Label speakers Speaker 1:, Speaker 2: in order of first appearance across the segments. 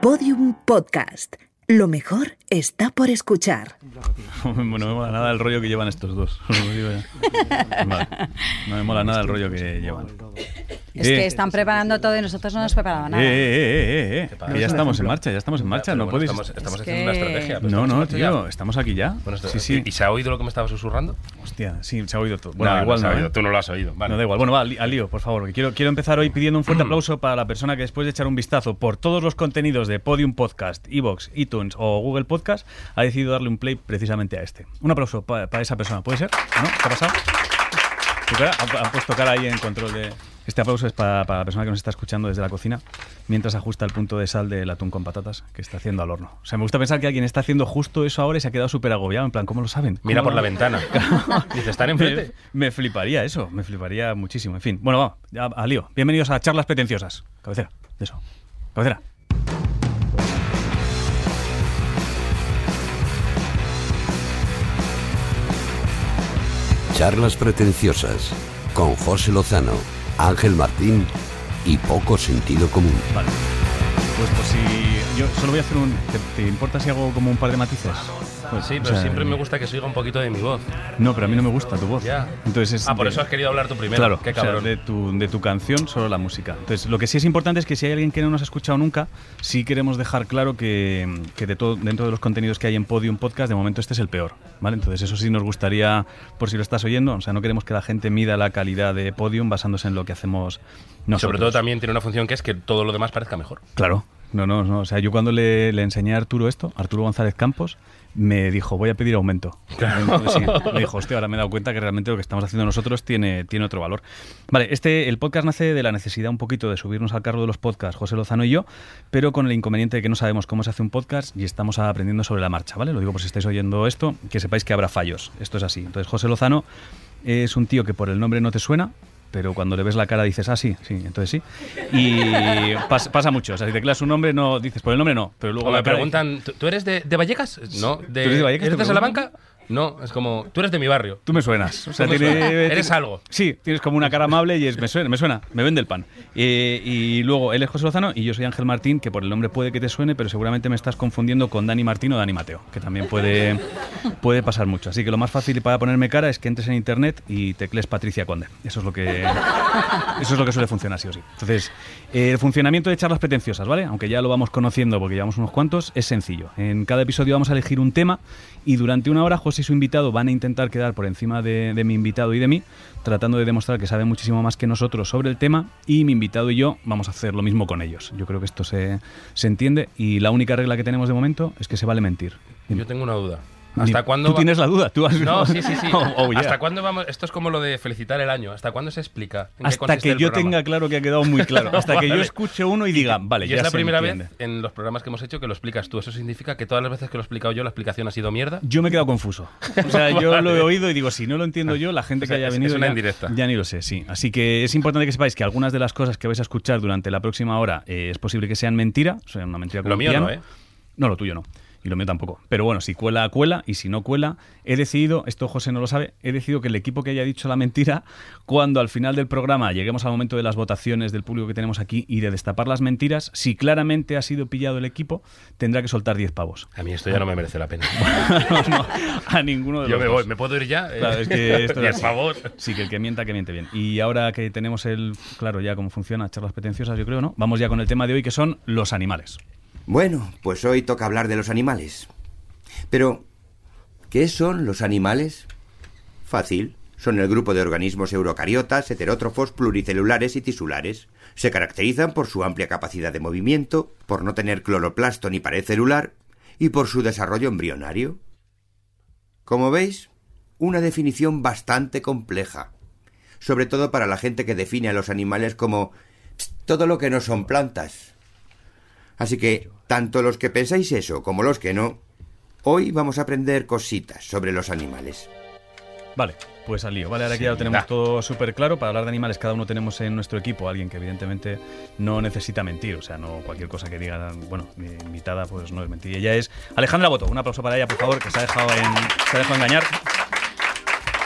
Speaker 1: Podium Podcast. Lo mejor está por escuchar.
Speaker 2: No me, no me mola nada el rollo que llevan estos dos. os lo digo ya. Vale. No me mola nada el rollo que llevan.
Speaker 3: Es
Speaker 2: Eh,
Speaker 3: que están preparando todo y nosotros no nos preparamos
Speaker 2: Eh, eh,
Speaker 3: nada.
Speaker 2: eh, eh, eh,
Speaker 4: pasa?
Speaker 2: que ya estamos en marcha, ya estamos en marcha. No
Speaker 4: Pero bueno,
Speaker 2: podéis.
Speaker 4: Estamos, estamos
Speaker 3: Es
Speaker 4: haciendo
Speaker 3: que-
Speaker 4: una estrategia. pero
Speaker 2: No,
Speaker 4: estamos
Speaker 2: no,
Speaker 4: en marcha
Speaker 2: tío,
Speaker 4: ya.
Speaker 2: estamos aquí ya.
Speaker 4: Bueno, esto- eh,
Speaker 2: Sí, sí.
Speaker 4: ¿Y se ha oído lo que me estaba susurrando?
Speaker 2: Hostia, sí, se ha oído todo. Bueno,
Speaker 4: No,
Speaker 2: igual
Speaker 4: no. se
Speaker 2: no.
Speaker 4: ha
Speaker 2: ¿eh?
Speaker 4: oído. Tú no lo has oído. Vale.
Speaker 2: No da igual. Bueno, va, li- al lío, por favor. que Quiero, quiero empezar hoy pidiendo un fuerte aplauso para la persona que después de echar un vistazo por todos los contenidos de Podium Podcast, Evox, iTunes o Google Podcast, ha decidido darle un play precisamente a este. Un aplauso pa- para esa persona. ¿Puede ser? ¿No? ¿Qué ha pasado? Tu cara- han, han puesto cara ahí en control de... Este aplauso es para, para la persona que nos está escuchando desde la cocina mientras ajusta el punto de sal del atún con patatas que está haciendo al horno. O sea, me gusta pensar que alguien está haciendo justo eso ahora y se ha quedado súper agobiado. En plan, ¿cómo lo saben?
Speaker 4: Mira
Speaker 2: ¿Cómo
Speaker 4: por la
Speaker 2: lo-
Speaker 4: ventana. Dice, están
Speaker 2: me,
Speaker 4: enfrente.
Speaker 2: me fliparía eso, me fliparía muchísimo. En fin, bueno, vamos, ya al lío. Bienvenidos a Charlas Pretenciosas. Cabecera, de eso. Cabecera.
Speaker 5: Charlas pretenciosas con José Lozano, Ángel Martín y poco sentido común.
Speaker 2: Vale. Pues por si. Yo solo voy a hacer un. ¿Te, te importa si hago como un par de matices? Pues,
Speaker 4: Sí,
Speaker 2: o
Speaker 4: pero
Speaker 2: sea,
Speaker 4: siempre me gusta que se oiga un poquito de mi voz.
Speaker 2: No, pero a mí no me gusta tu voz.
Speaker 4: Ya.
Speaker 2: Entonces es
Speaker 4: Ah, por
Speaker 2: de-
Speaker 4: eso has querido hablar tú primero.
Speaker 2: Claro,
Speaker 4: Qué
Speaker 2: o sea,
Speaker 4: cabrón.
Speaker 2: de, tu, de tu canción, solo la música. Entonces, lo que sí es importante es que si hay alguien que no nos ha escuchado nunca, sí queremos dejar claro que, que de todo, dentro de los contenidos que hay en Podium Podcast, de momento este es el peor. ¿vale? Entonces, eso sí nos gustaría, por si lo estás oyendo, o sea, no queremos que la gente mida la calidad de Podium basándose en lo que hacemos nosotros.
Speaker 4: Sobre todo también tiene una función que es que todo lo demás parezca mejor.
Speaker 2: Claro. No, no, no. O sea, yo cuando le, le enseñé a Arturo esto, Arturo González Campos, me dijo, voy a pedir aumento. Entonces, sí, me dijo, hostia, ahora me he dado cuenta que realmente lo que estamos haciendo nosotros tiene, tiene otro valor. Vale, este, el podcast nace de la necesidad un poquito de subirnos al cargo de los podcasts, José Lozano y yo, pero con el inconveniente de que no sabemos cómo se hace un podcast y estamos aprendiendo sobre la marcha, ¿vale? Lo digo por si estáis oyendo esto, que sepáis que habrá fallos. Esto es así. Entonces, José Lozano es un tío que por el nombre no te suena, pero cuando le ves la cara dices, ah, sí, sí, entonces sí. Y pasa, pasa mucho. O sea, si te claras un nombre, no dices, por el nombre no, pero luego
Speaker 4: O me
Speaker 2: la cara
Speaker 4: preguntan, ¿tú tú eres de, de Vallecas? No.
Speaker 2: ¿Tú eres de Vallecas?
Speaker 4: ¿Eres
Speaker 2: ¿Te
Speaker 4: de
Speaker 2: preguntan?
Speaker 4: Salamanca? No, es como, tú eres de mi barrio.
Speaker 2: Tú me suenas. O sea,
Speaker 4: Tú me
Speaker 2: tiene-
Speaker 4: suenas.
Speaker 2: tiene-
Speaker 4: Eres algo.
Speaker 2: Sí, tienes como una cara amable y es, me suena, me suena, me vende el pan. Eh, y luego él es José Lozano y yo soy Ángel Martín, que por el nombre puede que te suene, pero seguramente me estás confundiendo con Dani Martín o Dani Mateo, que también puede, puede pasar mucho. Así que lo más fácil para ponerme cara es que entres en internet y tecles Patricia Conde. Eso es lo que, eso es lo que suele funcionar, sí o sí. Entonces, eh, el funcionamiento de charlas pretenciosas, ¿vale? Aunque ya lo vamos conociendo porque llevamos unos cuantos, es sencillo. En cada episodio vamos a elegir un tema y durante una hora José y su invitado van a intentar quedar por encima de, de mi invitado y de mí, tratando de demostrar que saben muchísimo más que nosotros sobre el tema y mi invitado y yo vamos a hacer lo mismo con ellos. Yo creo que esto se, se entiende y la única regla que tenemos de momento es que se vale mentir. Dime.
Speaker 4: Yo tengo una duda.
Speaker 2: Dime.
Speaker 4: ¿Hasta cuándo
Speaker 2: Tú
Speaker 4: va-
Speaker 2: tienes la duda, tú has-
Speaker 4: No, sí, sí, sí.
Speaker 2: Oh, oh, yeah.
Speaker 4: ¿Hasta cuándo vamos? Esto es como lo de felicitar el año. ¿Hasta cuándo se explica? ¿En qué
Speaker 2: Hasta
Speaker 4: consiste
Speaker 2: que
Speaker 4: el
Speaker 2: yo
Speaker 4: programa?
Speaker 2: tenga claro que ha quedado muy claro. Hasta que yo
Speaker 4: Vale.
Speaker 2: escuche uno y diga, vale,
Speaker 4: y
Speaker 2: ya
Speaker 4: es la
Speaker 2: se
Speaker 4: primera
Speaker 2: entiende.
Speaker 4: vez en los programas que hemos hecho que lo explicas tú. Eso significa que todas las veces que lo he explicado yo la explicación ha sido mierda.
Speaker 2: Yo me he quedado confuso. O sea, yo lo he oído y digo, si no lo entiendo yo, la gente
Speaker 4: O sea,
Speaker 2: que haya
Speaker 4: es- es
Speaker 2: venido
Speaker 4: una
Speaker 2: ya,
Speaker 4: indirecta.
Speaker 2: ya ni lo sé, sí. Así que es importante que sepáis que algunas de las cosas que vais a escuchar durante la próxima hora eh, es posible que sean mentira, o sea, una mentira como
Speaker 4: Lo
Speaker 2: un
Speaker 4: mío
Speaker 2: piano.
Speaker 4: no, ¿eh?
Speaker 2: No, lo tuyo no. Y lo mío tampoco. Pero bueno, si cuela, cuela. Y si no cuela, he decidido, esto José no lo sabe, he decidido que el equipo que haya dicho la mentira, cuando al final del programa lleguemos al momento de las votaciones del público que tenemos aquí y de destapar las mentiras, si claramente ha sido pillado el equipo, tendrá que soltar 10 pavos.
Speaker 4: A mí esto ya no me merece la pena.
Speaker 2: No, no, a ninguno de
Speaker 4: yo
Speaker 2: los
Speaker 4: me
Speaker 2: dos.
Speaker 4: voy, me puedo ir ya.
Speaker 2: Claro, es que esto
Speaker 4: Por
Speaker 2: es así.
Speaker 4: favor.
Speaker 2: Sí, que el que mienta, que miente bien. Y ahora que tenemos el, claro, ya cómo funciona, charlas pretenciosas, yo creo, ¿no? Vamos ya con el tema de hoy, que son los animales.
Speaker 6: Bueno, pues hoy toca hablar de los animales. Pero, ¿qué son los animales? Fácil. Son el grupo de organismos eurocariotas, heterótrofos, pluricelulares y tisulares. Se caracterizan por su amplia capacidad de movimiento, por no tener cloroplasto ni pared celular y por su desarrollo embrionario. Como veis, una definición bastante compleja, sobre todo para la gente que define a los animales como "Psst, todo lo que no son plantas. Así que, tanto los que pensáis eso como los que no, hoy vamos a aprender cositas sobre los animales.
Speaker 2: Vale, pues al lío. Vale, ahora que ya lo tenemos
Speaker 4: da.
Speaker 2: todo súper claro, para hablar de animales, cada uno tenemos en nuestro equipo a alguien que evidentemente no necesita mentir. O sea, no cualquier cosa que diga, bueno, mi invitada, pues no es mentira. Ella es Alejandra Boto. Un aplauso para ella, por favor, que se ha dejado, en- se ha dejado engañar.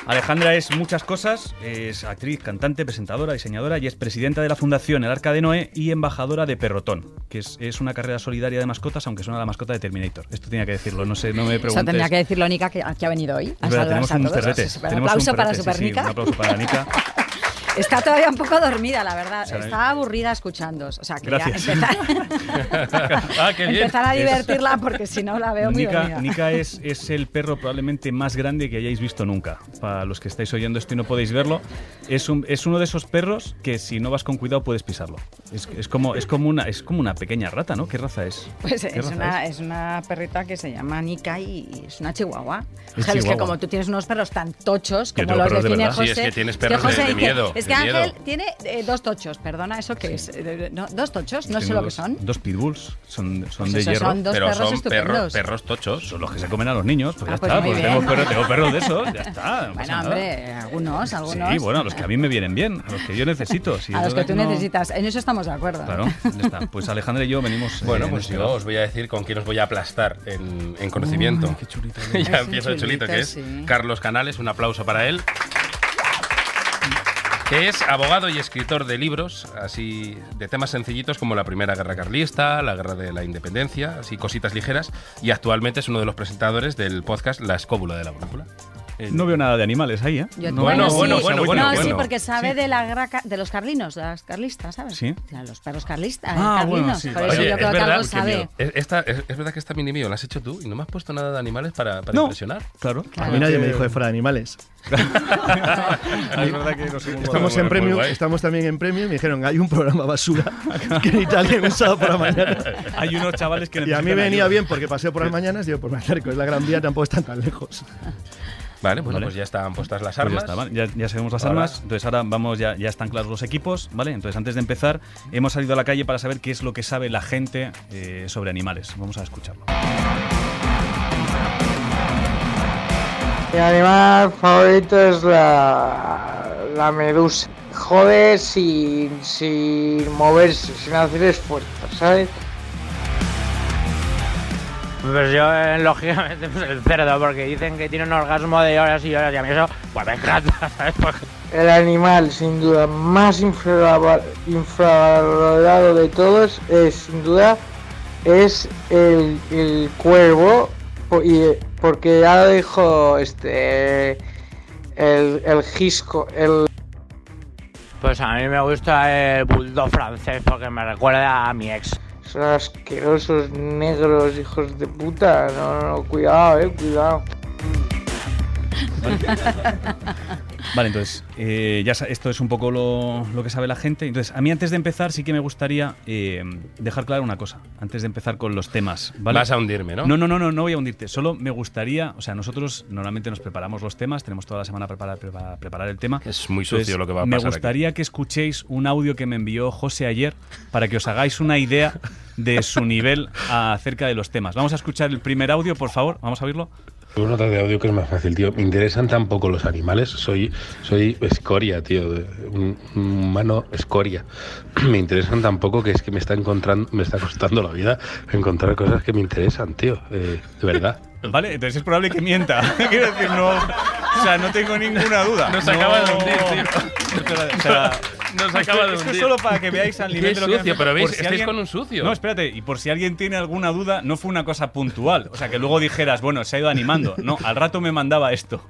Speaker 2: Alejandra es muchas cosas, es actriz, cantante, presentadora, diseñadora y es presidenta de la Fundación El Arca de Noé y embajadora de Perrotón. que es, es una carrera solidaria de mascotas, aunque suena a la mascota de Terminator. Esto tenía que decirlo, no sé, no me
Speaker 7: Eso
Speaker 2: preguntes.
Speaker 7: tenía que decirlo Nica, que aquí ha venido hoy.
Speaker 2: Es verdad,
Speaker 7: A saludar
Speaker 2: tenemos un
Speaker 7: a todos.
Speaker 2: perrete.
Speaker 7: Sí, super- Un
Speaker 2: tenemos
Speaker 7: aplauso
Speaker 2: un
Speaker 7: para
Speaker 2: perrete,
Speaker 7: Super
Speaker 2: sí, sí,
Speaker 7: Nica.
Speaker 2: un aplauso para Nica.
Speaker 3: Está todavía un poco dormida, la verdad.
Speaker 2: Sabe-
Speaker 3: Está aburrida escuchando. O sea, que
Speaker 2: Gracias.
Speaker 3: ya empezar,
Speaker 4: ah, qué bien.
Speaker 3: empezar a
Speaker 2: Es-
Speaker 3: divertirla porque si no la veo muy
Speaker 2: Nika,
Speaker 3: dormida.
Speaker 2: Nika es, es el perro probablemente más grande que hayáis visto nunca. Para los que estáis oyendo esto y no podéis verlo, es, un- es uno de esos perros que si no vas con cuidado puedes pisarlo. Es, es como, es, como una, es como una pequeña rata, ¿no? ¿Qué raza es?
Speaker 3: Pues
Speaker 2: ¿Qué
Speaker 3: es
Speaker 2: raza
Speaker 3: una, es una perrita que se llama Nika y y es una chihuahua.
Speaker 2: Es
Speaker 3: Ángel, es que
Speaker 2: chihuahua.
Speaker 3: como tú tienes unos perros tan tochos
Speaker 2: Yo
Speaker 3: como
Speaker 2: tengo
Speaker 3: los
Speaker 2: perros de
Speaker 3: define
Speaker 2: verdad.
Speaker 3: José.
Speaker 4: Sí, es que tienes perros de-
Speaker 3: José
Speaker 4: de
Speaker 3: dice,
Speaker 4: miedo,
Speaker 3: Es
Speaker 4: de
Speaker 3: que Ángel
Speaker 4: miedo".
Speaker 3: tiene eh, dos tochos, perdona, ¿eso qué es? Eh, no, dos tochos, no sé lo
Speaker 2: Tengo
Speaker 3: que
Speaker 2: dos-
Speaker 3: son.
Speaker 2: Dos pitbulls, son, son
Speaker 3: Pues
Speaker 2: de
Speaker 3: esos
Speaker 2: hierro.
Speaker 3: son dos
Speaker 4: Pero
Speaker 3: perros
Speaker 4: son perros,
Speaker 3: estupendos.
Speaker 4: perros tochos.
Speaker 2: Son los que se comen a los niños, pues
Speaker 3: Ah,
Speaker 2: ya
Speaker 3: pues
Speaker 2: está.
Speaker 3: muy
Speaker 2: Pues
Speaker 3: bien.
Speaker 2: tengo perros, tengo perros de esos, ya está. no pasa
Speaker 3: Bueno,
Speaker 2: nada.
Speaker 3: hombre, algunos, algunos.
Speaker 2: Sí, bueno, a los que a mí me vienen bien, a los que yo necesito. si
Speaker 3: a
Speaker 2: es
Speaker 3: los que
Speaker 2: verdad
Speaker 3: tú
Speaker 2: no-
Speaker 3: necesitas. En eso estamos de acuerdo.
Speaker 2: Claro, ya está. Pues Alejandra y yo venimos. eh,
Speaker 4: Bueno,
Speaker 2: en
Speaker 4: pues
Speaker 2: este
Speaker 4: yo
Speaker 2: lado.
Speaker 4: os voy a decir con quién os voy a aplastar en, en conocimiento.
Speaker 2: Uy, qué chulito, ¿no?
Speaker 4: ya
Speaker 3: Es un
Speaker 4: empieza el
Speaker 3: chulito,
Speaker 4: chulito, que es
Speaker 3: sí.
Speaker 4: Carlos Canales, un aplauso para él. Que es abogado y escritor de libros, así de temas sencillitos como la Primera Guerra Carlista, la Guerra de la Independencia, así cositas ligeras, y actualmente es uno de los presentadores del podcast La Escóbula de la Brújula. El-
Speaker 2: No veo nada de animales ahí, ¿eh?
Speaker 3: Yo-
Speaker 2: No
Speaker 4: Bueno,
Speaker 2: veo-
Speaker 4: bueno,
Speaker 3: sí.
Speaker 4: bueno,
Speaker 3: no,
Speaker 4: bueno,
Speaker 3: sí,
Speaker 4: bueno.
Speaker 3: porque sabe
Speaker 2: Sí.
Speaker 3: de la guerra ca- de los carlinos, de las carlistas, ¿sabes?
Speaker 2: Sí.
Speaker 3: Claro, los perros carlistas,
Speaker 2: Ah,
Speaker 3: carlinos.
Speaker 2: bueno, sí,
Speaker 3: Por
Speaker 2: vale.
Speaker 3: eso
Speaker 2: Oye,
Speaker 3: yo creo que algo
Speaker 4: qué miedo.
Speaker 3: sabe.
Speaker 4: Es- esta- es- es verdad que esta mini mío la has hecho tú y no me has puesto nada de animales para, para
Speaker 2: No.
Speaker 4: impresionar.
Speaker 2: Claro.
Speaker 3: Claro.
Speaker 8: A mí nadie me dijo de fuera de animales.
Speaker 2: es verdad que no somos
Speaker 8: Estamos en
Speaker 4: muy- muy
Speaker 8: premium,
Speaker 4: guay.
Speaker 8: estamos también en premium y me dijeron, hay un programa basura que en Italia en un sábado por la mañana.
Speaker 2: Hay unos chavales que
Speaker 8: Y a mí
Speaker 2: necesitan
Speaker 8: me venía
Speaker 2: ayuda.
Speaker 8: bien porque paseo por las mañanas y digo, pues me acerco, es la Gran Vía, tampoco están tan lejos.
Speaker 4: Vale, bueno,
Speaker 2: Vale.
Speaker 4: pues ya están puestas
Speaker 2: Pues
Speaker 4: las
Speaker 2: ya,
Speaker 4: armas.
Speaker 2: está, ¿vale? ya, ya sabemos las
Speaker 4: Ahora-
Speaker 2: armas, entonces ahora vamos, ya, ya están claros los equipos, ¿vale? Entonces antes de empezar, hemos salido a la calle para saber qué es lo que sabe la gente eh, sobre animales. Vamos a escucharlo.
Speaker 9: Mi animal favorito es la, la medusa. Jode sin, sin moverse, sin hacer esfuerzo, ¿sabes? Pues yo, eh, lógicamente, pues el cerdo, porque dicen que tiene un orgasmo de horas y horas, y a mí eso, pues me encanta, ¿sabes? El animal, sin duda, más infravalorado de todos es, sin duda, es el, el cuervo, po- y- porque ya lo dijo este el, el Gisco, el... Pues a mí me gusta el bulldog francés porque me recuerda a mi ex. Son asquerosos negros, hijos de puta. No, no, no, cuidado, eh, cuidado.
Speaker 2: Vale, entonces, eh, ya sa- esto es un poco lo, lo que sabe la gente. Entonces, a mí antes de empezar sí que me gustaría eh, dejar clara una cosa, antes de empezar con los temas, ¿vale?
Speaker 4: Vas a hundirme, ¿no?
Speaker 2: No, no, no, no, no voy a hundirte. Solo me gustaría, o sea, nosotros normalmente nos preparamos los temas, tenemos toda la semana para preparar, preparar el tema.
Speaker 4: Es muy sucio
Speaker 2: Entonces,
Speaker 4: lo que va a
Speaker 2: Me
Speaker 4: pasar aquí.
Speaker 2: gustaría que escuchéis un audio que me envió José ayer para que os hagáis una idea de su nivel acerca de los temas. Vamos a escuchar el primer audio, por favor. Vamos a oírlo.
Speaker 10: Pues nota de audio que es más fácil, tío. Me interesan tampoco los animales. Soy, soy escoria, tío. de- Un, un humano escoria. Me interesan tampoco que es que me está encontrando, me está costando la vida encontrar cosas que me interesan, tío. eh, de verdad.
Speaker 2: Vale, entonces es probable que mienta. Quiero decir, no. O sea, no tengo ninguna duda.
Speaker 4: Nos acaba de hundir, tío.
Speaker 2: Espera, o sea,
Speaker 4: Nos acaba de
Speaker 2: esto
Speaker 4: hundir.
Speaker 2: es solo para que veáis al nivel
Speaker 4: Qué
Speaker 2: de lo que
Speaker 4: sucio,
Speaker 2: hace-
Speaker 4: pero veis,
Speaker 2: por si
Speaker 4: estáis con un sucio.
Speaker 2: No, espérate, y por si alguien tiene alguna duda, no fue una cosa puntual. O sea, que luego dijeras, bueno, se ha ido animando. No, al rato me mandaba esto.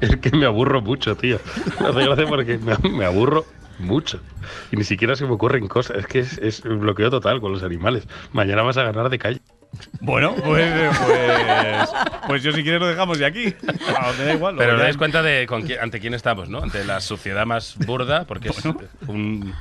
Speaker 10: Es que me aburro mucho, tío. Me hace gracia porque me, me aburro mucho. Y ni siquiera se me ocurren cosas. Es que es, es bloqueo total con los animales. Mañana vas a ganar de calle.
Speaker 2: Bueno, pues, pues, pues yo si quieres lo dejamos de aquí. Claro, te Ah, da igual.
Speaker 4: Pero os
Speaker 2: luego
Speaker 4: dais
Speaker 2: ya-
Speaker 4: cuenta de con quién- ante quién estamos, ¿no? Ante la suciedad más burda, porque es un...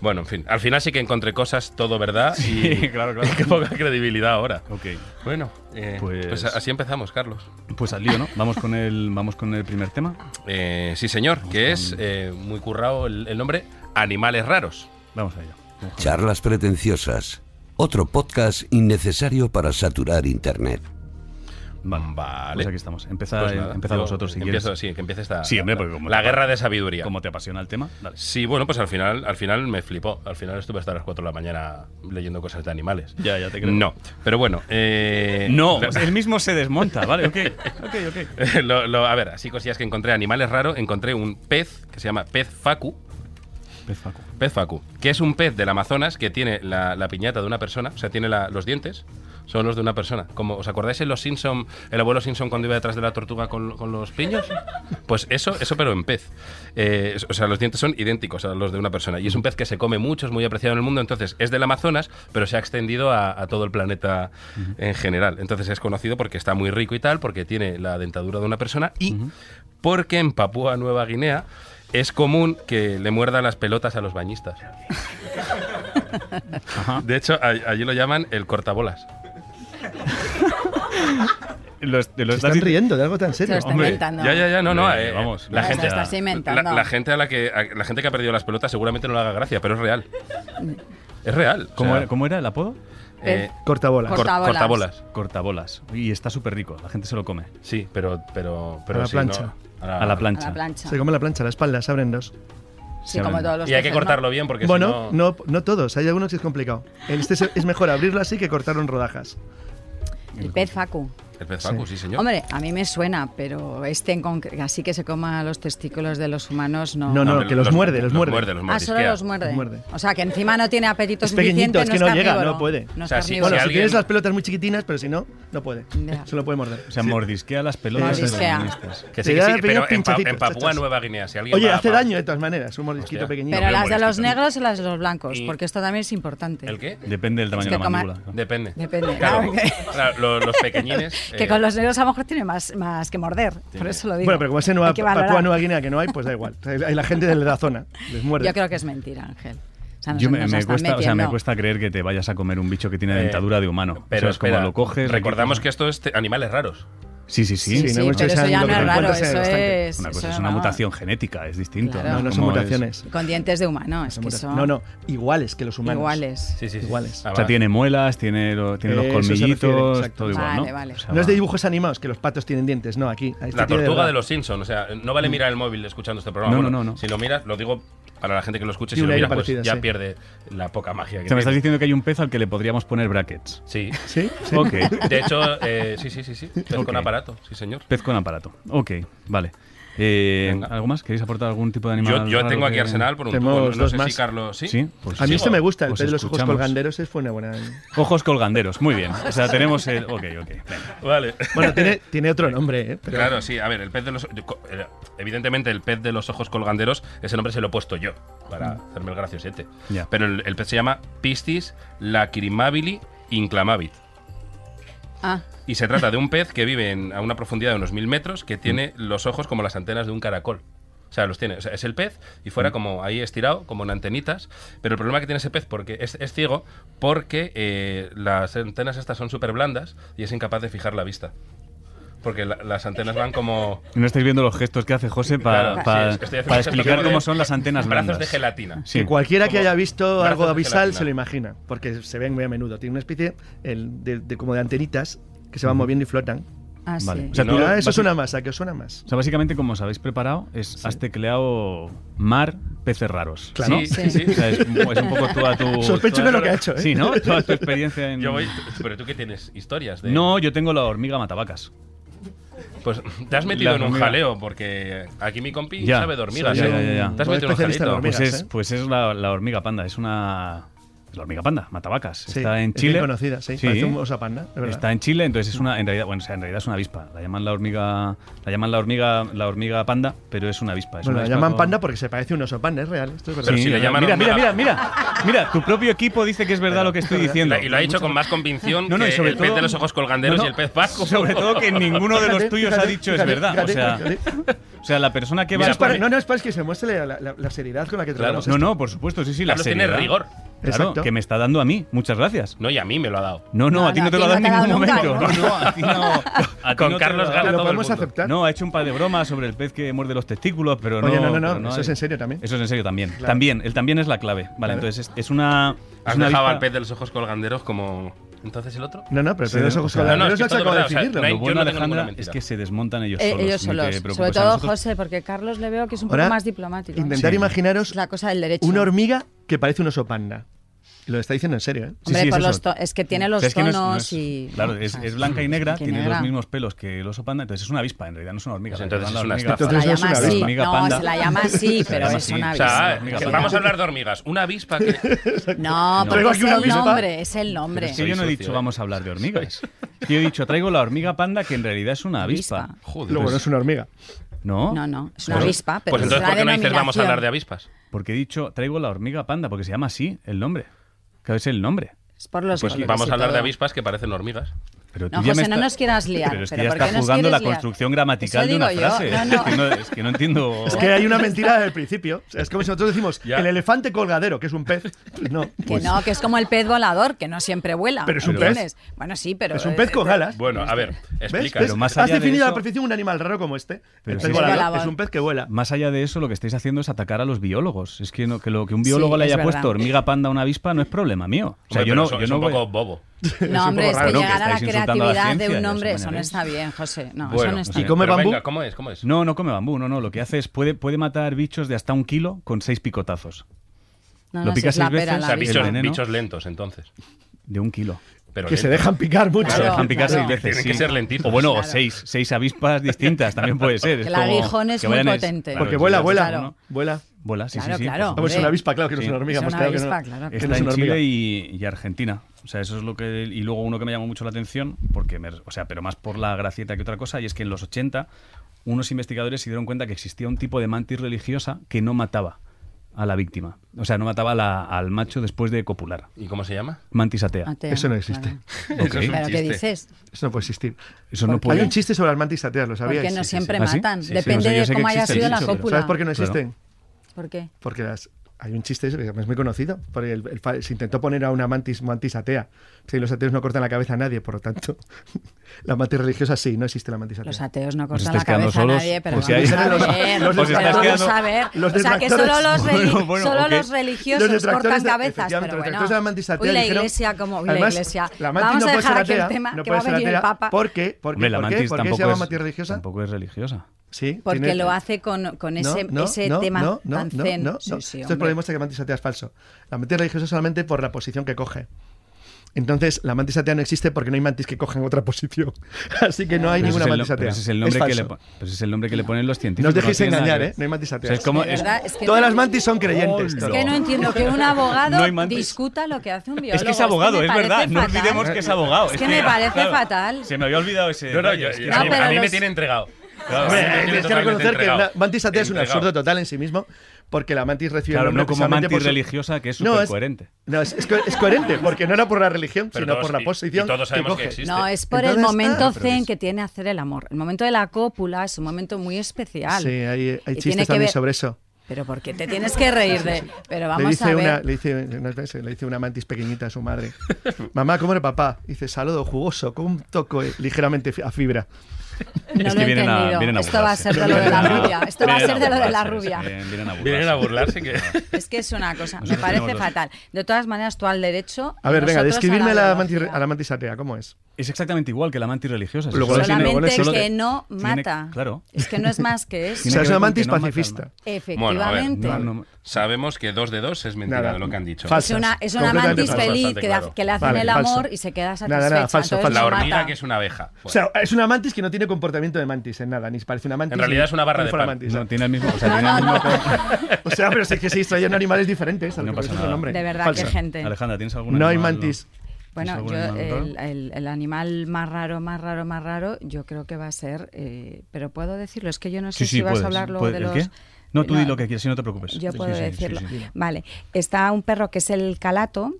Speaker 4: Bueno, en fin. Al final sí que encontré cosas, todo verdad.
Speaker 2: Sí,
Speaker 4: y
Speaker 2: claro, claro.
Speaker 4: Qué poca credibilidad ahora.
Speaker 2: Ok.
Speaker 4: Bueno, eh,
Speaker 2: Pues-
Speaker 4: pues... así empezamos, Carlos.
Speaker 2: Pues al lío, ¿no? Vamos con el, vamos con el primer tema.
Speaker 4: Eh, sí, señor, que es eh, muy currado el, el nombre Animales Raros.
Speaker 2: Vamos a ello.
Speaker 5: Charlas pretenciosas. Otro podcast innecesario para saturar Internet.
Speaker 2: Vale.
Speaker 4: Vale.
Speaker 2: Pues aquí estamos. Empieza,
Speaker 4: Pues nada,
Speaker 2: empieza
Speaker 4: yo
Speaker 2: vosotros si
Speaker 4: empiezo,
Speaker 2: quieres.
Speaker 4: Sí, que empiece esta...
Speaker 2: Sí, hombre,
Speaker 4: la-
Speaker 2: porque como
Speaker 4: la
Speaker 2: te-
Speaker 4: guerra de sabiduría.
Speaker 2: Como te apasiona el tema, dale.
Speaker 4: Sí, bueno, pues al final, al final me flipó. Al final estuve hasta las 4 de la mañana leyendo cosas de animales.
Speaker 2: Ya, ya te creo.
Speaker 4: No, pero bueno. eh,
Speaker 2: No,
Speaker 4: lo-
Speaker 2: el mismo se desmonta, vale, ok, ok, ok.
Speaker 4: lo- lo- a ver, así cosillas que encontré. Animales raros. Encontré un pez que se llama pez facu.
Speaker 2: Pez facu.
Speaker 4: Pez facu, que es un pez del Amazonas que tiene la, la piñata de una persona, o sea, tiene la- los dientes, son los de una persona. Como, ¿Os acordáis en los Simpson, el abuelo Simpson cuando iba detrás de la tortuga con, con los piños? Pues eso, eso pero en pez. Eh, es- o sea, los dientes son idénticos a los de una persona. Y es un pez que se come mucho, es muy apreciado en el mundo, entonces es del Amazonas, pero se ha extendido a, a todo el planeta en general. Entonces es conocido porque está muy rico y tal, porque tiene la dentadura de una persona y porque en Papúa Nueva Guinea es común que le muerda las pelotas a los bañistas. De hecho, a- allí lo llaman el cortabolas.
Speaker 8: Se están riendo de algo tan serio.
Speaker 7: Se lo están Hombre, inventando.
Speaker 4: Ya, ya, ya, no, no.
Speaker 2: Hombre,
Speaker 4: eh,
Speaker 2: vamos,
Speaker 4: la
Speaker 7: no,
Speaker 4: gente,
Speaker 7: esto está inventando.
Speaker 4: la- la gente a la que a- la gente que ha perdido las pelotas seguramente no le haga gracia, pero es real. Es real. o
Speaker 2: ¿Cómo,
Speaker 4: sea,
Speaker 2: era, cómo era el apodo?
Speaker 4: eh,
Speaker 8: Cortabolas.
Speaker 4: cor- cortabolas.
Speaker 7: Cortabolas.
Speaker 2: Cortabolas. Y está súper rico, la gente se lo come.
Speaker 4: Sí, pero, pero, pero
Speaker 8: A la
Speaker 4: sí, no,
Speaker 8: plancha.
Speaker 2: A la
Speaker 7: A
Speaker 2: plancha.
Speaker 7: la plancha.
Speaker 8: Se come la plancha, la espalda, se abren dos.
Speaker 7: Sí, como todos los
Speaker 4: Y hay que
Speaker 7: peces, ¿no?
Speaker 4: cortarlo bien porque
Speaker 8: bueno,
Speaker 4: si no.
Speaker 8: no... No, todos, hay algunos que es complicado. En este se- es mejor abrirlo así que cortarlo en rodajas.
Speaker 7: El pez facu.
Speaker 4: El pez facu, sí, señor.
Speaker 7: Hombre, a mí me suena, pero este en concreto, así que se coma los testículos de los humanos, no.
Speaker 8: No, no, que los muerde, los muerde.
Speaker 4: los
Speaker 7: Ah, solo
Speaker 4: mordisquea.
Speaker 7: los muerde.
Speaker 8: Los muerde.
Speaker 7: O sea, que encima no tiene apetito
Speaker 8: Es pequeñito,
Speaker 7: suficiente,
Speaker 8: es que
Speaker 7: es
Speaker 8: no llega,
Speaker 7: carnívoro.
Speaker 8: no puede.
Speaker 7: No es
Speaker 4: O sea, si-
Speaker 7: carnívoro.
Speaker 8: Bueno, si,
Speaker 4: alguien-
Speaker 8: tienes las pelotas muy chiquitinas, pero si no, no puede.
Speaker 7: Ya.
Speaker 8: Se lo puede morder.
Speaker 2: O sea, mordisquea las pelotas de los
Speaker 7: Mordisquea.
Speaker 2: bañistas.
Speaker 4: Que
Speaker 8: Te
Speaker 4: sí, que
Speaker 8: da
Speaker 4: sí,
Speaker 8: pequeños
Speaker 4: pero en, Pa-
Speaker 8: pinchacitos,
Speaker 4: en Papúa
Speaker 8: chachas.
Speaker 4: Nueva Guinea, si alguien
Speaker 8: Oye,
Speaker 4: va a
Speaker 8: hace
Speaker 4: Pa-
Speaker 8: daño de todas maneras, un mordisquito
Speaker 4: Hostia.
Speaker 8: pequeñito. pues,
Speaker 7: Pero
Speaker 4: no,
Speaker 7: las de
Speaker 4: molestito,
Speaker 7: los
Speaker 4: ¿no?
Speaker 7: negros y las de los blancos,
Speaker 4: Y-
Speaker 7: porque esto también es importante.
Speaker 4: ¿El qué?
Speaker 2: Depende del tamaño
Speaker 7: que
Speaker 2: de la
Speaker 7: coma-
Speaker 2: mandíbula.
Speaker 4: Depende.
Speaker 7: Depende, claro
Speaker 4: Claro,
Speaker 7: que-
Speaker 4: claro, lo- los pequeñines.
Speaker 7: que
Speaker 4: eh,
Speaker 7: con los negros a lo mejor tiene más, más que morder, por
Speaker 4: Tiene-
Speaker 7: eso lo digo.
Speaker 8: Bueno, pero como es en Nueva,
Speaker 7: Hay que valorar.
Speaker 8: Papúa Nueva Guinea que no hay, pues da igual. Hay la gente de la zona, les muerde.
Speaker 7: Yo creo que es mentira, Ángel. O sea, nos-
Speaker 2: Yo me,
Speaker 7: nos la
Speaker 2: me
Speaker 7: están
Speaker 2: cuesta, o sea, me
Speaker 7: metiendo.
Speaker 2: cuesta creer que te vayas a comer un bicho que tiene
Speaker 4: eh,
Speaker 2: dentadura de humano. o
Speaker 4: Pero
Speaker 2: sea, es como
Speaker 4: espera,
Speaker 2: lo coges.
Speaker 4: Recordamos
Speaker 2: lo
Speaker 4: que esto es te- animales raros.
Speaker 2: Sí, sí, sí.
Speaker 7: Sí,
Speaker 8: Sí,
Speaker 7: sí,
Speaker 8: no hemos
Speaker 7: pero
Speaker 8: hecho
Speaker 7: eso ya
Speaker 8: lo
Speaker 7: no
Speaker 8: que
Speaker 7: es raro,
Speaker 8: encuentras en el
Speaker 7: eso
Speaker 8: restaurante.
Speaker 7: es...
Speaker 2: Una cosa
Speaker 7: eso
Speaker 2: es una
Speaker 7: no.
Speaker 2: mutación genética, es distinto.
Speaker 7: Claro.
Speaker 8: No, no son
Speaker 2: Como es-
Speaker 8: mutaciones.
Speaker 7: Con dientes de humano, es
Speaker 8: son
Speaker 7: que
Speaker 8: mutaciones.
Speaker 7: son
Speaker 8: No, no, iguales que los humanos.
Speaker 7: iguales.
Speaker 4: Sí, sí, sí.
Speaker 8: Iguales.
Speaker 4: Ah,
Speaker 2: O sea,
Speaker 4: va.
Speaker 2: tiene muelas, tiene, lo- tiene los
Speaker 8: Eso se refiere,
Speaker 2: colmillitos,
Speaker 8: exacto.
Speaker 2: todo igual,
Speaker 7: Vale,
Speaker 2: ¿no?
Speaker 7: vale.
Speaker 2: O sea,
Speaker 8: No es de
Speaker 2: va.
Speaker 8: dibujos animados, que los patos tienen dientes, no, aquí. a este
Speaker 4: La
Speaker 8: tiene
Speaker 4: tortuga
Speaker 8: verdad.
Speaker 4: de los Simpsons, o sea, no vale mirar el móvil escuchando este programa.
Speaker 2: No,
Speaker 4: Bueno,
Speaker 2: no, no, no.
Speaker 4: Si lo miras, lo digo para la gente que lo escuche, si
Speaker 8: Tiene
Speaker 4: lo
Speaker 8: un aire
Speaker 4: miras, pues
Speaker 8: parecido,
Speaker 4: ya
Speaker 8: sí.
Speaker 4: pierde la poca magia que
Speaker 2: O sea, me estás
Speaker 4: tiene.
Speaker 2: diciendo que hay un pez al que le podríamos poner brackets.
Speaker 4: Sí.
Speaker 8: ¿Sí? sí.
Speaker 2: Ok.
Speaker 4: De hecho, eh, sí, sí, sí, sí. Pez
Speaker 2: Ok.
Speaker 4: con aparato, sí, señor.
Speaker 2: Pez con aparato. Ok, vale. Eh,
Speaker 4: Venga.
Speaker 2: ¿Algo más? ¿Queréis aportar algún tipo de
Speaker 4: Yo,
Speaker 2: animal?
Speaker 4: yo
Speaker 2: raro
Speaker 4: tengo aquí
Speaker 2: que-
Speaker 4: Arsenal por un
Speaker 8: Tenemos
Speaker 4: tubo, no- No
Speaker 8: dos
Speaker 4: sé si
Speaker 8: más.
Speaker 4: Carlos, sí.
Speaker 2: Sí, pues
Speaker 8: A mí
Speaker 2: sí.
Speaker 8: este me gusta, el
Speaker 2: Os
Speaker 8: pez de los ojos
Speaker 2: escuchamos.
Speaker 8: colganderos es fue una buena.
Speaker 2: Ojos colganderos, muy bien. O sea, tenemos el. Ok, ok. venga.
Speaker 4: Vale.
Speaker 8: Bueno, tiene, tiene otro nombre, ¿eh? Pero
Speaker 4: Claro, sí, a ver, el pez de los. yo co- eh, Evidentemente, el pez de los ojos colganderos, ese nombre se lo he puesto yo para hacerme el graciosete.
Speaker 2: Ya.
Speaker 4: Pero el, el pez se llama Piscis lacrimabili inclamabit.
Speaker 7: Ah,
Speaker 4: Y se trata de un pez que vive en- a una profundidad de unos mil metros que tiene los ojos como las antenas de un caracol. O sea, los tiene. O sea, es el pez y
Speaker 2: Mm.
Speaker 4: fuera como ahí estirado, como en antenitas. Pero el problema que tiene ese pez porque es, es ciego porque eh, las antenas estas son súper blandas y es incapaz de fijar la vista. Porque la- las antenas van como...
Speaker 2: No estáis viendo los gestos que hace José para,
Speaker 4: Claro,
Speaker 2: para-
Speaker 4: sí, estoy haciendo
Speaker 2: para
Speaker 4: gestos
Speaker 2: explicar
Speaker 4: como de
Speaker 2: cómo son las antenas
Speaker 4: Brazos
Speaker 2: blandas.
Speaker 4: de gelatina.
Speaker 2: Sí.
Speaker 8: que cualquiera que
Speaker 4: Como
Speaker 8: haya visto
Speaker 4: brazos
Speaker 8: algo
Speaker 4: de
Speaker 8: abisal
Speaker 4: gelatina.
Speaker 8: se lo imagina, porque se ven muy a menudo. Tiene una especie el, de, de- como de antenitas que se van moviendo y flotan.
Speaker 7: ah, sí.
Speaker 2: Vale.
Speaker 8: O sea,
Speaker 4: No,
Speaker 8: tú- ah, eso
Speaker 2: basi-
Speaker 8: es una masa, que os suena más.
Speaker 2: O sea, básicamente, como os habéis preparado, es has tecleado mar, peces raros.
Speaker 8: Claro.
Speaker 2: ¿no?
Speaker 4: Sí, sí, sí.
Speaker 2: O sea, es, un- es un poco toda tu.
Speaker 8: Sospecho que es lo que ha hecho, ¿eh?
Speaker 2: Sí, ¿no? Toda tu experiencia en.
Speaker 4: Yo voy... Pero tú que tienes historias de...
Speaker 2: No, yo tengo la hormiga matabacas.
Speaker 4: Pues te has metido
Speaker 2: Las
Speaker 4: en un
Speaker 2: hormigas.
Speaker 4: jaleo porque aquí mi compi
Speaker 2: Ya.
Speaker 4: sabe de hormigas.
Speaker 2: Sí,
Speaker 4: ¿eh?
Speaker 2: ya, ya, ya.
Speaker 4: Te has
Speaker 8: Soy
Speaker 4: metido en un
Speaker 8: especialista en hormigas.
Speaker 4: jaleito.
Speaker 2: Pues
Speaker 8: Hormigas,
Speaker 2: es,
Speaker 8: ¿eh?
Speaker 2: pues es la, la hormiga panda, es una. es la hormiga panda, matabacas.
Speaker 8: Sí,
Speaker 2: está en
Speaker 8: es
Speaker 2: Chile.
Speaker 8: bien conocida, sí. Parece un osa panda, de verdad.
Speaker 2: Está en Chile, entonces es una. En realidad, bueno, o sea, en realidad es una avispa. La llaman la hormiga. La llaman la hormiga, la hormiga panda, pero es una avispa. es
Speaker 8: bueno,
Speaker 2: una
Speaker 8: la
Speaker 2: avispa
Speaker 8: llaman
Speaker 2: con-
Speaker 8: panda porque se parece a un oso panda, es real. Esto es verdad.
Speaker 4: Pero si le llaman
Speaker 2: mira, mira,
Speaker 4: hormiga-
Speaker 2: mira, mira, mira, tu propio equipo dice que es verdad lo que estoy diciendo.
Speaker 4: Y lo ha dicho con más convicción
Speaker 2: No, no, y
Speaker 4: que
Speaker 2: sobre
Speaker 4: el
Speaker 2: todo-
Speaker 4: pez de los ojos colganderos
Speaker 2: No, no,
Speaker 4: y el pez vasco.
Speaker 2: Sobre todo que ninguno de los
Speaker 8: Fíjate,
Speaker 2: tuyos ha
Speaker 8: fíjate,
Speaker 2: dicho es
Speaker 8: fíjate,
Speaker 2: verdad. O
Speaker 8: fíjate,
Speaker 2: sea,
Speaker 8: fíjate.
Speaker 2: o sea, la persona que
Speaker 4: Mira, pues,
Speaker 2: va
Speaker 8: Es para-
Speaker 4: por-
Speaker 8: no, no, es para que se muestre la, la- la seriedad con la que
Speaker 4: Claro.
Speaker 8: tratamos este
Speaker 2: No,
Speaker 8: esto.
Speaker 2: no, por supuesto, sí, sí, la
Speaker 4: Carlos tiene
Speaker 2: seriedad.
Speaker 4: rigor.
Speaker 2: Claro,
Speaker 8: Exacto.
Speaker 2: que me está dando a mí. Muchas gracias.
Speaker 4: No, y a mí me lo ha dado.
Speaker 2: No, no,
Speaker 7: No,
Speaker 2: a ti
Speaker 7: no,
Speaker 2: no,
Speaker 7: a
Speaker 2: te
Speaker 7: ti
Speaker 2: lo ha dado en
Speaker 7: no te
Speaker 2: ningún
Speaker 7: ha dado
Speaker 2: momento. No,
Speaker 7: nunca,
Speaker 2: no, a ti no. A ti
Speaker 4: Con
Speaker 2: no te
Speaker 4: Carlos
Speaker 2: lo ha dado.
Speaker 8: Lo
Speaker 4: gana todo el
Speaker 8: podemos
Speaker 4: mundo.
Speaker 8: aceptar.
Speaker 2: No, ha hecho un par de bromas sobre el pez que muerde los testículos, pero no.
Speaker 8: Oye, no, no, no,
Speaker 2: pero
Speaker 8: eso
Speaker 2: hay-
Speaker 8: es en serio también.
Speaker 2: Eso es en serio también. También, el también es la clave. Vale, entonces es, es una. es
Speaker 4: Has
Speaker 2: una
Speaker 4: dejado
Speaker 2: avispa-
Speaker 4: al pez de los ojos colganderos como. ¿Entonces el otro?
Speaker 8: No, no, pero
Speaker 2: Sí,
Speaker 8: los
Speaker 2: no,
Speaker 8: ojos
Speaker 2: o sea,
Speaker 4: no, no,
Speaker 8: colganderos
Speaker 4: es que
Speaker 8: no se
Speaker 4: todo
Speaker 8: acaba de
Speaker 4: verdad, o sea,
Speaker 8: definirlo.
Speaker 4: no hay-
Speaker 2: Lo
Speaker 4: yo
Speaker 2: bueno,
Speaker 4: tengo ninguna
Speaker 2: Alejandra,
Speaker 4: mentira.
Speaker 2: es que se desmontan ellos
Speaker 7: Eh,
Speaker 2: solos.
Speaker 7: ellos
Speaker 2: ni te
Speaker 7: solos.
Speaker 2: preocupes.
Speaker 7: Sobre
Speaker 2: A
Speaker 7: todo
Speaker 2: nosotros-
Speaker 7: José, porque Carlos le veo que es un
Speaker 8: Ahora,
Speaker 7: poco más diplomático.
Speaker 8: Intentar
Speaker 2: Sí.
Speaker 8: imaginaros
Speaker 7: Es la cosa del derecho.
Speaker 8: una hormiga que parece un oso panda. Y lo está diciendo en serio, ¿eh?
Speaker 7: Hombre, por los to- es que tiene los
Speaker 2: O sea, es que no es- no
Speaker 7: tonos
Speaker 2: es-
Speaker 7: y.
Speaker 2: Claro, es, es blanca y negra,
Speaker 7: blanca y
Speaker 2: tiene
Speaker 7: negra.
Speaker 2: los mismos pelos que el oso panda, entonces es una avispa, en realidad no es una hormiga.
Speaker 4: Pues entonces
Speaker 2: la
Speaker 4: es una
Speaker 2: hormiga-
Speaker 4: estafa.
Speaker 7: Se la llama
Speaker 2: es una
Speaker 7: así.
Speaker 2: hormiga
Speaker 7: No,
Speaker 2: panda.
Speaker 7: se la llama así,
Speaker 2: Se la
Speaker 7: pero
Speaker 2: llama
Speaker 7: es
Speaker 2: así.
Speaker 7: una
Speaker 4: O
Speaker 7: avispa.
Speaker 4: sea,
Speaker 2: hormiga
Speaker 4: que
Speaker 2: panda.
Speaker 4: vamos a hablar de hormigas. Una avispa que...
Speaker 7: No,
Speaker 2: No.
Speaker 7: porque
Speaker 2: Traigo
Speaker 7: es
Speaker 2: aquí una
Speaker 7: el
Speaker 2: avispa.
Speaker 7: nombre, es el nombre.
Speaker 2: Es que yo no he
Speaker 4: Soy
Speaker 2: dicho
Speaker 4: sucio, ¿eh?
Speaker 2: vamos a hablar de hormigas. Yo he dicho traigo la hormiga panda que en realidad es una avispa.
Speaker 7: Avispa.
Speaker 4: Joder.
Speaker 8: Luego no es una hormiga.
Speaker 2: ¿No?
Speaker 7: No, no, es una
Speaker 2: Pues-
Speaker 7: avispa, pero
Speaker 4: pues entonces,
Speaker 7: es
Speaker 4: ¿por
Speaker 7: la
Speaker 4: qué no dices vamos a
Speaker 7: denominación.
Speaker 4: hablar de avispas?
Speaker 2: Porque he dicho traigo la hormiga panda porque se llama así el nombre. Que es el nombre.
Speaker 7: Es por los
Speaker 4: Pues
Speaker 7: colores
Speaker 4: vamos
Speaker 7: y
Speaker 4: a hablar de
Speaker 7: todo.
Speaker 4: avispas que parecen hormigas.
Speaker 2: Pero tú
Speaker 7: No,
Speaker 2: ya me
Speaker 7: José, no
Speaker 2: está-
Speaker 7: nos quieras liar.
Speaker 2: Pero es que
Speaker 7: ¿Pero
Speaker 2: ya
Speaker 7: por qué
Speaker 2: está
Speaker 7: nos
Speaker 2: juzgando la
Speaker 7: quieres liar?
Speaker 2: construcción
Speaker 7: Eso
Speaker 2: gramatical de una
Speaker 7: digo yo,
Speaker 2: frase.
Speaker 7: no,
Speaker 2: Es,
Speaker 7: no.
Speaker 2: que no, es que no entiendo.
Speaker 8: Es que hay una mentira desde el principio. O sea, es como si nosotros decimos
Speaker 4: Ya.
Speaker 8: el elefante colgadero, que es un pez. Pues no.
Speaker 7: Que no, que es como el pez volador, que no siempre vuela.
Speaker 8: Pero es un
Speaker 7: ¿entiendes? Bueno, sí, pero.
Speaker 8: Es un pez con alas.
Speaker 4: Bueno, a ver,
Speaker 8: ¿Ves?
Speaker 4: explica.
Speaker 8: ¿Ves?
Speaker 2: Pero más
Speaker 8: Has
Speaker 2: allá de
Speaker 8: definido a la
Speaker 2: eso-
Speaker 8: perfección un animal raro como este.
Speaker 2: Pero
Speaker 8: el
Speaker 2: sí,
Speaker 8: pez
Speaker 2: sí.
Speaker 8: volador
Speaker 7: Volaba.
Speaker 8: es un pez que vuela.
Speaker 2: Más allá de eso, lo que estáis haciendo es atacar a los biólogos. Es que, no- que lo que un biólogo
Speaker 7: Sí,
Speaker 2: le haya
Speaker 7: es verdad.
Speaker 2: puesto hormiga panda a una avispa no es problema mío. O sea,
Speaker 4: Hombre,
Speaker 2: yo
Speaker 4: pero
Speaker 2: no,
Speaker 4: eso
Speaker 2: yo
Speaker 4: es
Speaker 2: no
Speaker 4: un
Speaker 2: voy-
Speaker 4: poco bobo.
Speaker 7: No,
Speaker 2: poco raro, ¿no?
Speaker 7: hombre, es que
Speaker 2: Que
Speaker 7: llegar a la
Speaker 2: estáis insultando a la
Speaker 7: creatividad de
Speaker 2: ciencia,
Speaker 7: un
Speaker 2: ya
Speaker 7: hombre,
Speaker 2: se
Speaker 7: eso
Speaker 2: mañana
Speaker 7: no
Speaker 2: es.
Speaker 7: está bien, José. No, eso
Speaker 4: Bueno,
Speaker 7: no está
Speaker 8: ¿Y
Speaker 7: bien.
Speaker 8: come
Speaker 4: pero
Speaker 8: bambú?
Speaker 4: venga, ¿cómo es? ¿Cómo es?
Speaker 2: No, no come bambú, no, no. Lo que hace es puede, puede matar bichos de hasta un kilo con seis picotazos.
Speaker 7: No,
Speaker 2: Lo
Speaker 7: no, si
Speaker 2: pica
Speaker 7: es la
Speaker 2: seis
Speaker 7: pera,
Speaker 2: veces,
Speaker 4: o
Speaker 7: la
Speaker 4: sea,
Speaker 2: el
Speaker 7: avispa.
Speaker 4: bichos,
Speaker 2: veneno.
Speaker 4: bichos lentos, entonces.
Speaker 2: De un kilo.
Speaker 4: Pero
Speaker 8: Que se
Speaker 4: lentos.
Speaker 8: dejan picar mucho.
Speaker 2: Se
Speaker 7: Claro.
Speaker 2: dejan picar
Speaker 7: claro.
Speaker 2: seis veces.
Speaker 4: Tienen que
Speaker 2: sí.
Speaker 4: ser lentitos.
Speaker 2: O bueno, o
Speaker 7: Claro.
Speaker 2: seis, seis avispas distintas también puede ser.
Speaker 7: Que el aguijón es muy
Speaker 2: vayan
Speaker 7: potente.
Speaker 8: Porque vuela,
Speaker 2: claro,
Speaker 8: vuela.
Speaker 2: claro.
Speaker 8: Vuela.
Speaker 2: Vuela, sí,
Speaker 7: Claro,
Speaker 2: sí, sí.
Speaker 7: claro.
Speaker 2: por
Speaker 8: Ah, pues es
Speaker 7: Hombre.
Speaker 8: una avispa, claro que no es
Speaker 2: Sí.
Speaker 8: una hormiga.
Speaker 7: Es
Speaker 8: hemos
Speaker 7: una
Speaker 8: quedado que no-
Speaker 7: avispa,
Speaker 8: que
Speaker 7: claro.
Speaker 8: no
Speaker 2: Está
Speaker 8: es
Speaker 2: en
Speaker 8: una hormiga.
Speaker 2: Chile y, y Argentina. O sea, eso es lo que. Y luego uno que me llamó mucho la atención, porque me- o sea, pero más por la gracieta que otra cosa, y es que en los 80 unos investigadores se dieron cuenta que existía un tipo de mantis religiosa que no mataba a la víctima. O sea, no mataba a la- al macho después de copular.
Speaker 4: ¿Y cómo se llama?
Speaker 2: Mantis atea.
Speaker 7: Atea,
Speaker 8: Eso no existe.
Speaker 7: claro.
Speaker 4: Eso es un
Speaker 7: ¿Pero qué
Speaker 4: chiste.
Speaker 7: dices?
Speaker 8: Eso no puede existir.
Speaker 2: Eso no puede.
Speaker 8: Hay un chiste sobre las mantis ateas, ¿lo sabíais?
Speaker 7: Porque no
Speaker 8: Sí, sí,
Speaker 7: siempre
Speaker 2: ¿Ah, sí?
Speaker 7: matan.
Speaker 2: Sí, sí.
Speaker 7: Depende
Speaker 2: No sé, yo sé
Speaker 7: de
Speaker 2: que
Speaker 7: cómo haya
Speaker 2: existe el
Speaker 7: sido la
Speaker 2: dicho, pero-
Speaker 8: sí.
Speaker 7: cópula.
Speaker 8: ¿Sabes por qué no
Speaker 2: Claro.
Speaker 8: existen?
Speaker 7: ¿Por qué?
Speaker 8: Porque las, hay un chiste que es muy conocido. Porque el- el fa- se intentó poner a una mantis, mantis atea. Sí, los ateos no cortan la cabeza a nadie, por lo tanto. la mantis religiosa sí, no existe la mantis atea.
Speaker 7: Los ateos no
Speaker 2: Os
Speaker 7: cortan
Speaker 2: estáis
Speaker 7: la
Speaker 2: quedando
Speaker 7: cabeza a
Speaker 2: solos,
Speaker 7: nadie, pero
Speaker 2: porque
Speaker 7: vamos
Speaker 2: ahí-
Speaker 7: a
Speaker 2: los-
Speaker 7: ver.
Speaker 2: los
Speaker 7: pero
Speaker 2: detractores-
Speaker 7: vamos a ver.
Speaker 8: los
Speaker 7: o sea, que solo los,
Speaker 2: detractores-
Speaker 7: reli-
Speaker 2: Bueno, bueno,
Speaker 7: solo
Speaker 2: ok.
Speaker 7: los religiosos
Speaker 8: Los detractores
Speaker 7: cortan
Speaker 8: de-
Speaker 7: cabezas,
Speaker 8: efectivamente,
Speaker 7: pero
Speaker 8: los
Speaker 7: bueno.
Speaker 8: detractores de la mantis atea
Speaker 7: uy, la
Speaker 8: dijeron-
Speaker 7: iglesia, como uy,
Speaker 8: Además,
Speaker 7: la iglesia.
Speaker 8: la mantis
Speaker 7: vamos
Speaker 8: no
Speaker 7: a
Speaker 8: puede ser
Speaker 7: dejar aquí
Speaker 8: atea,
Speaker 7: el tema
Speaker 8: no
Speaker 7: que va
Speaker 8: puede
Speaker 7: a
Speaker 8: ser
Speaker 7: venir el
Speaker 8: atea.
Speaker 7: Papa.
Speaker 8: ¿Por qué? ¿Por qué,
Speaker 2: Hombre, la
Speaker 8: por qué-
Speaker 2: mantis
Speaker 8: por qué
Speaker 2: tampoco,
Speaker 8: se llama
Speaker 2: es,
Speaker 8: mantis religiosa?
Speaker 2: tampoco es religiosa.
Speaker 8: Sí,
Speaker 7: Porque
Speaker 8: tiene-
Speaker 7: lo hace con, con ese,
Speaker 8: No, no,
Speaker 7: ese
Speaker 8: no,
Speaker 7: tema
Speaker 8: no, no,
Speaker 7: tan
Speaker 8: no,
Speaker 7: zen.
Speaker 8: no, no.
Speaker 7: Sí, sí,
Speaker 8: Esto es por
Speaker 7: hombre.
Speaker 8: demostrar que la mantis atea es falso. La mantis religiosa es solamente por la posición que coge. Entonces, la mantis atea no existe porque no hay mantis que cojan otra posición. Así que no hay
Speaker 2: Pero ese
Speaker 8: ninguna
Speaker 2: es el
Speaker 8: mantis
Speaker 2: no-
Speaker 8: atea.
Speaker 2: pero ese es el nombre que
Speaker 8: falso.
Speaker 2: le pon- pero ese es el nombre que le ponen los científicos.
Speaker 8: No os dejéis
Speaker 2: tiene nada
Speaker 8: engañar,
Speaker 2: que
Speaker 8: ¿eh?
Speaker 2: ver.
Speaker 8: No hay
Speaker 2: O
Speaker 8: mantis
Speaker 2: sea,
Speaker 8: ateas.
Speaker 2: es como-
Speaker 7: De
Speaker 2: es-
Speaker 7: verdad, es que
Speaker 8: Todas
Speaker 7: no-
Speaker 8: las mantis son creyentes.
Speaker 2: Es
Speaker 7: Es
Speaker 8: todo.
Speaker 7: que no entiendo que un abogado
Speaker 2: No hay mantis.
Speaker 7: discuta lo que hace un biólogo.
Speaker 2: es que es abogado,
Speaker 7: me
Speaker 2: es
Speaker 7: parece
Speaker 2: verdad. No
Speaker 7: fatal.
Speaker 2: olvidemos que es abogado.
Speaker 7: Es que me parece
Speaker 2: claro,
Speaker 7: fatal.
Speaker 2: Se me había olvidado ese.
Speaker 4: No, no,
Speaker 2: detalle,
Speaker 4: yo-
Speaker 2: es que
Speaker 4: yo-
Speaker 7: No,
Speaker 4: a mí-
Speaker 7: pero
Speaker 4: a mí me
Speaker 7: los-
Speaker 4: tiene entregado.
Speaker 8: Hombre,
Speaker 4: Me tiene
Speaker 8: tienes que
Speaker 4: totalmente
Speaker 8: reconocer que
Speaker 4: entregado.
Speaker 8: la mantis atea es un
Speaker 4: Entregado.
Speaker 8: absurdo total en sí mismo, porque la mantis recibe
Speaker 2: Claro,
Speaker 8: el nombre
Speaker 2: no como
Speaker 8: precisamente
Speaker 2: mantis
Speaker 8: por su-
Speaker 2: religiosa, que es
Speaker 8: No,
Speaker 2: súper coherente.
Speaker 8: No, es, es co- es coherente, porque no era por la religión,
Speaker 4: Pero
Speaker 8: sino
Speaker 4: todos-
Speaker 8: por la
Speaker 4: y-
Speaker 8: posición.
Speaker 4: y todos sabemos que
Speaker 8: coge.
Speaker 4: existe.
Speaker 7: No, es por el
Speaker 8: Entonces,
Speaker 7: momento
Speaker 8: ah, pero
Speaker 7: zen
Speaker 8: es-
Speaker 7: que tiene hacer el amor. El momento de la cópula es un momento muy especial.
Speaker 8: Sí, hay, hay
Speaker 7: Y tiene que
Speaker 8: chistes también
Speaker 7: ver-
Speaker 8: sobre eso.
Speaker 7: Pero porque te tienes que reír de. Pero
Speaker 8: Le
Speaker 7: vamos
Speaker 8: dice,
Speaker 7: a ver.
Speaker 8: una, le, dice, unas veces, le dice una mantis pequeñita a su madre: Mamá, ¿cómo era papá? Dice: Saludo jugoso, con un toco eh, ligeramente fi- a fibra.
Speaker 7: No
Speaker 2: es
Speaker 7: lo
Speaker 2: que
Speaker 7: he
Speaker 2: vienen a,
Speaker 7: entendido.
Speaker 2: vienen a
Speaker 7: Esto va a
Speaker 2: burlarse.
Speaker 7: ser de lo de la
Speaker 2: Vienen a-
Speaker 7: rubia. Esto va a
Speaker 2: vienen
Speaker 7: ser de lo de la
Speaker 2: burlarse,
Speaker 7: rubia.
Speaker 2: sí, Eh, Vienen a burlarse.
Speaker 4: Vienen a burlarse que...
Speaker 7: Es que es una cosa. Me
Speaker 2: Nosotros
Speaker 7: parece
Speaker 2: Pues tenemos los-
Speaker 7: fatal. De todas maneras, tú al derecho.
Speaker 8: A ver,
Speaker 7: y
Speaker 8: venga,
Speaker 7: nosotros
Speaker 8: describirme a la, mantis,
Speaker 7: biología.
Speaker 8: a la mantis atea, ¿cómo es?
Speaker 2: Es exactamente igual que la mantis religiosa. si
Speaker 8: Luego
Speaker 2: solo
Speaker 8: lo tiene-
Speaker 2: tiene-
Speaker 7: Solamente
Speaker 2: solo
Speaker 7: que
Speaker 2: te-
Speaker 7: no
Speaker 2: tiene-
Speaker 7: mata.
Speaker 2: Claro.
Speaker 7: Es que no es más que eso.
Speaker 8: O
Speaker 2: Tiene
Speaker 8: sea,
Speaker 2: que
Speaker 8: es
Speaker 2: ver
Speaker 8: una
Speaker 2: con que
Speaker 8: mantis
Speaker 2: no mata al
Speaker 8: pacifista.
Speaker 2: mar.
Speaker 4: Bueno, a ver,
Speaker 7: Efectivamente.
Speaker 2: No, no,
Speaker 4: Sabemos que dos de dos es mentira
Speaker 8: Nada.
Speaker 4: de lo que han dicho.
Speaker 8: Falso.
Speaker 7: Es una, es una
Speaker 8: Completamente
Speaker 7: mantis
Speaker 4: falso.
Speaker 7: feliz
Speaker 4: Bastante
Speaker 7: que,
Speaker 4: claro.
Speaker 7: da- que le hacen
Speaker 8: Vale,
Speaker 7: el
Speaker 8: falso.
Speaker 7: amor y se queda satisfecha.
Speaker 8: Nada, nada, falso,
Speaker 7: entonces
Speaker 8: falso.
Speaker 4: La
Speaker 7: no
Speaker 4: hormiga
Speaker 7: mata.
Speaker 4: que es una abeja.
Speaker 8: O
Speaker 4: Bueno,
Speaker 8: sea, es una mantis que no tiene comportamiento de mantis en nada, ni parece una mantis.
Speaker 4: En realidad
Speaker 8: ni-
Speaker 4: es una barra
Speaker 8: ni
Speaker 4: de
Speaker 8: fuera
Speaker 4: pan.
Speaker 8: mantis.
Speaker 2: No, tiene el mismo. O sea, tiene el mismo.
Speaker 8: O sea, pero sí que se distraen animales diferentes. a lo
Speaker 2: No
Speaker 8: que
Speaker 2: pasa
Speaker 8: parece el
Speaker 2: nada.
Speaker 8: nombre.
Speaker 7: De verdad,
Speaker 8: Falso.
Speaker 7: qué gente.
Speaker 2: Alejandra, ¿tienes alguna?
Speaker 8: No hay mantis.
Speaker 7: Bueno, yo, el, el- el animal más raro, más raro, más raro, yo creo que va a ser. eh, pero puedo decirlo, es que yo no sé
Speaker 2: Sí,
Speaker 7: si
Speaker 2: sí,
Speaker 7: vas
Speaker 2: puedes.
Speaker 7: a hablar luego
Speaker 2: ¿Puedes?
Speaker 7: de
Speaker 2: ¿El
Speaker 7: los.
Speaker 2: qué? No, tú di lo que quieras, si no te preocupes.
Speaker 7: Yo
Speaker 2: Sí,
Speaker 7: puedo
Speaker 2: sí, sí,
Speaker 7: decirlo.
Speaker 2: sí, sí. Mm.
Speaker 7: Vale, está un perro que es el calato,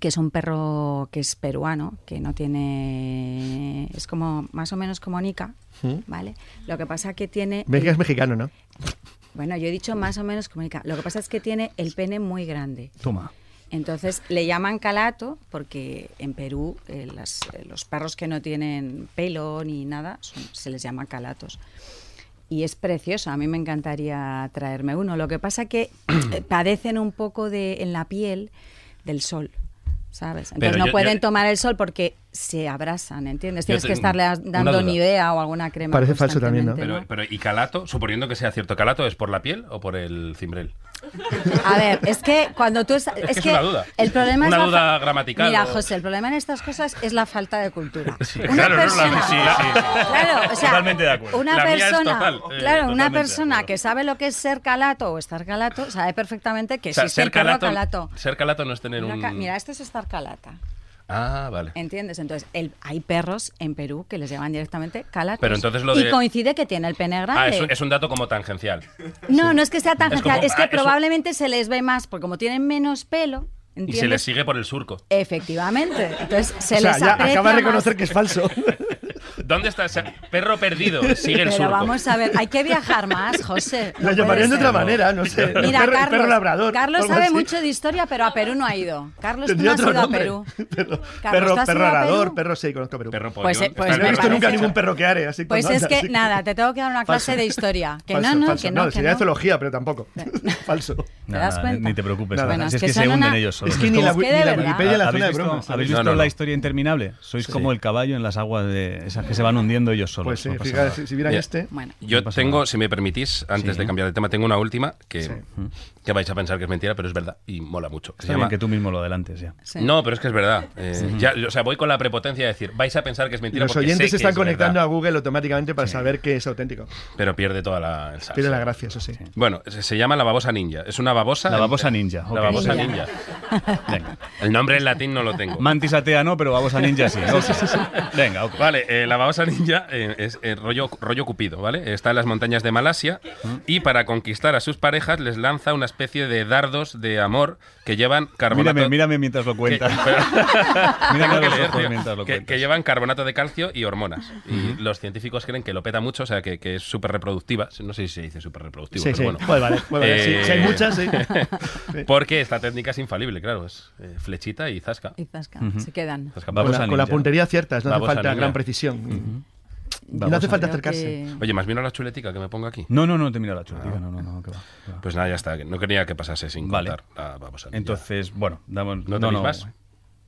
Speaker 7: que es un perro que es peruano, que no tiene. Es como más o menos como Nica, ¿vale? Lo que pasa que tiene.
Speaker 8: ¿Mm? Ven que
Speaker 7: el-
Speaker 8: es mexicano, ¿no?
Speaker 7: Bueno, yo he dicho más o menos como Nica. Lo que pasa es que tiene el pene muy grande.
Speaker 2: Toma.
Speaker 7: Entonces le llaman calato porque en Perú eh, las- eh, los perros que no tienen pelo ni nada son- se les llama calatos. Y es precioso, a mí me encantaría traerme uno. Lo que pasa que eh, padecen un poco de, en la piel del sol, ¿sabes? Entonces
Speaker 4: Pero
Speaker 7: no
Speaker 4: yo-
Speaker 7: pueden
Speaker 4: yo-
Speaker 7: tomar el sol porque se abrasan, ¿entiendes?
Speaker 4: Yo
Speaker 7: Tienes
Speaker 4: te-
Speaker 7: que estarle a-
Speaker 4: una
Speaker 7: dando
Speaker 4: duda.
Speaker 7: Nivea o alguna crema.
Speaker 8: Parece falso también, ¿no?
Speaker 7: constantemente,
Speaker 4: Pero, pero, ¿y calato? Suponiendo que sea cierto calato, ¿es por la piel o por el cimbrel?
Speaker 7: A ver, es que cuando tú... Es, es
Speaker 4: que es
Speaker 7: que
Speaker 4: una duda.
Speaker 7: El problema
Speaker 4: Una
Speaker 7: es la fa-
Speaker 4: duda gramatical
Speaker 7: Mira,
Speaker 4: o-
Speaker 7: José, el problema en estas cosas es la falta de cultura.
Speaker 4: Sí,
Speaker 7: Una
Speaker 4: claro, no, la-
Speaker 7: persona-
Speaker 4: sí, sí.
Speaker 7: Claro, o sea,
Speaker 2: Totalmente de acuerdo.
Speaker 7: Una
Speaker 4: La mía es
Speaker 7: persona,
Speaker 4: total, eh,
Speaker 7: claro,
Speaker 4: totalmente de
Speaker 7: una persona que sabe lo que es ser calato o estar calato sabe perfectamente que
Speaker 4: O sea,
Speaker 7: existe el perro calato.
Speaker 4: ser calato no es tener
Speaker 7: Una
Speaker 4: un...
Speaker 7: ca- Mira, esto es estar calata.
Speaker 4: Ah, vale.
Speaker 7: ¿Entiendes? Entonces, el- hay perros en Perú que les llaman directamente calatos.
Speaker 4: Pero entonces lo de-
Speaker 7: Y coincide que tiene el pene grande.
Speaker 4: Ah, es, un- es un dato como tangencial.
Speaker 7: No, no es que sea tan
Speaker 4: Es
Speaker 7: genial,
Speaker 4: como,
Speaker 7: es que
Speaker 4: ah, eso-
Speaker 7: probablemente se les ve más, porque como tienen menos pelo,
Speaker 4: Y
Speaker 7: ¿entiendes?
Speaker 4: se le sigue por el surco.
Speaker 7: Efectivamente. Entonces se
Speaker 8: o sea,
Speaker 7: les
Speaker 8: ya
Speaker 7: aprecia
Speaker 8: acaba de reconocer
Speaker 7: más.
Speaker 8: que es falso.
Speaker 4: ¿Dónde está ese perro perdido? Sigue el
Speaker 7: Pero
Speaker 4: surco.
Speaker 7: vamos a ver, hay que viajar más, José.
Speaker 8: Lo
Speaker 7: no puede
Speaker 8: llamarían de
Speaker 7: ser.
Speaker 8: otra manera, no sé. el perro, el
Speaker 7: Mira, Carlos,
Speaker 8: perro labrador.
Speaker 7: Carlos
Speaker 8: algo
Speaker 7: sabe
Speaker 8: así.
Speaker 7: mucho de historia, pero a Perú no ha ido. Carlos, tú no
Speaker 8: Tendría
Speaker 7: has
Speaker 8: otro
Speaker 7: ido
Speaker 8: nombre.
Speaker 7: a Perú.
Speaker 8: Perro,
Speaker 7: Carlos,
Speaker 8: perro,
Speaker 7: ¿tú has
Speaker 8: perro
Speaker 7: ido a
Speaker 8: arador,
Speaker 7: Perro?
Speaker 8: perro sí, conozco a Perú.
Speaker 4: Perro
Speaker 7: Pues,
Speaker 4: pollón.
Speaker 7: eh, pues
Speaker 8: no
Speaker 7: me
Speaker 8: he visto nunca
Speaker 7: parece-
Speaker 8: ningún perro que are así.
Speaker 7: Pues
Speaker 8: cuando
Speaker 7: es
Speaker 8: anda,
Speaker 7: que,
Speaker 8: así.
Speaker 7: nada, te tengo que dar una
Speaker 8: Falso.
Speaker 7: clase de historia. Que
Speaker 8: Falso,
Speaker 7: no, no,
Speaker 8: falso.
Speaker 7: que no, que
Speaker 8: sería
Speaker 7: no.
Speaker 8: zoología, pero tampoco. falso.
Speaker 7: ¿Te das
Speaker 2: Nada,
Speaker 7: cuenta?
Speaker 2: Ni te preocupes.
Speaker 8: Nada.
Speaker 7: Bueno,
Speaker 2: Ana,
Speaker 7: es
Speaker 2: si es
Speaker 7: que
Speaker 2: que se
Speaker 7: son
Speaker 2: hunden
Speaker 7: una-
Speaker 2: ellos solos.
Speaker 8: Es que ni la,
Speaker 7: Es que
Speaker 8: wi-
Speaker 7: de
Speaker 8: ni la
Speaker 7: verdad.
Speaker 8: Wikipedia es la
Speaker 2: ¿Habéis
Speaker 8: zona de
Speaker 2: visto,
Speaker 8: bromas.
Speaker 2: ¿habéis
Speaker 8: ¿sabes?
Speaker 2: visto
Speaker 4: No, no,
Speaker 2: la
Speaker 4: no.
Speaker 2: historia interminable? Sois
Speaker 8: Sí.
Speaker 2: como el caballo en las aguas de esas que se van hundiendo ellos solos.
Speaker 8: Pues sí,
Speaker 2: no pasa
Speaker 8: fíjate,
Speaker 2: nada.
Speaker 8: si, si vieran
Speaker 4: Mira,
Speaker 8: este.
Speaker 7: Bueno,
Speaker 4: Yo
Speaker 2: No pasa
Speaker 4: tengo,
Speaker 2: nada.
Speaker 4: si me permitís, antes
Speaker 2: Sí.
Speaker 4: de cambiar de tema, tengo una última que, que vais a pensar que es mentira, pero es verdad y mola mucho. Se
Speaker 2: Está bien
Speaker 4: llama-
Speaker 2: que tú mismo lo adelantes ya.
Speaker 7: sí.
Speaker 4: No, pero es que es verdad. Eh, ya, o sea, voy con la prepotencia de decir, vais a pensar que es mentira.
Speaker 8: Los
Speaker 4: porque sé
Speaker 8: oyentes
Speaker 4: que
Speaker 8: se están
Speaker 4: es
Speaker 8: conectando
Speaker 4: verdad,
Speaker 8: a Google automáticamente para saber que es auténtico.
Speaker 4: Pero pierde toda la. el salsa.
Speaker 8: Tiene la gracia, eso sí.
Speaker 4: Bueno, se, se llama la babosa ninja. Es una babosa.
Speaker 2: La babosa ninja, ok.
Speaker 4: La babosa ninja.
Speaker 7: Ninja.
Speaker 2: Venga.
Speaker 4: El nombre en latín no lo tengo.
Speaker 2: Mantis atea no, pero vamos a ninja sí. Ok. Venga, ok.
Speaker 4: Vale, eh, la babosa ninja eh, es eh, rollo, rollo Cupido, ¿vale? Está en las montañas de Malasia y para conquistar a sus parejas les lanza una especie de dardos de amor que llevan carbonato...
Speaker 2: Mírame, mírame mientras lo
Speaker 4: que-
Speaker 2: cuentas.
Speaker 4: pero-
Speaker 2: Mírame a
Speaker 4: Tengo que
Speaker 2: los
Speaker 4: leer,
Speaker 2: ojos
Speaker 4: tío,
Speaker 2: mientras lo
Speaker 4: que,
Speaker 2: cuentas.
Speaker 4: que llevan carbonato de calcio y hormonas. Y los científicos creen que lo peta mucho, o sea, que, que es súper reproductiva. No sé si se dice súper reproductiva,
Speaker 8: Sí,
Speaker 4: pero
Speaker 8: sí.
Speaker 4: bueno.
Speaker 8: Puede valer, puede valer, sí.
Speaker 4: Eh,
Speaker 8: Si hay muchas, sí.
Speaker 4: Porque esta técnica es infalible, claro. Es eh, flechita y zasca.
Speaker 7: Y zasca, se quedan.
Speaker 4: Zasca,
Speaker 8: Con
Speaker 2: Vamos
Speaker 8: la,
Speaker 2: a
Speaker 8: con la
Speaker 2: ninja.
Speaker 8: puntería ciertas, no hace
Speaker 4: Babosa
Speaker 8: falta
Speaker 4: ninja.
Speaker 8: gran precisión. No
Speaker 2: Vamos
Speaker 8: hace
Speaker 2: a-
Speaker 8: falta
Speaker 7: Creo
Speaker 8: acercarse.
Speaker 7: que-
Speaker 4: Oye, más bien a la chuletica que me pongo aquí.
Speaker 2: No, no, no, te mira la chula. No, no, no, que va. que va.
Speaker 4: Pues nada, ya está. que No quería que pasase sin
Speaker 2: Vale.
Speaker 4: contar. Ah, vamos a
Speaker 2: Entonces, bueno, damos.
Speaker 4: ¿No tenéis más?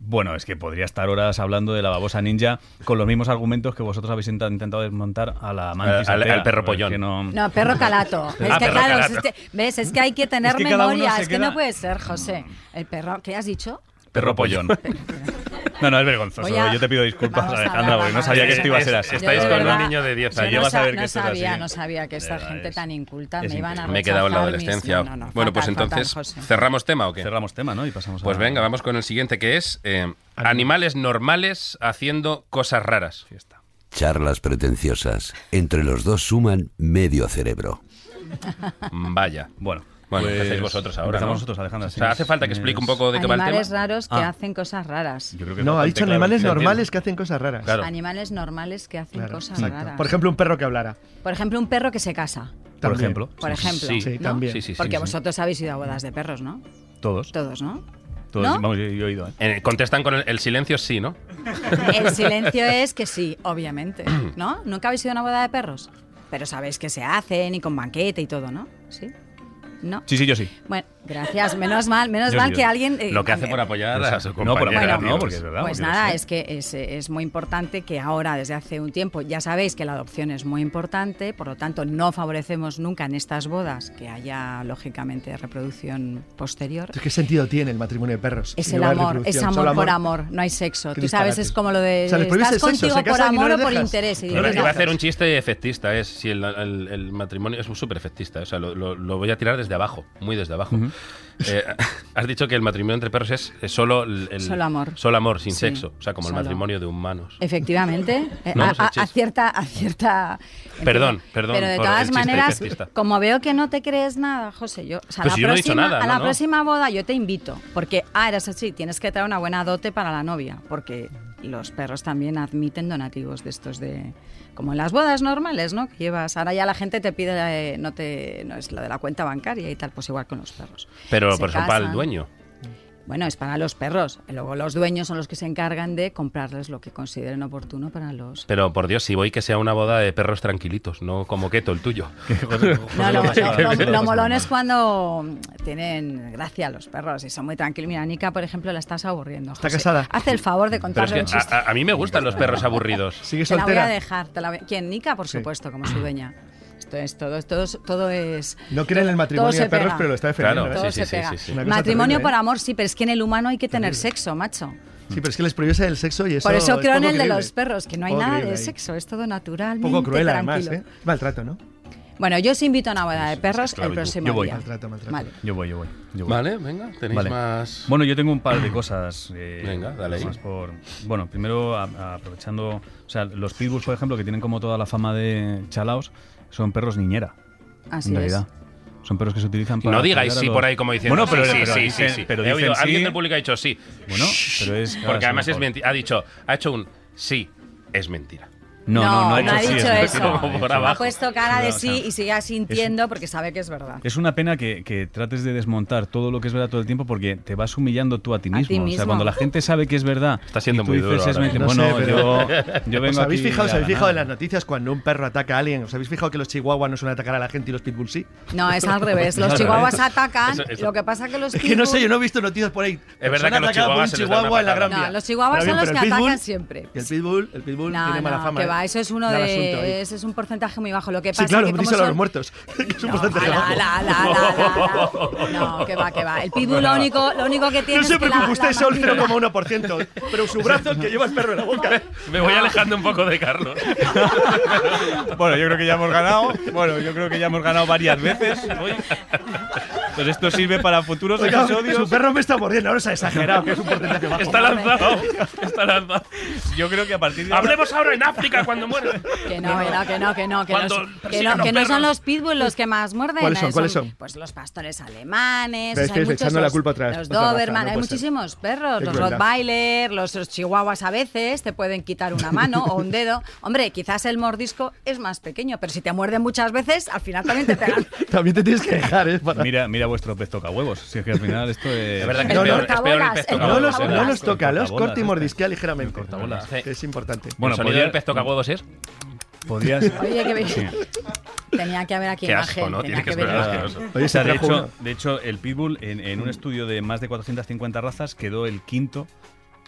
Speaker 2: Bueno, es que podría estar horas hablando de la babosa ninja con los mismos argumentos que vosotros habéis int- intentado desmontar a la mantis
Speaker 4: Al- al-
Speaker 2: atea.
Speaker 4: al perro
Speaker 2: Es
Speaker 4: pollón.
Speaker 2: que
Speaker 7: No, perro calato. Es
Speaker 4: Ah,
Speaker 7: que
Speaker 4: perro
Speaker 7: claro,
Speaker 4: calato.
Speaker 7: es este- que- ves, es que hay que tener
Speaker 2: Es que cada uno
Speaker 7: memoria,
Speaker 2: se
Speaker 7: es que
Speaker 2: queda-
Speaker 7: no puede ser, José. El perro, ¿qué has dicho?
Speaker 2: Perro pollón. No, no, es vergonzoso.
Speaker 7: Voy a-
Speaker 2: Yo te pido disculpas,
Speaker 7: Vamos a
Speaker 2: Alejandra,
Speaker 7: hablar,
Speaker 2: porque no
Speaker 7: vamos
Speaker 2: sabía
Speaker 7: a
Speaker 2: que esto iba a
Speaker 4: hablar.
Speaker 2: ser así.
Speaker 4: Estáis
Speaker 7: Yo de
Speaker 4: con un
Speaker 7: verdad-
Speaker 4: niño de 10
Speaker 7: yo
Speaker 4: años.
Speaker 7: no
Speaker 4: Vas a
Speaker 7: sa-
Speaker 2: ver que
Speaker 7: no
Speaker 2: esto es
Speaker 7: sabía,
Speaker 2: así.
Speaker 7: no sabía que
Speaker 4: Eh,
Speaker 7: esta
Speaker 2: De verdad,
Speaker 7: gente
Speaker 2: es-
Speaker 7: tan inculta
Speaker 2: es
Speaker 7: me iban a
Speaker 2: increíble.
Speaker 4: Me he quedado en la
Speaker 7: rechazar mis-
Speaker 4: adolescencia.
Speaker 7: no, no, no,
Speaker 4: bueno, pues
Speaker 7: fatal, fatal,
Speaker 4: entonces,
Speaker 7: José.
Speaker 4: ¿cerramos tema o qué?
Speaker 2: Cerramos tema, ¿no? Y pasamos
Speaker 4: Pues
Speaker 2: a...
Speaker 4: venga, vamos con el siguiente que es eh, animales normales haciendo cosas raras.
Speaker 5: Charlas pretenciosas. Entre los dos suman medio cerebro.
Speaker 4: Vaya.
Speaker 2: Bueno,
Speaker 4: Bueno,
Speaker 2: pues
Speaker 4: empecéis vosotros ahora.
Speaker 2: empezamos
Speaker 4: ¿no?
Speaker 2: nosotros, Alejandra,
Speaker 4: O
Speaker 2: sí.
Speaker 4: sea, hace falta que
Speaker 2: Tienes-
Speaker 4: explique un poco de qué va el tema.
Speaker 7: Animales raros que
Speaker 2: Ah.
Speaker 7: hacen cosas raras.
Speaker 2: Yo creo que es
Speaker 8: No, ha
Speaker 2: bastante
Speaker 8: dicho
Speaker 2: claro.
Speaker 8: animales
Speaker 4: ¿se entiende?
Speaker 8: normales que hacen cosas raras.
Speaker 4: Claro.
Speaker 7: Animales normales que hacen
Speaker 8: Claro,
Speaker 7: cosas
Speaker 8: exacto.
Speaker 7: raras.
Speaker 8: Por ejemplo, un perro que hablara.
Speaker 7: Por ejemplo, un perro que se casa.
Speaker 2: Por
Speaker 8: También.
Speaker 2: ejemplo,
Speaker 7: Por ejemplo.
Speaker 4: sí.
Speaker 8: Sí,
Speaker 7: ¿no?
Speaker 8: también.
Speaker 4: Sí, sí, sí,
Speaker 7: Porque
Speaker 4: sí.
Speaker 7: vosotros habéis ido a bodas de perros, ¿no?
Speaker 2: todos.
Speaker 7: Todos, ¿no?
Speaker 2: todos
Speaker 7: ¿No?
Speaker 2: Vamos, yo, yo he ido, ¿eh?
Speaker 4: Eh, contestan con el, el silencio, sí, ¿no?
Speaker 7: El silencio es que sí, obviamente. ¿No? ¿Nunca habéis ido a una boda de perros? Pero sabéis que se hacen y con banquete y todo, ¿no? ¿Sí? ¿No?
Speaker 2: Sí, sí, yo sí.
Speaker 7: Bueno, gracias. Menos mal, menos
Speaker 2: Yo
Speaker 7: mal
Speaker 2: sí, Pues
Speaker 7: que
Speaker 2: yo-
Speaker 7: alguien. eh,
Speaker 4: Lo que hace por
Speaker 7: eh,
Speaker 4: apoyar a su
Speaker 2: No, por
Speaker 4: compañera,
Speaker 7: apoyar,
Speaker 4: tío.
Speaker 7: no,
Speaker 2: porque es verdad.
Speaker 7: Pues
Speaker 2: yo
Speaker 7: nada,
Speaker 2: sé.
Speaker 7: es que es, es muy importante que ahora, desde hace un tiempo, ya sabéis que la adopción es muy importante, por lo tanto, no favorecemos nunca en estas bodas que haya, lógicamente, reproducción posterior.
Speaker 8: Entonces, ¿Qué sentido tiene el matrimonio de perros?
Speaker 7: Es
Speaker 8: en
Speaker 7: el
Speaker 8: lugar de
Speaker 7: amor, es
Speaker 8: reproducción?
Speaker 7: amor,
Speaker 8: Solo
Speaker 7: por amor, no hay sexo.
Speaker 8: Qué
Speaker 7: Tú sabes,
Speaker 8: disparates.
Speaker 7: es como lo de
Speaker 8: O sea, les prohíbes
Speaker 7: estás
Speaker 8: el sexo,
Speaker 7: contigo
Speaker 8: se
Speaker 7: por
Speaker 8: casan y no
Speaker 7: amor
Speaker 8: les
Speaker 7: o por
Speaker 8: dejas.
Speaker 7: interés. Y
Speaker 8: Claro,
Speaker 7: digo,
Speaker 4: Iba
Speaker 8: Pero
Speaker 4: iba a
Speaker 7: no.
Speaker 4: hacer un chiste efectista, es si el, el- el matrimonio es súper efectista, o sea, lo, lo- lo voy a tirar desde abajo, muy desde abajo. Eh, has dicho que el matrimonio entre perros es, es solo el, el-
Speaker 7: Solo amor.
Speaker 4: solo amor, sin
Speaker 7: Sí,
Speaker 4: sexo, o sea, como el
Speaker 7: solo.
Speaker 4: matrimonio de humanos.
Speaker 7: Efectivamente, eh,
Speaker 4: No
Speaker 7: a,
Speaker 4: nos eches.
Speaker 7: a- a cierta, a cierta.
Speaker 4: Perdón, perdón
Speaker 7: Pero de
Speaker 4: por el
Speaker 7: todas
Speaker 4: chiste
Speaker 7: maneras,
Speaker 4: efectista.
Speaker 7: como veo que no te crees nada, José, yo, o sea, a
Speaker 4: Pero
Speaker 7: la
Speaker 4: Pues si yo no he dicho
Speaker 7: próxima,
Speaker 4: nada,
Speaker 7: a
Speaker 4: no,
Speaker 7: la
Speaker 4: no.
Speaker 7: próxima boda yo te invito, porque ah, eras así, tienes que traer una buena dote para la novia, porque los perros también admiten donativos de estos de como en las bodas normales, ¿no? Que llevas, ahora ya la gente te pide eh, no te no es lo de la cuenta bancaria y tal, pues igual con los perros.
Speaker 4: Pero,
Speaker 7: Se
Speaker 4: pero son para el
Speaker 7: casan.
Speaker 4: dueño.
Speaker 7: Bueno, es para los perros. Luego los dueños son los que se encargan de comprarles lo que consideren oportuno para los...
Speaker 4: Pero por Dios, si voy que sea una boda de perros tranquilitos, no como Keto, el tuyo.
Speaker 7: No, lo, lo- lo- lo molón es cuando tienen gracia los perros y son muy tranquilos. Mira, Nica, por ejemplo, la estás aburriendo.
Speaker 8: Está
Speaker 7: José.
Speaker 8: casada.
Speaker 7: Haz el favor de
Speaker 4: Pero es
Speaker 7: contarle
Speaker 4: que
Speaker 7: un chiste.
Speaker 4: a, a- a mí me gustan los perros aburridos.
Speaker 8: Sigue
Speaker 7: Te la voy a
Speaker 8: soltera.
Speaker 7: dejar. te la voy- ¿Quién? Nica, por supuesto, como su dueña. Esto es todo, esto es- todo es...
Speaker 8: No quieren el
Speaker 7: todo
Speaker 8: matrimonio
Speaker 7: se
Speaker 8: de perros,
Speaker 7: pega.
Speaker 8: pero lo está defendiendo.
Speaker 4: Claro,
Speaker 8: ¿eh?
Speaker 7: Todo
Speaker 4: sí,
Speaker 7: se
Speaker 4: sí,
Speaker 7: pega.
Speaker 4: sí, sí.
Speaker 8: Una cosa
Speaker 7: Matrimonio
Speaker 8: terrible,
Speaker 7: por
Speaker 8: ¿eh?
Speaker 7: amor, sí, pero es que en el humano hay que tener sexo, macho.
Speaker 8: Sí, pero es que les prohíbes el sexo y eso.
Speaker 7: por eso
Speaker 8: es
Speaker 7: creo en
Speaker 8: poco
Speaker 7: el de
Speaker 8: creíble.
Speaker 7: los perros, que no hay
Speaker 8: Poco
Speaker 7: nada de
Speaker 8: creíble ahí.
Speaker 7: sexo, es todo naturalmente
Speaker 8: Poco cruel,
Speaker 7: tranquilo.
Speaker 8: además, ¿eh? Maltrato, ¿no?
Speaker 7: Bueno, yo os invito a una boda de perros el
Speaker 4: esclavitud.
Speaker 7: próximo
Speaker 2: Yo voy.
Speaker 7: día.
Speaker 8: Maltrato, maltrato.
Speaker 7: Vale.
Speaker 2: Yo voy, yo voy. yo voy.
Speaker 4: Vale, venga, tenéis
Speaker 2: Vale.
Speaker 4: más.
Speaker 2: Bueno, yo tengo un par de cosas. eh,
Speaker 4: Venga, dale ahí.
Speaker 2: más por- bueno, primero a- a- aprovechando. O sea, los pitbulls, por ejemplo, que tienen como toda la fama de chalaos, son perros niñera.
Speaker 7: Así
Speaker 2: en
Speaker 7: es.
Speaker 2: realidad. Son perros que se utilizan para.
Speaker 4: No digáis
Speaker 2: cuidar a
Speaker 4: sí
Speaker 2: los-
Speaker 4: por ahí como diciendo.
Speaker 2: Bueno, pero,
Speaker 4: sí,
Speaker 2: pero
Speaker 4: sí,
Speaker 2: dicen-
Speaker 4: sí, sí.
Speaker 2: pero
Speaker 4: He
Speaker 2: dicen
Speaker 4: oído,
Speaker 2: sí.
Speaker 4: alguien del público ha dicho sí.
Speaker 2: Bueno, pero es- claro,
Speaker 4: Porque
Speaker 2: sí,
Speaker 4: además es
Speaker 2: mejor.
Speaker 4: mentira. Ha dicho, ha hecho un sí, es mentira.
Speaker 2: No, no, no,
Speaker 7: ha
Speaker 2: sí,
Speaker 7: dicho
Speaker 2: es
Speaker 7: eso.
Speaker 2: mentira,
Speaker 4: Como
Speaker 2: ha
Speaker 4: por
Speaker 2: dicho-
Speaker 7: Ha
Speaker 4: abajo.
Speaker 7: puesto cara de
Speaker 2: O sea,
Speaker 7: sí y sigue asintiendo porque sabe que es verdad.
Speaker 2: Es una pena que, que trates de desmontar todo lo que es verdad todo el tiempo porque te vas humillando tú a ti
Speaker 7: A
Speaker 2: mismo.
Speaker 7: ti
Speaker 2: O sea,
Speaker 7: mismo.
Speaker 2: cuando la gente sabe que es verdad.
Speaker 4: Está siendo
Speaker 2: y tú
Speaker 4: muy
Speaker 2: dices,
Speaker 4: duro
Speaker 2: es
Speaker 4: ahora.
Speaker 2: mentira,
Speaker 8: No sé,
Speaker 2: bueno,
Speaker 8: pero-
Speaker 2: yo, yo vengo
Speaker 8: ¿Os habéis
Speaker 2: aquí
Speaker 8: fijado, os
Speaker 2: a ganar.
Speaker 8: habéis fijado en las noticias cuando un perro ataca a alguien? ¿Os habéis fijado que los chihuahuas no suelen atacar a la gente y los pitbulls sí?
Speaker 7: No, es al revés.
Speaker 2: al
Speaker 7: Los
Speaker 2: revés.
Speaker 7: chihuahuas atacan,
Speaker 4: ¿eh? Eso- eso-
Speaker 7: lo que pasa que los
Speaker 8: Es que no sé, yo
Speaker 7: pitbull-
Speaker 8: no he visto noticias por ahí.
Speaker 4: Es verdad
Speaker 8: Persona
Speaker 4: que los
Speaker 8: atacada por
Speaker 4: chihuahuas
Speaker 8: un
Speaker 4: se les da una
Speaker 8: chihuahua en la
Speaker 4: patada.
Speaker 8: Gran Vía.
Speaker 7: No, los chihuahuas
Speaker 8: Ahora bien,
Speaker 7: son los
Speaker 8: pero
Speaker 7: que
Speaker 8: el pitbull-
Speaker 7: atacan siempre.
Speaker 8: El pitbull, el pitbull
Speaker 7: No,
Speaker 8: tiene mala
Speaker 7: no,
Speaker 8: fama.
Speaker 7: que
Speaker 8: ¿eh?
Speaker 7: va, eso es uno
Speaker 8: Grave asunto ahí.
Speaker 7: de... Ese es un porcentaje muy bajo. Lo que pasa
Speaker 8: Sí, claro,
Speaker 7: que como
Speaker 8: díselo a
Speaker 7: son...
Speaker 8: los muertos. que es un
Speaker 7: No,
Speaker 8: porcentaje
Speaker 7: ala,
Speaker 8: bajo.
Speaker 7: ala, ala, ala, ala, ala. No, que va, que va. El pitbull lo único, lo único que tiene
Speaker 8: No
Speaker 7: es
Speaker 8: se
Speaker 7: que la-
Speaker 8: preocupe, usted
Speaker 7: la
Speaker 8: es solo
Speaker 7: mandíbula.
Speaker 8: 0,1%, pero su brazo es que lleva el perro en la boca. ¿eh?
Speaker 4: Me voy alejando un poco de Carlos.
Speaker 2: Bueno, yo creo que ya hemos ganado. Bueno, yo creo que ya hemos ganado varias veces. hoy. Pues esto sirve para futuros
Speaker 8: Oiga,
Speaker 2: episodios.
Speaker 8: su perro me está mordiendo, ahora se ha exagerado, que es un porcentaje bajo.
Speaker 4: Está lanzado. Está lanzado.
Speaker 2: Yo creo que a partir de ahora-
Speaker 4: Hablemos ahora en África cuando muera.
Speaker 7: Que no, que no, que no, que no, que,
Speaker 4: Cuando
Speaker 7: no, que no,
Speaker 4: persigan a los
Speaker 7: que no son
Speaker 4: perros.
Speaker 7: los pitbull los que más muerden.
Speaker 8: ¿Cuáles
Speaker 7: eh,
Speaker 8: son? ¿Cuáles son?
Speaker 7: Pues los pastores alemanes,
Speaker 8: Pero
Speaker 7: o
Speaker 8: es
Speaker 7: sea,
Speaker 8: que
Speaker 7: hay
Speaker 8: es
Speaker 7: muchos,
Speaker 8: echando la
Speaker 7: los-
Speaker 8: culpa atrás,
Speaker 7: Los
Speaker 8: otra raza,
Speaker 7: Doberman,
Speaker 8: no
Speaker 7: hay
Speaker 8: puede ser.
Speaker 7: muchísimos perros,
Speaker 8: Qué
Speaker 7: los
Speaker 8: crueldad.
Speaker 7: Rottweiler, los, los chihuahuas a veces te pueden quitar una mano o un dedo. Hombre, quizás el mordisco es más pequeño, pero si te muerden muchas veces, al final también te pegan.
Speaker 8: También te tienes que dejar, ¿eh? Para-
Speaker 2: Mira, mira vuestro pez toca huevos. Si es que al final esto es.
Speaker 4: Es verdad que
Speaker 8: No,
Speaker 4: es
Speaker 8: no,
Speaker 4: peor, es peor el
Speaker 7: cortabolas,
Speaker 4: pez ¿eh?
Speaker 7: el ¿eh?
Speaker 8: No
Speaker 4: tocabolas,
Speaker 8: los,
Speaker 4: ¿verdad?
Speaker 8: no los toca, los
Speaker 2: Cortabolas,
Speaker 8: corta y
Speaker 2: este.
Speaker 8: mordisquea ligeramente.
Speaker 2: Cortabolas.
Speaker 8: Que es importante.
Speaker 4: Bueno,
Speaker 2: Bueno,
Speaker 4: el sonido
Speaker 2: podría-
Speaker 4: del pez toca huevos es.
Speaker 2: Podrías.
Speaker 7: Oye, que Tenía que haber aquí
Speaker 4: Qué asco,
Speaker 7: imagen.
Speaker 4: ¿no?
Speaker 7: tenía
Speaker 4: Tiene que
Speaker 7: que
Speaker 4: ser
Speaker 7: haber imagen.
Speaker 4: asqueroso.
Speaker 8: Oye,
Speaker 2: O sea,
Speaker 8: se
Speaker 2: de,
Speaker 8: trajo
Speaker 2: hecho,
Speaker 8: uno.
Speaker 2: de hecho, el Pitbull en, en un estudio de más de 450 razas quedó el quinto